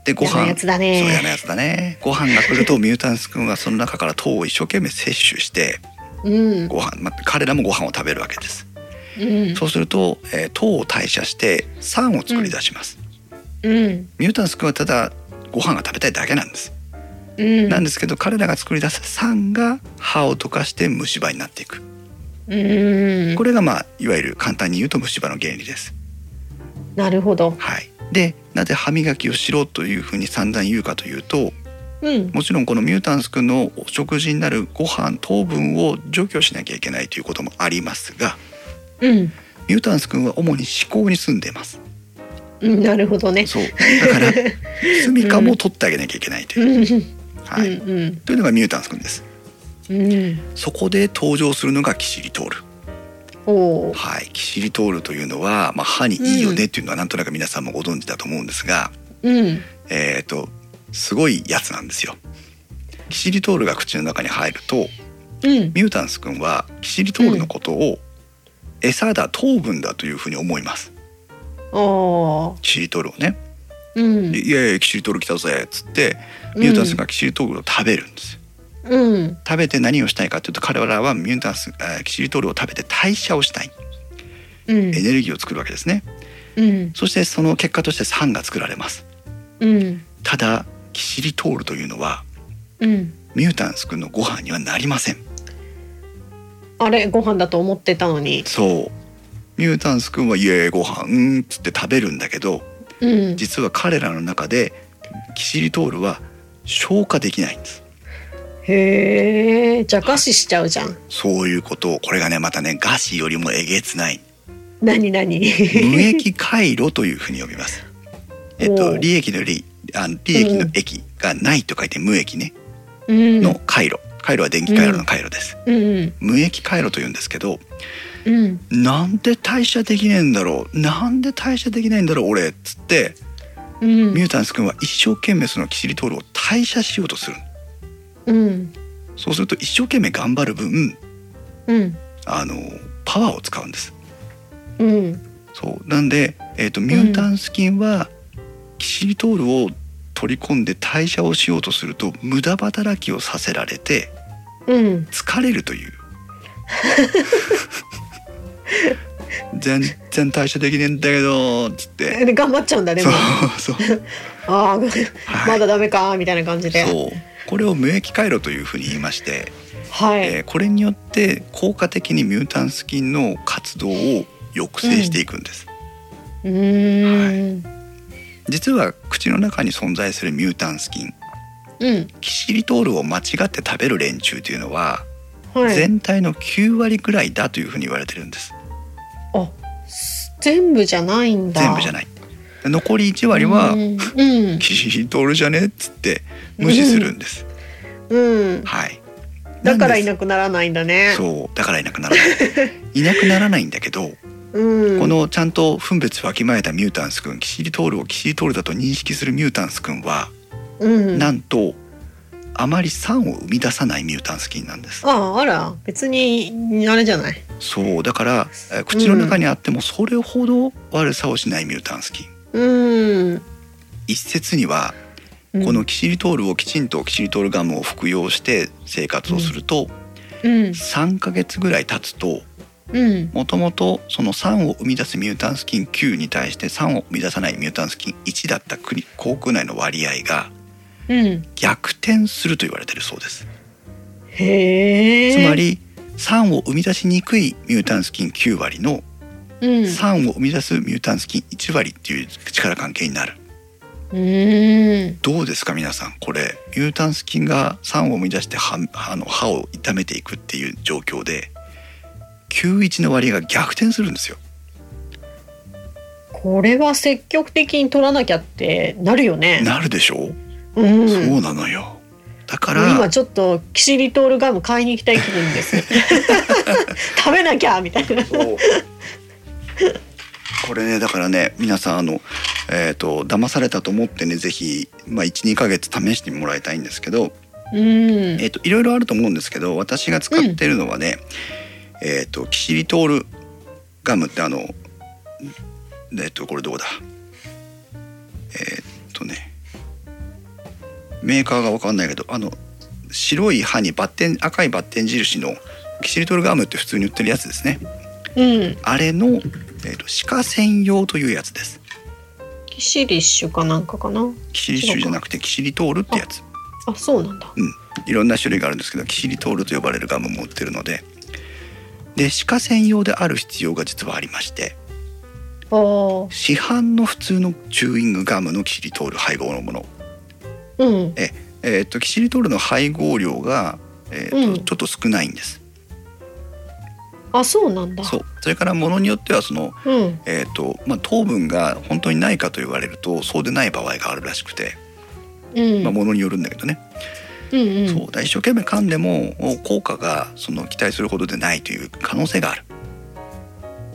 [SPEAKER 1] でご
[SPEAKER 2] 嫌な
[SPEAKER 1] 飯
[SPEAKER 2] やつだ
[SPEAKER 1] そうやな
[SPEAKER 2] ね
[SPEAKER 1] やつだね。ご飯が来るとミュータンス君はその中から糖を一生懸命摂取して
[SPEAKER 2] うん
[SPEAKER 1] ご飯、まあ、彼らもご飯を食べるわけです。
[SPEAKER 2] うん
[SPEAKER 1] そうすると、えー糖を代謝して酸を作り出します。
[SPEAKER 2] うん
[SPEAKER 1] ミュータンス君はただご飯が食べたいだけなんです。
[SPEAKER 2] うん
[SPEAKER 1] なんですけど彼らが作り出す酸が歯を溶かして虫歯になっていく。
[SPEAKER 2] うん
[SPEAKER 1] これがまあいわゆる簡単に言うと虫歯の原理です。
[SPEAKER 2] なるほど
[SPEAKER 1] はい。でなぜ歯磨きをしろというふうに散々言うかというと
[SPEAKER 2] うん
[SPEAKER 1] もちろんこのミュータンス君のお食事になるご飯糖分を除去しなきゃいけないということもありますが
[SPEAKER 2] うん
[SPEAKER 1] ミュータンス君は主に思考に住んでます
[SPEAKER 2] うんなるほどね
[SPEAKER 1] そうだから住みかも取ってあげなきゃいけないと
[SPEAKER 2] う
[SPEAKER 1] いう、
[SPEAKER 2] ん
[SPEAKER 1] は
[SPEAKER 2] う
[SPEAKER 1] い、
[SPEAKER 2] ん
[SPEAKER 1] というのがミュータンス君です
[SPEAKER 2] うんうん
[SPEAKER 1] そこで登場するのがキシリトール
[SPEAKER 2] おー
[SPEAKER 1] はいキシリトールというのは、まあ、歯にいいよねっていうのはなんとなく皆さんもご存知だと思うんですが、
[SPEAKER 2] うん
[SPEAKER 1] えっ、とすごいやつなんですよキシリトールが口の中に入ると
[SPEAKER 2] うん
[SPEAKER 1] ミュータンス君はキシリトールのことを餌だ糖分だというふうに思います
[SPEAKER 2] おー
[SPEAKER 1] キシリトールをね
[SPEAKER 2] う
[SPEAKER 1] 「
[SPEAKER 2] ん
[SPEAKER 1] いやいやキシリトール来たぜ」っつってミュータンスがキシリトールを食べるんですよ
[SPEAKER 2] うん
[SPEAKER 1] 食べて何をしたいかというと彼らはミュータンスえーキシリトールを食べて代謝をしたい
[SPEAKER 2] うん
[SPEAKER 1] エネルギーを作るわけですね
[SPEAKER 2] うん
[SPEAKER 1] そしてその結果として酸が作られます
[SPEAKER 2] うん
[SPEAKER 1] ただキシリトールというのは
[SPEAKER 2] うん
[SPEAKER 1] ミュータンス君のご飯にはなりません
[SPEAKER 2] あれご飯だと思ってたのに
[SPEAKER 1] そうミュータンス君は「イエーイご飯うん」っつって食べるんだけど
[SPEAKER 2] うん
[SPEAKER 1] 実は彼らの中でキシリトールは消化できないんです
[SPEAKER 2] へえじゃあ餓死しちゃうじゃん
[SPEAKER 1] そういうことをこれがねまたねガシよりもえげつない
[SPEAKER 2] 何何
[SPEAKER 1] 無益回路というふうに呼びますえっ
[SPEAKER 2] お
[SPEAKER 1] と
[SPEAKER 2] う
[SPEAKER 1] 利益の利あの利益の益がないと書いて無益ね
[SPEAKER 2] うん
[SPEAKER 1] の回路回路は電気回路の回路です
[SPEAKER 2] うん
[SPEAKER 1] 無益回路というんですけど
[SPEAKER 2] うん
[SPEAKER 1] なんで代謝できねえんだろうなんで代謝できないんだろう俺っつって
[SPEAKER 2] うん
[SPEAKER 1] ミュータンス君は一生懸命そのキシリトールを代謝しようとする
[SPEAKER 2] うん
[SPEAKER 1] そうすると一生懸命頑張る分
[SPEAKER 2] うん
[SPEAKER 1] あのパワーを使うんです。
[SPEAKER 2] うん
[SPEAKER 1] そうなんで、えー、とミュータンス菌はキシリトールを取り込んで代謝をしようとすると無駄働きをさせられて
[SPEAKER 2] うん
[SPEAKER 1] 疲れるという
[SPEAKER 2] [LAUGHS]
[SPEAKER 1] 全然代謝できねえんだけどっつって
[SPEAKER 2] で頑張っちゃうんだで
[SPEAKER 1] そ
[SPEAKER 2] も
[SPEAKER 1] うそう、
[SPEAKER 2] ああ
[SPEAKER 1] はい
[SPEAKER 2] まだダメかみたいな感じで
[SPEAKER 1] そうこれを無益回路というふうに言いまして、
[SPEAKER 2] はい
[SPEAKER 1] えーこれによって効果的にミュータンス菌の活動を抑制していくんです。
[SPEAKER 2] うーん
[SPEAKER 1] 実は口の中に存在するミュータンス菌
[SPEAKER 2] うん
[SPEAKER 1] キシリトールを間違って食べる連中というのは
[SPEAKER 2] はい
[SPEAKER 1] 全体の9割くらいだというふうに言われてるんです
[SPEAKER 2] 全部じゃないんだ
[SPEAKER 1] 全部じゃない残り1割
[SPEAKER 2] う
[SPEAKER 1] は
[SPEAKER 2] んうん
[SPEAKER 1] キシリトールじゃねっつって無視するんです、
[SPEAKER 2] うん
[SPEAKER 1] はい
[SPEAKER 2] だからい
[SPEAKER 1] んで
[SPEAKER 2] なくならないんだね
[SPEAKER 1] すそうだからいな
[SPEAKER 2] [LAUGHS]
[SPEAKER 1] くならないいなくならないんだけど、
[SPEAKER 2] うん
[SPEAKER 1] このちゃんと分別わきまえたミュータンス君キシリトールをキシリトールだと認識するミュータンス君は、
[SPEAKER 2] うん
[SPEAKER 1] なんとあまり酸を生み出さないミュータンス菌なんです
[SPEAKER 2] あああら別にあれじゃない
[SPEAKER 1] そうだからえー口の中にあってもそれほど悪さをしないミュータンス菌、
[SPEAKER 2] うん
[SPEAKER 1] 一説には
[SPEAKER 2] うん
[SPEAKER 1] このキシリトールをきちんとキシリトールガムを服用して生活をすると
[SPEAKER 2] うん
[SPEAKER 1] 3ヶ月ぐらい経つと
[SPEAKER 2] うん
[SPEAKER 1] もともとその酸を生み出すミュータンス菌9に対して酸を生み出さないミュータンス菌1だった国口腔内の割合が
[SPEAKER 2] うん
[SPEAKER 1] 逆転すると言われてるそうです
[SPEAKER 2] へえ
[SPEAKER 1] つまり酸を生み出しにくいミュータンス菌9割の
[SPEAKER 2] うん
[SPEAKER 1] 酸を生み出すミュータンス菌1割っていう力関係になる
[SPEAKER 2] うん
[SPEAKER 1] どうですか皆さんこれミュータンス菌が酸を生み出して歯あの歯を痛めていくっていう状況で91の割合が逆転するんですよ。
[SPEAKER 2] これは積極的に取らなきゃってなるよね。
[SPEAKER 1] なるでしょ、
[SPEAKER 2] うん、
[SPEAKER 1] うそ
[SPEAKER 2] も
[SPEAKER 1] うなのよ。だか
[SPEAKER 2] う今
[SPEAKER 1] ら
[SPEAKER 2] ちょっとキシリトールガム買いに行きたい気
[SPEAKER 1] [LAUGHS]
[SPEAKER 2] 分です。食べなきゃみたいな。
[SPEAKER 1] そうこれねだからね皆さんあのえっ、と騙されたと思ってねぜひまあ12ヶ月試してもらいたいんですけど、
[SPEAKER 2] うん
[SPEAKER 1] えっ、といろいろあると思うんですけど私が使ってるのはね、えっ、とキシリトールガムってあのえっとこれどこだえっとねメーカーが分かんないけどあの白い歯にバッテン赤いバッテン印のキシリトールガムって普通に売ってるやつですね
[SPEAKER 2] うん。
[SPEAKER 1] あれの、えっと歯科専用というやつです
[SPEAKER 2] キシリッシュかなんかかな。
[SPEAKER 1] キシリシュじゃなくてキシリトールってやつ
[SPEAKER 2] あ、そうなんだ。
[SPEAKER 1] いろんな種類があるんですけどキシリトールと呼ばれるガムも売ってるのでで歯科専用である必要が実はありまして
[SPEAKER 2] ああ、
[SPEAKER 1] 市販の普通のチューイングガムのキシリトール配合のもの、
[SPEAKER 2] うん。
[SPEAKER 1] えー、とキシリトールの配合量が、えーと
[SPEAKER 2] うん
[SPEAKER 1] ちょっと少ないんです
[SPEAKER 2] あ、そうなんだ。
[SPEAKER 1] そうそれからものによってはその、
[SPEAKER 2] うん。
[SPEAKER 1] えーとまあ、糖分が本当にないかと言われるとそうでない場合があるらしくて、
[SPEAKER 2] うん。
[SPEAKER 1] まあ、ものによるんだけどね、
[SPEAKER 2] うんうん。
[SPEAKER 1] そうだから一生懸命噛んでも効果がその期待するほどでないという可能性がある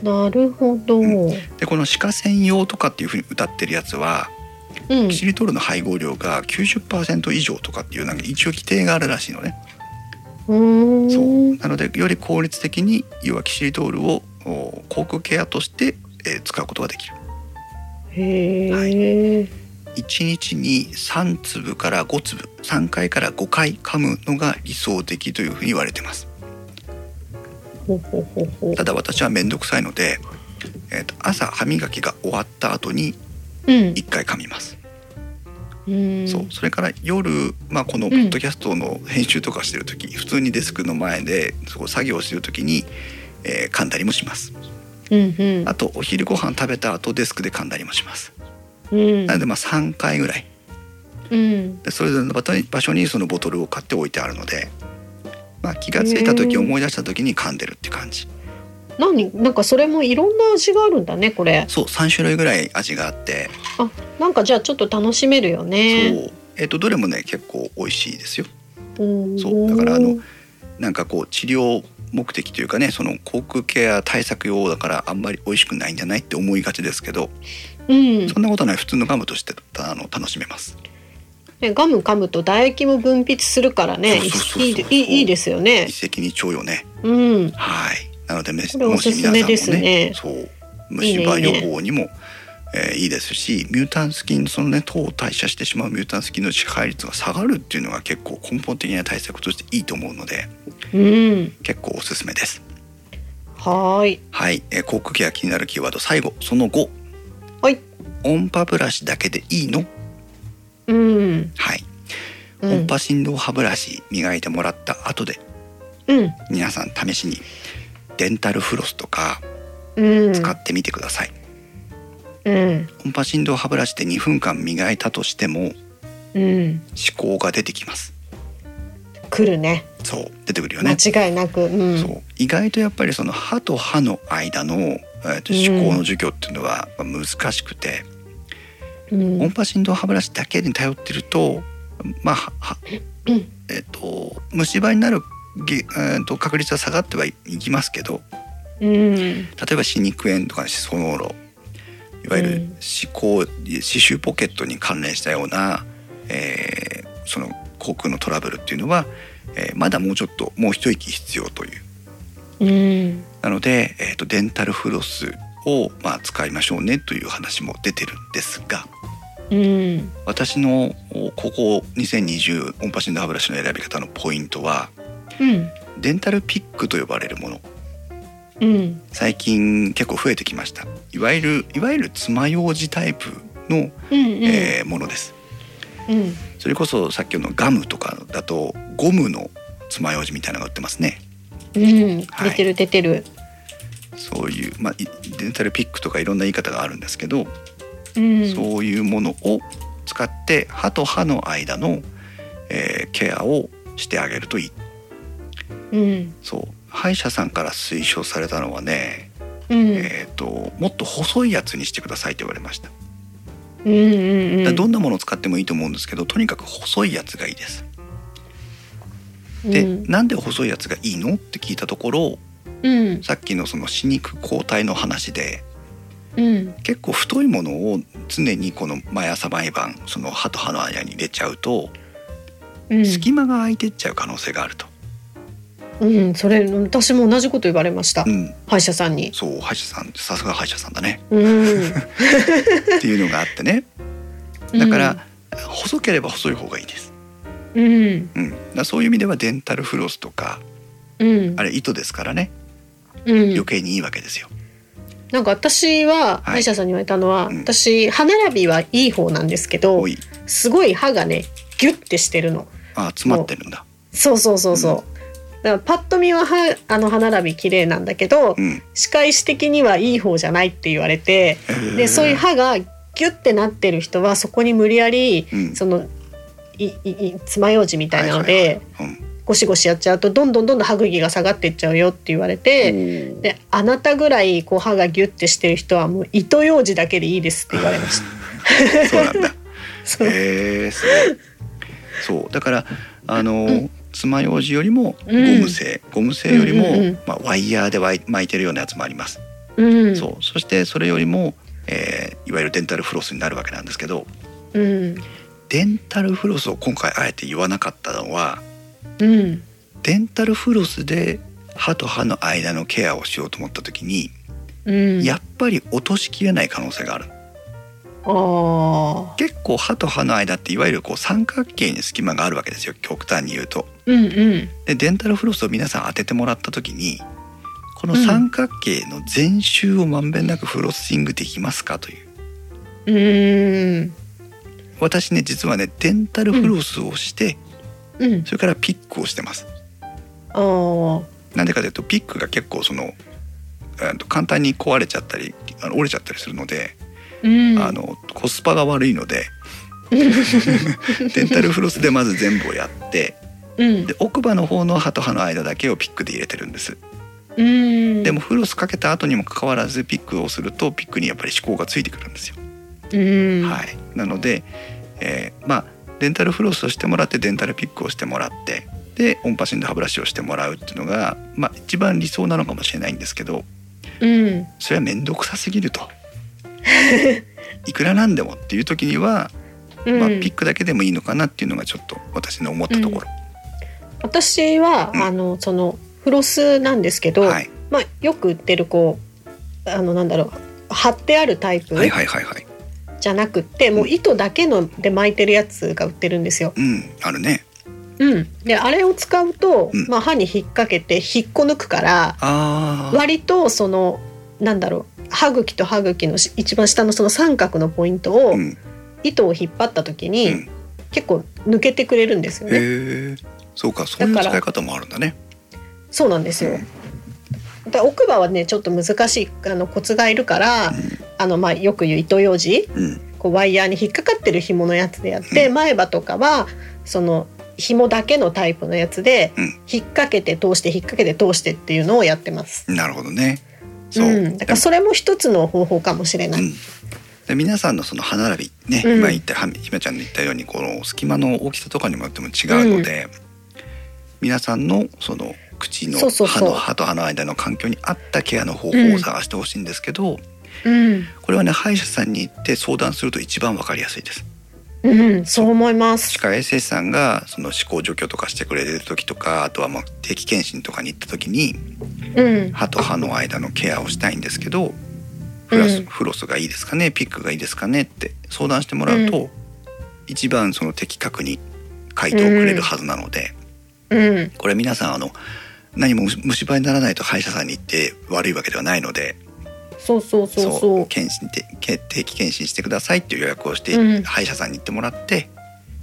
[SPEAKER 2] なるほど。
[SPEAKER 1] う
[SPEAKER 2] うん。
[SPEAKER 1] でこの歯科専用とかっていうふうに歌ってるやつは、キシリトールの配合量が90%以上とかっていうなんか一応規定があるらしいのね。
[SPEAKER 2] うん。
[SPEAKER 1] そうなのでより効率的に要はキシリトールをお口腔ケアとして、えー使うことができる。
[SPEAKER 2] へえ、
[SPEAKER 1] 1日に3粒から5粒3回から5回噛むのが理想的というふうに言われてます。
[SPEAKER 2] ほほほほ
[SPEAKER 1] た。だ私は面倒くさいので、えーと朝歯磨きが終わった後に
[SPEAKER 2] うん。
[SPEAKER 1] 1回噛みます。
[SPEAKER 2] うん。
[SPEAKER 1] そうそれから夜、まあ、このポッドキャストの編集とかしてる時、普通にデスクの前でそこ作業してる時に、えー噛んだりもします
[SPEAKER 2] うんうん。
[SPEAKER 1] あとお昼ご飯食べた後デスクで噛んだりもします
[SPEAKER 2] うん
[SPEAKER 1] なのでまあ3回ぐらい
[SPEAKER 2] うん。
[SPEAKER 1] でそれぞれの場所に場所にそのボトルを買って置いてあるので、まあ、気が付いた時
[SPEAKER 2] へー
[SPEAKER 1] 思い出した時に噛んでるって感じ
[SPEAKER 2] 何なんかそれもいろんな味があるんだねこれ。
[SPEAKER 1] そう3種類ぐらい味があって、
[SPEAKER 2] なんかじゃあちょっと楽しめるよね。
[SPEAKER 1] そうえっとどれもね結構美味しいですよ
[SPEAKER 2] うん
[SPEAKER 1] そうだからあのなんかこう治療目的というかねその口腔ケア対策用だからあんまり美味しくないんじゃないって思いがちですけど、
[SPEAKER 2] うん。
[SPEAKER 1] そんなことない普通のガムとしてあの楽しめます
[SPEAKER 2] ねガム噛むと唾液も分泌するからね。
[SPEAKER 1] そうそうそうそう
[SPEAKER 2] いいいいいいですよね。
[SPEAKER 1] 一石二鳥よね
[SPEAKER 2] うん。
[SPEAKER 1] はいなのでめ
[SPEAKER 2] これお
[SPEAKER 1] もし
[SPEAKER 2] す
[SPEAKER 1] 皆さ
[SPEAKER 2] す
[SPEAKER 1] ん
[SPEAKER 2] め
[SPEAKER 1] も
[SPEAKER 2] です
[SPEAKER 1] ね
[SPEAKER 2] ね
[SPEAKER 1] そう
[SPEAKER 2] いいね
[SPEAKER 1] 虫歯予防にもえーいいですしミュータンス菌そのね糖を代謝してしまうミュータンス菌の支配率が下がるっていうのが結構根本的な対策としていいと思うので
[SPEAKER 2] うん。
[SPEAKER 1] 結構おすすめです
[SPEAKER 2] はーい。
[SPEAKER 1] はい、えー、口腔ケア気になるキーワード最後その5
[SPEAKER 2] はい
[SPEAKER 1] 音波ブラシだけでいいの
[SPEAKER 2] うん。
[SPEAKER 1] はい、
[SPEAKER 2] うん
[SPEAKER 1] 音波振動歯ブラシ磨いてもらった後で
[SPEAKER 2] うん。
[SPEAKER 1] 皆さん試しにデンタルフロスとか
[SPEAKER 2] うん。
[SPEAKER 1] 使ってみてください、
[SPEAKER 2] うん。
[SPEAKER 1] 音波振動歯ブラシで2分間磨いたとしても
[SPEAKER 2] うん。
[SPEAKER 1] 歯垢が出てきます
[SPEAKER 2] 来るね。
[SPEAKER 1] そう出てくるよね、
[SPEAKER 2] 間違いなく。うん。
[SPEAKER 1] そう意外とやっぱりその歯と歯の間の、えー、と歯垢の除去っていうのはまあ難しくて、
[SPEAKER 2] うん
[SPEAKER 1] 音波振動歯ブラシだけに頼ってるとまあはは
[SPEAKER 2] うん
[SPEAKER 1] えっ、と虫歯になるげ、えー、と確率は下がってはいきますけど
[SPEAKER 2] うん。
[SPEAKER 1] 例えば歯肉炎とか歯槽膿漏いわゆ
[SPEAKER 2] う
[SPEAKER 1] る
[SPEAKER 2] ん
[SPEAKER 1] 歯垢歯周ポケットに関連したような、えーその口腔のトラブルっていうのは、えーまだもうちょっともう一息必要という
[SPEAKER 2] うん。
[SPEAKER 1] なので、えー、とデンタルフロスを、まあ、使いましょうねという話も出てるんですが
[SPEAKER 2] うん。
[SPEAKER 1] 私のおここ2020音波振動歯ブラシの選び方のポイントは
[SPEAKER 2] うん。
[SPEAKER 1] デンタルピックと呼ばれるもの
[SPEAKER 2] うん。
[SPEAKER 1] 最近結構増えてきましたいわゆるいわゆる爪楊枝タイプの、
[SPEAKER 2] うん。うん。
[SPEAKER 1] えーものです
[SPEAKER 2] うん。
[SPEAKER 1] それこそさっきのガムとかだとゴムの爪楊枝みたいなのが売ってますね
[SPEAKER 2] うん。出
[SPEAKER 1] はい
[SPEAKER 2] てる出てる。
[SPEAKER 1] そういう、まあ、いデンタルピックとかいろんな言い方があるんですけど、
[SPEAKER 2] うん。
[SPEAKER 1] そういうものを使って歯と歯の間の、えーケアをしてあげるといい
[SPEAKER 2] うん。
[SPEAKER 1] そう歯医者さんから推奨されたのはね、
[SPEAKER 2] うん、
[SPEAKER 1] えー、ともっと細いやつにしてくださいって言われました、だか
[SPEAKER 2] うんうんう
[SPEAKER 1] ら
[SPEAKER 2] ん
[SPEAKER 1] どんなものを使ってもいいと思うんですけどとにかく細いやつがいいですで、
[SPEAKER 2] うん
[SPEAKER 1] なんで細いやつがいいのって聞いたところ
[SPEAKER 2] うん
[SPEAKER 1] さっきのその歯肉抗体の話で
[SPEAKER 2] うん
[SPEAKER 1] 結構太いものを常にこの毎朝毎晩その歯と歯の間に入れちゃうと
[SPEAKER 2] うん
[SPEAKER 1] 隙間が空いてっちゃう可能性があると、
[SPEAKER 2] うんそれ私も同じこと言われました、
[SPEAKER 1] うん、
[SPEAKER 2] 歯医者さ
[SPEAKER 1] [LAUGHS]
[SPEAKER 2] んに
[SPEAKER 1] そう歯医者さんさすが歯医者さんだ
[SPEAKER 2] [LAUGHS]
[SPEAKER 1] ね
[SPEAKER 2] うん
[SPEAKER 1] っていうのがあってねだから、細ければ細い方がいいです、
[SPEAKER 2] うん
[SPEAKER 1] うん、だからそういう意味ではデンタルフロスとか
[SPEAKER 2] うん
[SPEAKER 1] あれ糸ですからね
[SPEAKER 2] うん
[SPEAKER 1] 余計にいいわけですよ、
[SPEAKER 2] なんか私は
[SPEAKER 1] はい
[SPEAKER 2] 歯医者さんに言われたのは、
[SPEAKER 1] うん
[SPEAKER 2] 私歯並びはいい方なんですけど
[SPEAKER 1] 多い
[SPEAKER 2] すごい歯がねギュッてしてるの
[SPEAKER 1] あ詰まってるんだ
[SPEAKER 2] そうそうそうそう、だからパッと見は歯あの歯並び綺麗なんだけど
[SPEAKER 1] うん、
[SPEAKER 2] 歯科医師的にはいい方じゃないって言われて
[SPEAKER 1] えー
[SPEAKER 2] でそういう歯がギュッてなってる人はそこに無理やり
[SPEAKER 1] うん
[SPEAKER 2] そのいいい爪楊枝みたいなの
[SPEAKER 1] はい
[SPEAKER 2] で
[SPEAKER 1] うん
[SPEAKER 2] ゴシゴシやっちゃうとどんどんどんどん歯茎が下がってっちゃうよって言われて。
[SPEAKER 1] おー
[SPEAKER 2] であなたぐらいこう歯がギュッてしてる人はもう糸ようじだけでいいですって言われました。
[SPEAKER 1] そうなんだ
[SPEAKER 2] [LAUGHS] そ
[SPEAKER 1] [LAUGHS]
[SPEAKER 2] う
[SPEAKER 1] へえすごい。そうだからあの、爪楊枝よりもゴム製、ゴム製よりも、
[SPEAKER 2] うんうんうん
[SPEAKER 1] まあ、ワイヤーでわい巻いてるようなやつもあります。
[SPEAKER 2] うん、
[SPEAKER 1] そうそしてそれよりも、えーいわゆるデンタルフロスになるわけなんですけど
[SPEAKER 2] うん、
[SPEAKER 1] デンタルフロスを今回あえて言わなかったのは
[SPEAKER 2] うん、
[SPEAKER 1] デンタルフロスで歯と歯の間のケアをしようと思った時に、
[SPEAKER 2] うん、
[SPEAKER 1] やっぱり落としきれない可能性がある
[SPEAKER 2] ああ、
[SPEAKER 1] 結構歯と歯の間っていわゆるこう三角形に隙間があるわけですよ極端に言うと。
[SPEAKER 2] うんうん、
[SPEAKER 1] でデンタルフロスを皆さん当ててもらった時にこの三角形の全周をまんべんなくフロッシングできますかという
[SPEAKER 2] うーん、
[SPEAKER 1] 私ね実はねデンタルフロスをして、
[SPEAKER 2] うん、
[SPEAKER 1] それからピックをしてます
[SPEAKER 2] ああ、
[SPEAKER 1] なんでかというとピックが結構その、えーと簡単に壊れちゃったりあの折れちゃったりするので、
[SPEAKER 2] うん、
[SPEAKER 1] あのコスパが悪いの
[SPEAKER 2] [LAUGHS]
[SPEAKER 1] でデンタルフロスでまず全部をやって
[SPEAKER 2] うん、
[SPEAKER 1] で奥歯の方の歯と歯の間だけをピックで入れてるんです
[SPEAKER 2] うん、
[SPEAKER 1] でも、フロスかけた後にもかかわらずピックをするとピックにやっぱり歯垢がついてくるんですよ。
[SPEAKER 2] うん、
[SPEAKER 1] はい、なので、えーまあデンタルフロスをしてもらってデンタルピックをしてもらってでオンパシンで歯ブラシをしてもらうっていうのが、まあ、一番理想なのかもしれないんですけど
[SPEAKER 2] うん、
[SPEAKER 1] それは面倒くさすぎる
[SPEAKER 2] [LAUGHS]
[SPEAKER 1] と。いくらなんでもっていう時には、
[SPEAKER 2] うん、
[SPEAKER 1] まあ、ピックだけでもいいのかなっていうのがちょっと私の思ったところ。
[SPEAKER 2] 私は、
[SPEAKER 1] うん
[SPEAKER 2] あのそのフロスなんですけど、
[SPEAKER 1] はい、
[SPEAKER 2] まあよく売ってるこうあのなんだろう貼ってあるタイプ
[SPEAKER 1] はいはいはいはい。
[SPEAKER 2] じゃなくって、もう糸だけので巻いてるやつが売ってるんですよ。
[SPEAKER 1] うんあるね。
[SPEAKER 2] うん、であれを使うと、
[SPEAKER 1] うん
[SPEAKER 2] まあ、歯に引っ掛けて引っこ抜くから
[SPEAKER 1] あー
[SPEAKER 2] 割とそのなんだろう歯茎と歯茎のし一番下のその三角のポイントを、
[SPEAKER 1] うん
[SPEAKER 2] 糸を引っ張った時に、
[SPEAKER 1] うん
[SPEAKER 2] 結構抜けてくれるんですよ
[SPEAKER 1] へ
[SPEAKER 2] ね。
[SPEAKER 1] えそうかそういう
[SPEAKER 2] だから
[SPEAKER 1] 使い方もあるんだね。
[SPEAKER 2] そうなんですよ
[SPEAKER 1] う。
[SPEAKER 2] だから奥歯はねちょっと難しいあのコツがいるから、あのまあよく言う糸ようじ
[SPEAKER 1] うん
[SPEAKER 2] こうワイヤーに引っかかってる紐のやつでやって、
[SPEAKER 1] う
[SPEAKER 2] 前歯とかはその紐だけのタイプのやつで、
[SPEAKER 1] うん
[SPEAKER 2] 引っ掛けて通して引っ掛けて通してっていうのをやってます。
[SPEAKER 1] なるほどね。
[SPEAKER 2] う
[SPEAKER 1] そう、
[SPEAKER 2] ん、だからそれも一つの方法かもしれな
[SPEAKER 1] う
[SPEAKER 2] い。
[SPEAKER 1] ん、で皆さんのその歯並びね、
[SPEAKER 2] うん
[SPEAKER 1] 今言ったはひめちゃんの言ったようにこの隙間の大きさとかにもよっても違うので、皆さんのその口の
[SPEAKER 2] そうそうそ
[SPEAKER 1] 歯
[SPEAKER 2] う
[SPEAKER 1] の歯と歯の間の環境に合ったケアの方法を探してほしいんですけど、
[SPEAKER 2] うん、
[SPEAKER 1] これはね歯医者さんに行って相談すると一番わかりやすいです。
[SPEAKER 2] うん、そう思います
[SPEAKER 1] 歯。科衛生士さんがその歯垢除去とかしてくれる時とかあとはもう定期検診とかに行った時に
[SPEAKER 2] うん、
[SPEAKER 1] 歯と歯の間のケアをしたいんですけどフラス、
[SPEAKER 2] うん
[SPEAKER 1] フロスがいいですかねピックがいいですかねって相談してもらうと、一番その的確に回答をくれるはずなので、
[SPEAKER 2] うん、
[SPEAKER 1] これ皆さんあの何も虫虫歯にならないと歯医者さんに行って悪いわけではないので
[SPEAKER 2] そうそうそうそう。う
[SPEAKER 1] 検診てけ定期検診してくださいっていう予約をして、
[SPEAKER 2] うん
[SPEAKER 1] 歯医者さんに行ってもらって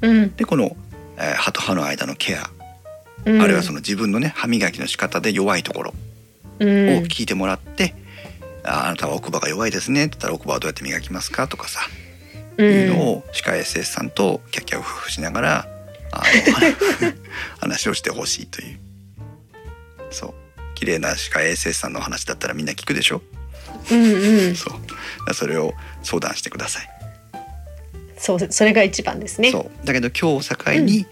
[SPEAKER 2] ん、
[SPEAKER 1] でこの、えー歯と歯の間のケア、
[SPEAKER 2] うん、
[SPEAKER 1] あるいはその自分のね歯磨きの仕方で弱いところ
[SPEAKER 2] う
[SPEAKER 1] を
[SPEAKER 2] ん、
[SPEAKER 1] 聞いてもらって、ああなたは奥歯が弱いですねって言ったら奥歯はどうやって磨きますかとかさいうのを歯科衛生士さんとキャッキャウフフしながら
[SPEAKER 2] [LAUGHS]
[SPEAKER 1] あの話をしてほしいというそう聞綺麗な歯科衛生士さんの話だったらみんな聞くでしょ
[SPEAKER 2] うんうん
[SPEAKER 1] そうだからそれを相談してください、
[SPEAKER 2] そうそれが一番ですね
[SPEAKER 1] そうだけど今日を境に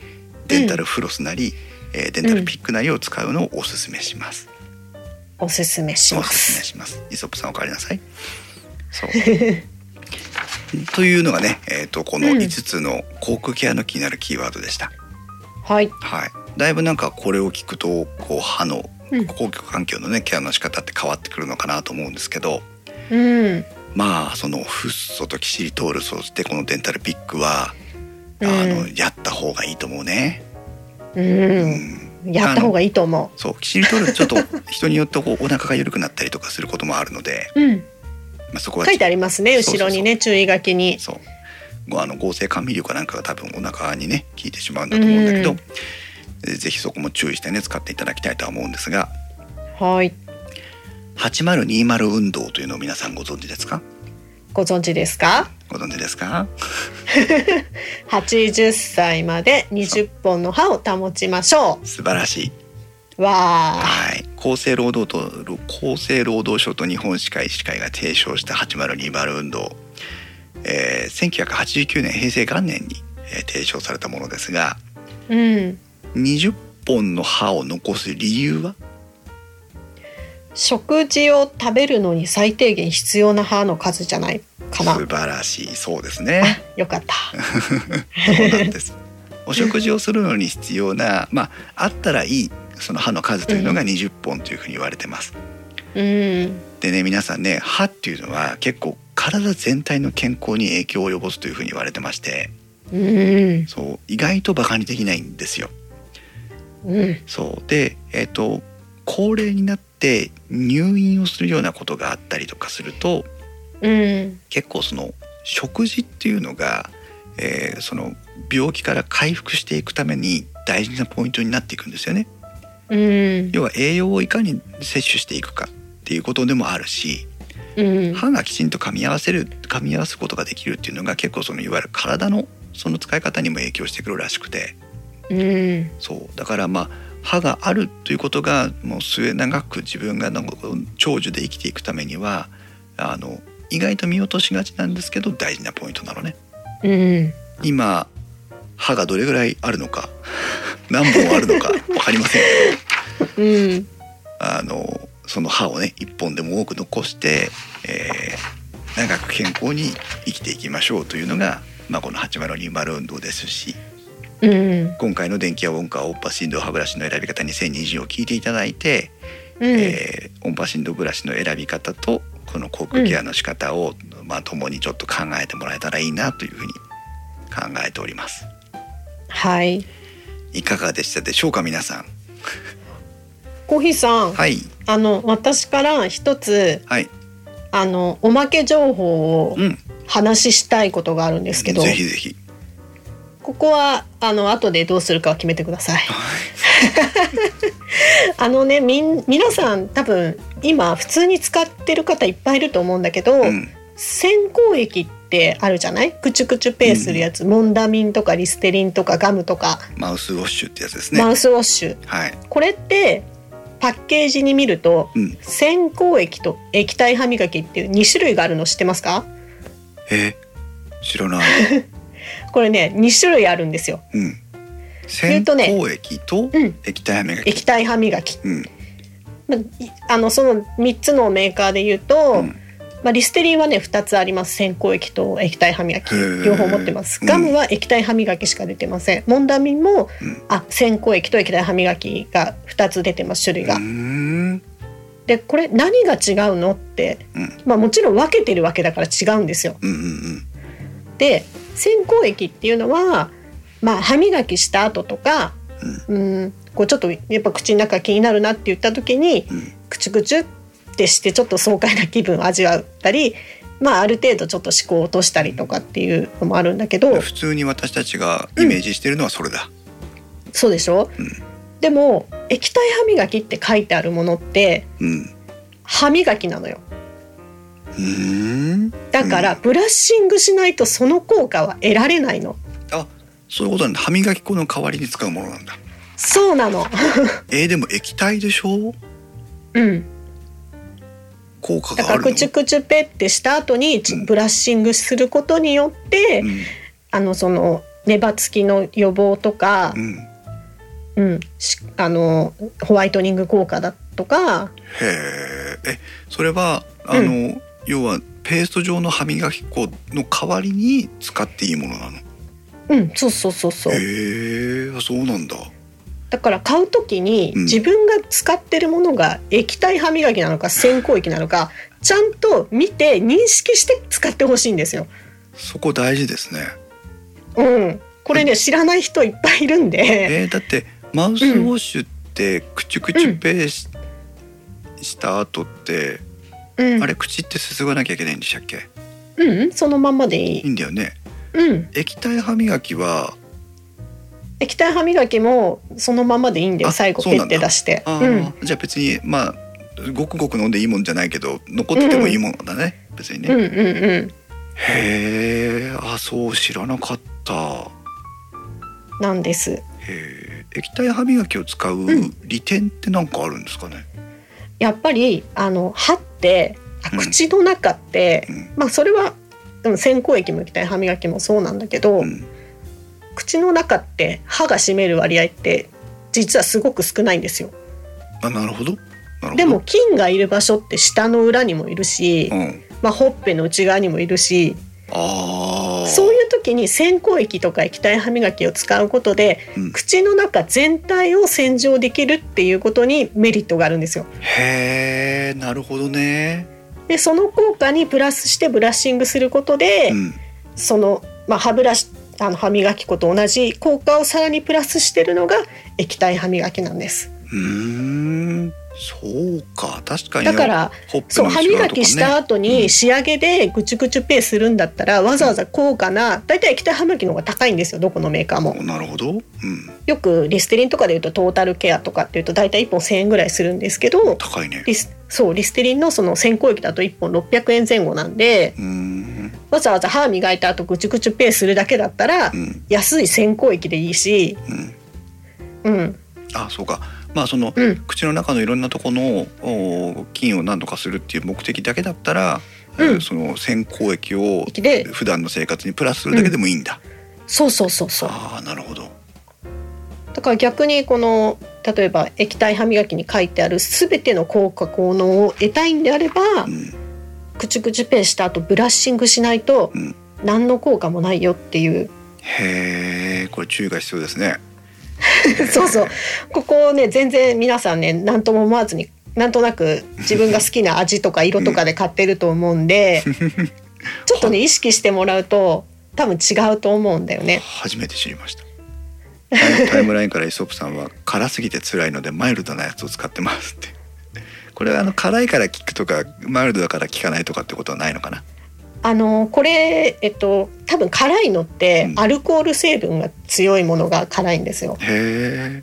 [SPEAKER 1] デンタルフロスなり、えーデンタルピックなりを使うのをおすすめします、
[SPEAKER 2] おすすめし
[SPEAKER 1] お
[SPEAKER 2] ます
[SPEAKER 1] すめ
[SPEAKER 2] す
[SPEAKER 1] しますイソップさんお帰りなさいそう
[SPEAKER 2] [LAUGHS]
[SPEAKER 1] というのがね、えー、とこの
[SPEAKER 2] うん
[SPEAKER 1] 5つの口腔ケアの気になるキーワードでした、
[SPEAKER 2] はい
[SPEAKER 1] はい、だいぶなんかこれを聞くとこう歯の
[SPEAKER 2] うん
[SPEAKER 1] 公共環境のねケアの仕方って変わってくるのかなと思うんですけど
[SPEAKER 2] うん
[SPEAKER 1] まあそのフッ素とキシリトールそしてこのデンタルピックはあ
[SPEAKER 2] う
[SPEAKER 1] の
[SPEAKER 2] ん
[SPEAKER 1] やった方がいいと思うね。う
[SPEAKER 2] うんやった方がいいと思
[SPEAKER 1] そうキシリトールちょっと人によってこうお腹が緩くなったりとかすることもあるので、
[SPEAKER 2] ううん
[SPEAKER 1] まあ、そこは
[SPEAKER 2] 書いてありますね
[SPEAKER 1] そう
[SPEAKER 2] 後
[SPEAKER 1] そうそう
[SPEAKER 2] ろにね注意書きに
[SPEAKER 1] そうあの合成甘味料かなんかが多分お腹にね効いてしまうんだと思うんだけど、
[SPEAKER 2] う
[SPEAKER 1] え
[SPEAKER 2] ん
[SPEAKER 1] ーぜひそこも注意してね使っていただきたいとは思うんですが
[SPEAKER 2] はい
[SPEAKER 1] 8020運動というのを皆さんご存知ですか
[SPEAKER 2] ご存知ですか
[SPEAKER 1] ご存知ですか
[SPEAKER 2] 80歳まで20本の歯を保ちましょ
[SPEAKER 1] 素晴らしいう
[SPEAKER 2] わ
[SPEAKER 1] はい厚生労働と厚生労働省と日本歯科医師会が提唱した8020運動、えー1989年平成元年に、えー提唱されたものですが
[SPEAKER 2] ーうん
[SPEAKER 1] 20本の歯を残す理由は
[SPEAKER 2] 食事を食べるのに最低限必要な歯の数じゃないか
[SPEAKER 1] 素
[SPEAKER 2] な
[SPEAKER 1] 晴らしいそうですね。
[SPEAKER 2] よかった
[SPEAKER 1] そうなんです。お食事をするのに必要な、まあ、あったらいい、その歯の数というのが20本というふうに言われてます。
[SPEAKER 2] うん
[SPEAKER 1] でね、皆さんね、歯っていうのは結構体全体の健康に影響を及ぼすというふうに言われてまして。
[SPEAKER 2] うん
[SPEAKER 1] そう、意外と馬鹿にできないんですよ。
[SPEAKER 2] うん
[SPEAKER 1] そう、で、えっ、と、高齢になって入院をするようなことがあったりとかすると。
[SPEAKER 2] うん
[SPEAKER 1] 結構その食事っていうのが、えーその病気から回復していくために大事なポイントになっていくんですよね。
[SPEAKER 2] うん
[SPEAKER 1] 要は栄養をいかに摂取していくかっていうことでもあるし
[SPEAKER 2] うん
[SPEAKER 1] 歯がきちんと噛み合わせる噛み合わすことができるっていうのが結構そのいわゆる体のその使い方にも影響してくるらしくて
[SPEAKER 2] うん
[SPEAKER 1] そうだからまあ歯があるということがもう末長く自分がなんかこう長寿で生きていくためにはあの意外と見落としがちなんですけど大事なポイントなのね。
[SPEAKER 2] うん
[SPEAKER 1] 今歯がどれぐらいあるのか [LAUGHS] 何本あるのか分かりませんけど
[SPEAKER 2] うん
[SPEAKER 1] あのその歯をね一本でも多く残して、えー長く健康に生きていきましょうというのが、まあ、この8020運動ですし
[SPEAKER 2] うん
[SPEAKER 1] 今回の電気や音波音波振動歯ブラシの選び方2020を聞いていただいて、
[SPEAKER 2] うん
[SPEAKER 1] えー音波振動ブラシの選び方とこの口腔ケアの仕方を、まあ、共にちょっと考えてもらえたらいいなというふうに考えております。
[SPEAKER 2] はい
[SPEAKER 1] いかがでしたでしょうか皆さん。
[SPEAKER 2] コーヒーさん
[SPEAKER 1] はい
[SPEAKER 2] あの私から一つ
[SPEAKER 1] はい。
[SPEAKER 2] あのおまけ情報を
[SPEAKER 1] うん。
[SPEAKER 2] 話ししたいことがあるんですけど
[SPEAKER 1] ぜひぜひ。
[SPEAKER 2] ここはあの後でどうするかは決めてください。 [LAUGHS] あのねみん皆さん多分今普通に使ってる方いっぱいいると思うんだけど、
[SPEAKER 1] うん。
[SPEAKER 2] 洗口液ってあるじゃないクチュクチュペーするやつ、モンダミンとかリステリンとかガムとか、
[SPEAKER 1] マウスウォッシュってやつですね。
[SPEAKER 2] マウスウォッシュ
[SPEAKER 1] はい。
[SPEAKER 2] これってパッケージに見ると
[SPEAKER 1] うん。
[SPEAKER 2] 洗口液と液体歯磨きっていう2種類があるの知ってますか
[SPEAKER 1] えー、知ら
[SPEAKER 2] [LAUGHS]
[SPEAKER 1] ない。
[SPEAKER 2] これね2種類あるんですよ。
[SPEAKER 1] うん。
[SPEAKER 2] 言
[SPEAKER 1] 洗
[SPEAKER 2] うとね
[SPEAKER 1] 口液と
[SPEAKER 2] うん、
[SPEAKER 1] 液体磨き。
[SPEAKER 2] 液体歯磨き
[SPEAKER 1] うん。
[SPEAKER 2] まあいあのその3つのメーカーで言う
[SPEAKER 1] う
[SPEAKER 2] と、
[SPEAKER 1] ん。
[SPEAKER 2] まあ、リステリンはね2つあります洗口液と液体歯磨き
[SPEAKER 1] へー
[SPEAKER 2] 両方持ってます
[SPEAKER 1] うん
[SPEAKER 2] ガムは液体歯磨きしか出てません、モンダミンも、
[SPEAKER 1] うん
[SPEAKER 2] あ洗口液と液体歯磨きが2つ出てます種類が、
[SPEAKER 1] うーん。
[SPEAKER 2] でこれ何が違うのって、
[SPEAKER 1] うん
[SPEAKER 2] まあ、もちろん分けてるわけだから違うんですよ
[SPEAKER 1] うんうん
[SPEAKER 2] で洗口液っていうのは、まあ、歯磨きした後とかうんこうちょっとやっぱ口の中気になるなって言った時に
[SPEAKER 1] うんうん。
[SPEAKER 2] クチュクチュってしてちょっと爽快な気分を味わったり、まあ、ある程度ちょっと思考を落としたりとかっていうのもあるんだけど
[SPEAKER 1] 普通に私たちがイメージしてるのはそれだ。
[SPEAKER 2] そうでしょ、
[SPEAKER 1] うん
[SPEAKER 2] でも液体歯磨きって書いてあるものって
[SPEAKER 1] うん。
[SPEAKER 2] 歯磨きなのよ
[SPEAKER 1] うーん。
[SPEAKER 2] だから
[SPEAKER 1] う
[SPEAKER 2] ブラッシングしないとその効果は得られないの
[SPEAKER 1] あ、そういうことなんだ。歯磨き粉の代わりに使うものなんだ。
[SPEAKER 2] そうなの
[SPEAKER 1] えー、でも液体でしょ？
[SPEAKER 2] うん、
[SPEAKER 1] 効果
[SPEAKER 2] だ
[SPEAKER 1] が
[SPEAKER 2] か
[SPEAKER 1] あ
[SPEAKER 2] ら
[SPEAKER 1] るの
[SPEAKER 2] クチュクチュペってした後にち
[SPEAKER 1] うん
[SPEAKER 2] ブラッシングすることによって、
[SPEAKER 1] うん
[SPEAKER 2] あのそのネバつきの予防とか
[SPEAKER 1] う、ん、へ
[SPEAKER 2] うん、しあのホワイトニング効果だとか
[SPEAKER 1] ええそれはあの、要はペースト状の歯磨き粉の代わりに使っていいものなのへ
[SPEAKER 2] うんそうそうそうそう、
[SPEAKER 1] えあそうなんだ
[SPEAKER 2] だから買う時に
[SPEAKER 1] うん
[SPEAKER 2] 自分が使ってるものが液体歯磨きなの
[SPEAKER 1] [LAUGHS]
[SPEAKER 2] か洗口液なのかちゃんと見て認識して使ってほしいんですよ。
[SPEAKER 1] そこ大事ですね
[SPEAKER 2] うん、これね知らない人いっぱいいるんで、
[SPEAKER 1] えー、だってマウスウォッシュってクチュクチュペーし,、した後って、
[SPEAKER 2] うん、
[SPEAKER 1] あれ口ってすすがなきゃいけないんでしたっけ
[SPEAKER 2] うんうんそのまんまでい
[SPEAKER 1] い
[SPEAKER 2] い、
[SPEAKER 1] いんだよね
[SPEAKER 2] うん、
[SPEAKER 1] 液体歯磨きは
[SPEAKER 2] 液体歯磨きもそのままでいいんだよ
[SPEAKER 1] あ
[SPEAKER 2] 最後
[SPEAKER 1] そう
[SPEAKER 2] ペ
[SPEAKER 1] な
[SPEAKER 2] ッ
[SPEAKER 1] んだ
[SPEAKER 2] て出して
[SPEAKER 1] あ
[SPEAKER 2] う
[SPEAKER 1] ー、
[SPEAKER 2] ん
[SPEAKER 1] じゃあ別にまあごくごく飲んでいいもんじゃないけど残っててもいいものだね、別にね、
[SPEAKER 2] うん
[SPEAKER 1] へ
[SPEAKER 2] うんう
[SPEAKER 1] えあそう知らなかった
[SPEAKER 2] んなんです
[SPEAKER 1] へー液体歯磨きを使う
[SPEAKER 2] うん
[SPEAKER 1] 利点ってなんかあるんですかね、
[SPEAKER 2] やっぱりあの歯ってあ
[SPEAKER 1] うん
[SPEAKER 2] 口の中って、
[SPEAKER 1] うん
[SPEAKER 2] まあそれはうん洗口液も液体歯磨きもそうなんだけど、
[SPEAKER 1] うん、
[SPEAKER 2] 口の中って歯が占める割合って実はすごく少ないんですよ
[SPEAKER 1] あなるほどなるほど
[SPEAKER 2] でも菌がいる場所って舌の裏にもいるし
[SPEAKER 1] う、ん、
[SPEAKER 2] まあ、ほっぺの内側にもいるし
[SPEAKER 1] ああ
[SPEAKER 2] そういう時に洗口液とか液体歯磨きを使うことで
[SPEAKER 1] うん
[SPEAKER 2] 口の中全体を洗浄できるっていうことにメリットがあるんですよ。
[SPEAKER 1] へえなるほどね。
[SPEAKER 2] でその効果にプラスしてブラッシングすることで、
[SPEAKER 1] うん、
[SPEAKER 2] その、まあ、歯ブラシあの歯磨き粉と同じ効果をさらにプラスしてるのが液体歯磨きなんです。
[SPEAKER 1] うーんそうか確かに
[SPEAKER 2] だから
[SPEAKER 1] ほっぺ
[SPEAKER 2] そう
[SPEAKER 1] の
[SPEAKER 2] 歯
[SPEAKER 1] 内側
[SPEAKER 2] 磨
[SPEAKER 1] とか
[SPEAKER 2] きした後
[SPEAKER 1] うん
[SPEAKER 2] に仕上げでぐちゅぐちゅペーするんだったらわざわざ高価な大体液体歯磨きの方が高いんですよどこのメーカーも
[SPEAKER 1] ね、。なるほど、うん、
[SPEAKER 2] よくリステリンとかでいうとトータルケアとかっていうと大体1本1,000円ぐらいするんですけど
[SPEAKER 1] 高いね。
[SPEAKER 2] リスそうリステリンのその先行液だと1本600円前後なんで
[SPEAKER 1] うーん
[SPEAKER 2] わざわざ歯磨いた後ぐちゅぐちゅペーするだけだったら
[SPEAKER 1] うん
[SPEAKER 2] 安い先行液でいいし、
[SPEAKER 1] うん
[SPEAKER 2] うん
[SPEAKER 1] あそうかまあその、
[SPEAKER 2] うん
[SPEAKER 1] 口の中のいろんなとこのお菌を何とかするっていう目的だけだったら、
[SPEAKER 2] うん
[SPEAKER 1] その洗口液を
[SPEAKER 2] 液で
[SPEAKER 1] 普段の生活にプラスするだけでもいいんだ。
[SPEAKER 2] そうそうそうそう
[SPEAKER 1] ああなるほど。
[SPEAKER 2] だから逆にこの例えば液体歯磨きに書いてある全ての効果効能を得たいんであれば
[SPEAKER 1] うん
[SPEAKER 2] くちゅくちゅペーした後ブラッシングしないと
[SPEAKER 1] うん、
[SPEAKER 2] 何の効果もないよっていう
[SPEAKER 1] へえこれ注意が必要ですね。
[SPEAKER 2] [LAUGHS] そうそう。ここをね、全然皆さんね、何とも思わずに、なんとなく自分が好きな味とか色とかで買ってると思うん
[SPEAKER 1] [LAUGHS]
[SPEAKER 2] で、ちょっとね、意識してもらうと、多分違うと思うんだよね。
[SPEAKER 1] 初めて知りました。タイタイムラインからイソップさんは辛すぎて辛いのでマイルドなやつを使ってますって。これはあの辛いから効くとかマイルドだから効かないとかってことはないのかな。
[SPEAKER 2] あの、これ、えっと、多分辛いのっ
[SPEAKER 1] う
[SPEAKER 2] て、
[SPEAKER 1] ん
[SPEAKER 2] アルコール成分が強いものが辛いんですよ。
[SPEAKER 1] へえ。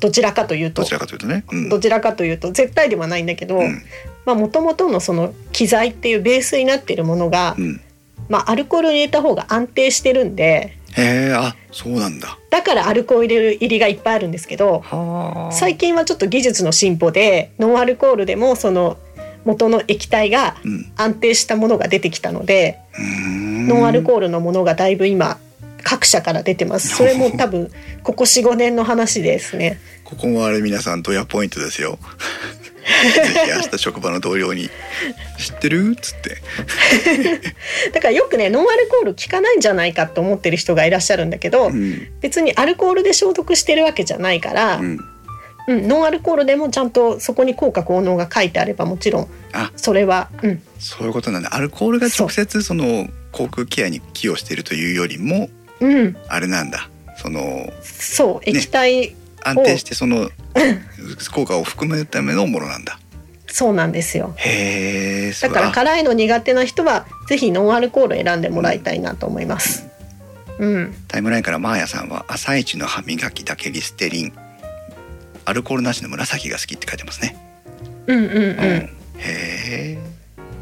[SPEAKER 2] どちらかというと。
[SPEAKER 1] どちらかというとね。うん。
[SPEAKER 2] どちらかというと絶対ではないんだけど
[SPEAKER 1] うん
[SPEAKER 2] もともとのその機材っていうベースになっているものが
[SPEAKER 1] う、ん。
[SPEAKER 2] まあ、アルコールを入れた方が安定してるんで
[SPEAKER 1] へえ。あ、そうなんだ。
[SPEAKER 2] だからアルコール入れる入りがいっぱいあるんですけど
[SPEAKER 1] は
[SPEAKER 2] 最近はちょっと技術の進歩でノンアルコールでもその元の液体が
[SPEAKER 1] うん。
[SPEAKER 2] 安定したものが出てきたので、
[SPEAKER 1] うーん
[SPEAKER 2] ノンアルコールのものがだいぶ今各社から出てますそれも多分ここ45年の話ですね
[SPEAKER 1] ここもあれ皆さんドヤポイントです
[SPEAKER 2] [LAUGHS]
[SPEAKER 1] よ。ぜひ明日職場の同僚に知ってるっつって。
[SPEAKER 2] だからよくねノンアルコール効かないんじゃないかと思ってる人がいらっしゃるんだけど、
[SPEAKER 1] うん。
[SPEAKER 2] 別にアルコールで消毒してるわけじゃないから、
[SPEAKER 1] うん。
[SPEAKER 2] うんノンアルコールでもちゃんとそこに効果効能が書いてあればもちろん
[SPEAKER 1] あ、
[SPEAKER 2] それは、うん、
[SPEAKER 1] そういうことなんだアルコールが直接その口腔ケアに寄与しているというよりも
[SPEAKER 2] うん、
[SPEAKER 1] あれなんだその
[SPEAKER 2] そう液体、
[SPEAKER 1] 安定してその効果を含めるためのものなんだ
[SPEAKER 2] そうなんですよ
[SPEAKER 1] へえ
[SPEAKER 2] だから辛いの苦手な人はぜひノンアルコールを選んでもらいたいなと思います。うん、
[SPEAKER 1] タイムラインからマーヤさんは「朝一の歯磨きだけリステリンアルコールなしの紫が好き」って書いてますね、
[SPEAKER 2] うん、うん、うん。
[SPEAKER 1] へえ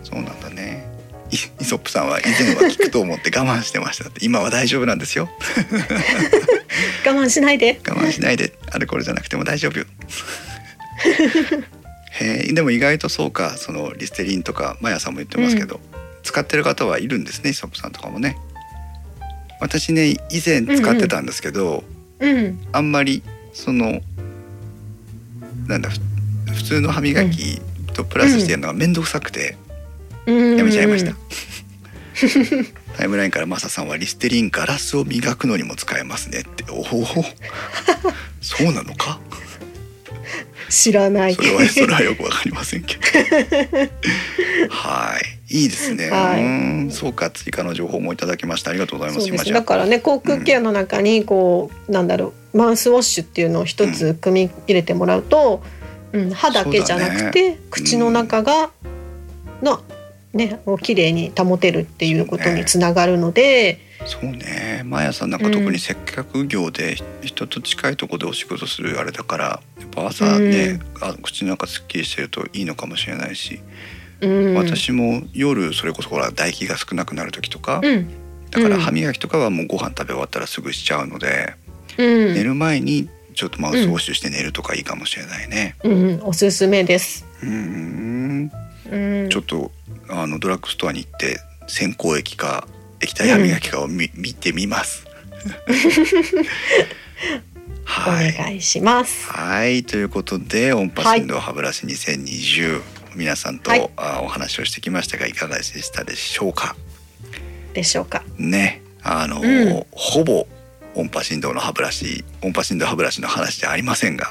[SPEAKER 1] そうなんだねイイソップさんは以前は効くと思って我慢してましたって今は大丈夫なんですよ
[SPEAKER 2] 我慢しないで。
[SPEAKER 1] [LAUGHS] 我慢しないでアルコールじゃなくても大丈夫へへえでも意外とそうかそのリステリンとかマヤさんも言ってますけど、使ってる方はいるんですねイソップさんとかもね私ね以前使ってたんですけど、
[SPEAKER 2] うん
[SPEAKER 1] あんまりそのなんだふ普通の歯磨きとプラスしてやるのが面倒くさくて
[SPEAKER 2] うん
[SPEAKER 1] やめちゃいました、 [LAUGHS] タイムラインからマサさんはリステリンガラスを磨くのにも使えますねっておお
[SPEAKER 2] [LAUGHS]
[SPEAKER 1] そうなのか
[SPEAKER 2] 知らない
[SPEAKER 1] それはそれはよくわかりませんけどはいいいですね、
[SPEAKER 2] はいう
[SPEAKER 1] ーんそうか追加の情報もいただきましたありがとうございま
[SPEAKER 2] そう
[SPEAKER 1] す
[SPEAKER 2] で
[SPEAKER 1] 今
[SPEAKER 2] す
[SPEAKER 1] じゃ
[SPEAKER 2] だ
[SPEAKER 1] あ
[SPEAKER 2] からね口腔ケアの中にこう、なんだろうマウスウォッシュっていうのを一つ組み入れてもらうと、うん歯だけじゃなくて、口の中が、のねをきれいに保てるっていうことにつながるので、
[SPEAKER 1] そうねマヤさんなんか特に接客業で人と近いところでお仕事するあれだからやっぱ朝ね、あ口の中すっきりしてるといいのかもしれないし、
[SPEAKER 2] うん、
[SPEAKER 1] 私も夜それこそほら唾液が少なくなる時とか、
[SPEAKER 2] うん
[SPEAKER 1] だから
[SPEAKER 2] うん
[SPEAKER 1] 歯磨きとかはもうご飯食べ終わったらすぐしちゃうので、
[SPEAKER 2] うん
[SPEAKER 1] 寝る前にちょっとマウスウォッシュして寝るとかいいかもしれないね。
[SPEAKER 2] うん、おすすめです。
[SPEAKER 1] うーん
[SPEAKER 2] うん、
[SPEAKER 1] ちょっとあのドラッグストアに行って先行液か液体歯磨きかを見,、見てみ
[SPEAKER 2] [LAUGHS]
[SPEAKER 1] ます。
[SPEAKER 2] お
[SPEAKER 1] はい。
[SPEAKER 2] 願いします。
[SPEAKER 1] はいということで「音波振動歯ブラシ2020」皆さんと、
[SPEAKER 2] はい
[SPEAKER 1] あお話をしてきましたがいかがでしたでしょうか
[SPEAKER 2] でしょうか。
[SPEAKER 1] ねあの、
[SPEAKER 2] うん
[SPEAKER 1] ほぼ音波振動の歯ブラシ音波振動歯ブラシの話じゃありません
[SPEAKER 2] [LAUGHS]
[SPEAKER 1] が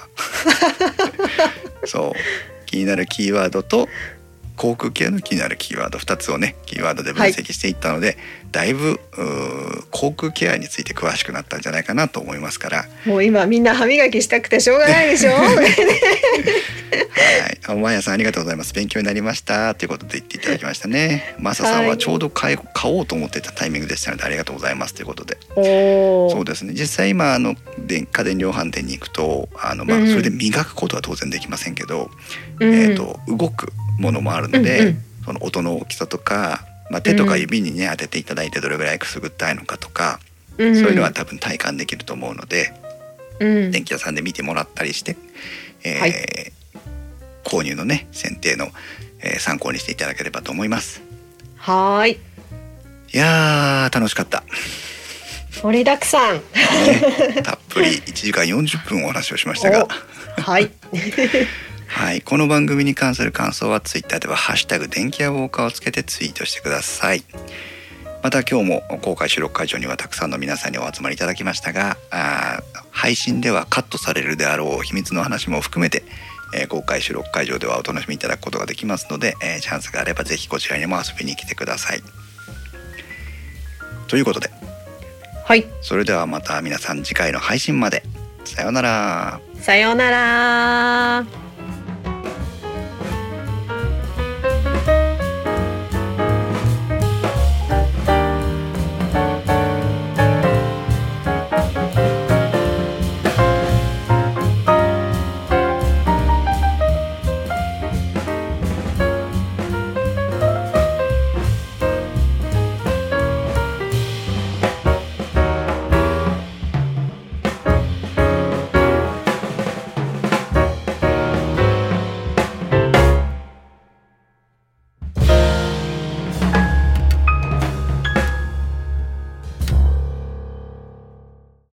[SPEAKER 1] そう気になるキーワードと航空系の気になるキーワード2つをねキーワードで分析していったので、だいぶうー航空ケアについて詳しくなったんじゃないかなと思いますから
[SPEAKER 2] もう今みんな歯磨きしたくてしょうがないでしょ。
[SPEAKER 1] はい、あまやさんありがとうございます。勉強になりましたということで言っていただきましたね。マサさん
[SPEAKER 2] は
[SPEAKER 1] はいちょうど買い買おうと思っていたタイミングでしたのでありがとうございますということで。
[SPEAKER 2] [LAUGHS] お
[SPEAKER 1] そう
[SPEAKER 2] お、
[SPEAKER 1] ですね。実際今あので家電量販店に行くとあのまあ
[SPEAKER 2] うんうん
[SPEAKER 1] それで磨くことは当然できませんけど、
[SPEAKER 2] うん
[SPEAKER 1] えっ、と動くものもあるので、
[SPEAKER 2] うんうん
[SPEAKER 1] その音の大きさとか。まあ、手とか
[SPEAKER 2] うん
[SPEAKER 1] 指にね当てていただいてどれぐらいくすぐったいのかとか、
[SPEAKER 2] そう
[SPEAKER 1] そういうのは多分体感できると思うので、
[SPEAKER 2] うん、
[SPEAKER 1] 電気屋さんで見てもらったりして、えー
[SPEAKER 2] はい
[SPEAKER 1] 購入のね選定の、えー参考にしていただければと思います
[SPEAKER 2] はーい、
[SPEAKER 1] いやー楽しかった、
[SPEAKER 2] 盛りだくさん。 [LAUGHS]
[SPEAKER 1] ねたっぷり1時間40分お話をしましたが、
[SPEAKER 2] おはい。
[SPEAKER 1] はい、この番組に関する感想はツイッターでは「ハッシュタグ電気屋ウォーカー」をつけてツイートしてくださいまた今日も公開収録会場にはたくさんの皆さんにお集まりいただきましたがあー配信ではカットされるであろう秘密の話も含めて、えー公開収録会場ではお楽しみいただくことができますので、えーチャンスがあればぜひこちらにも遊びに来てくださいということで
[SPEAKER 2] はい。
[SPEAKER 1] それではまた皆さん次回の配信までさようなら
[SPEAKER 2] さようなら。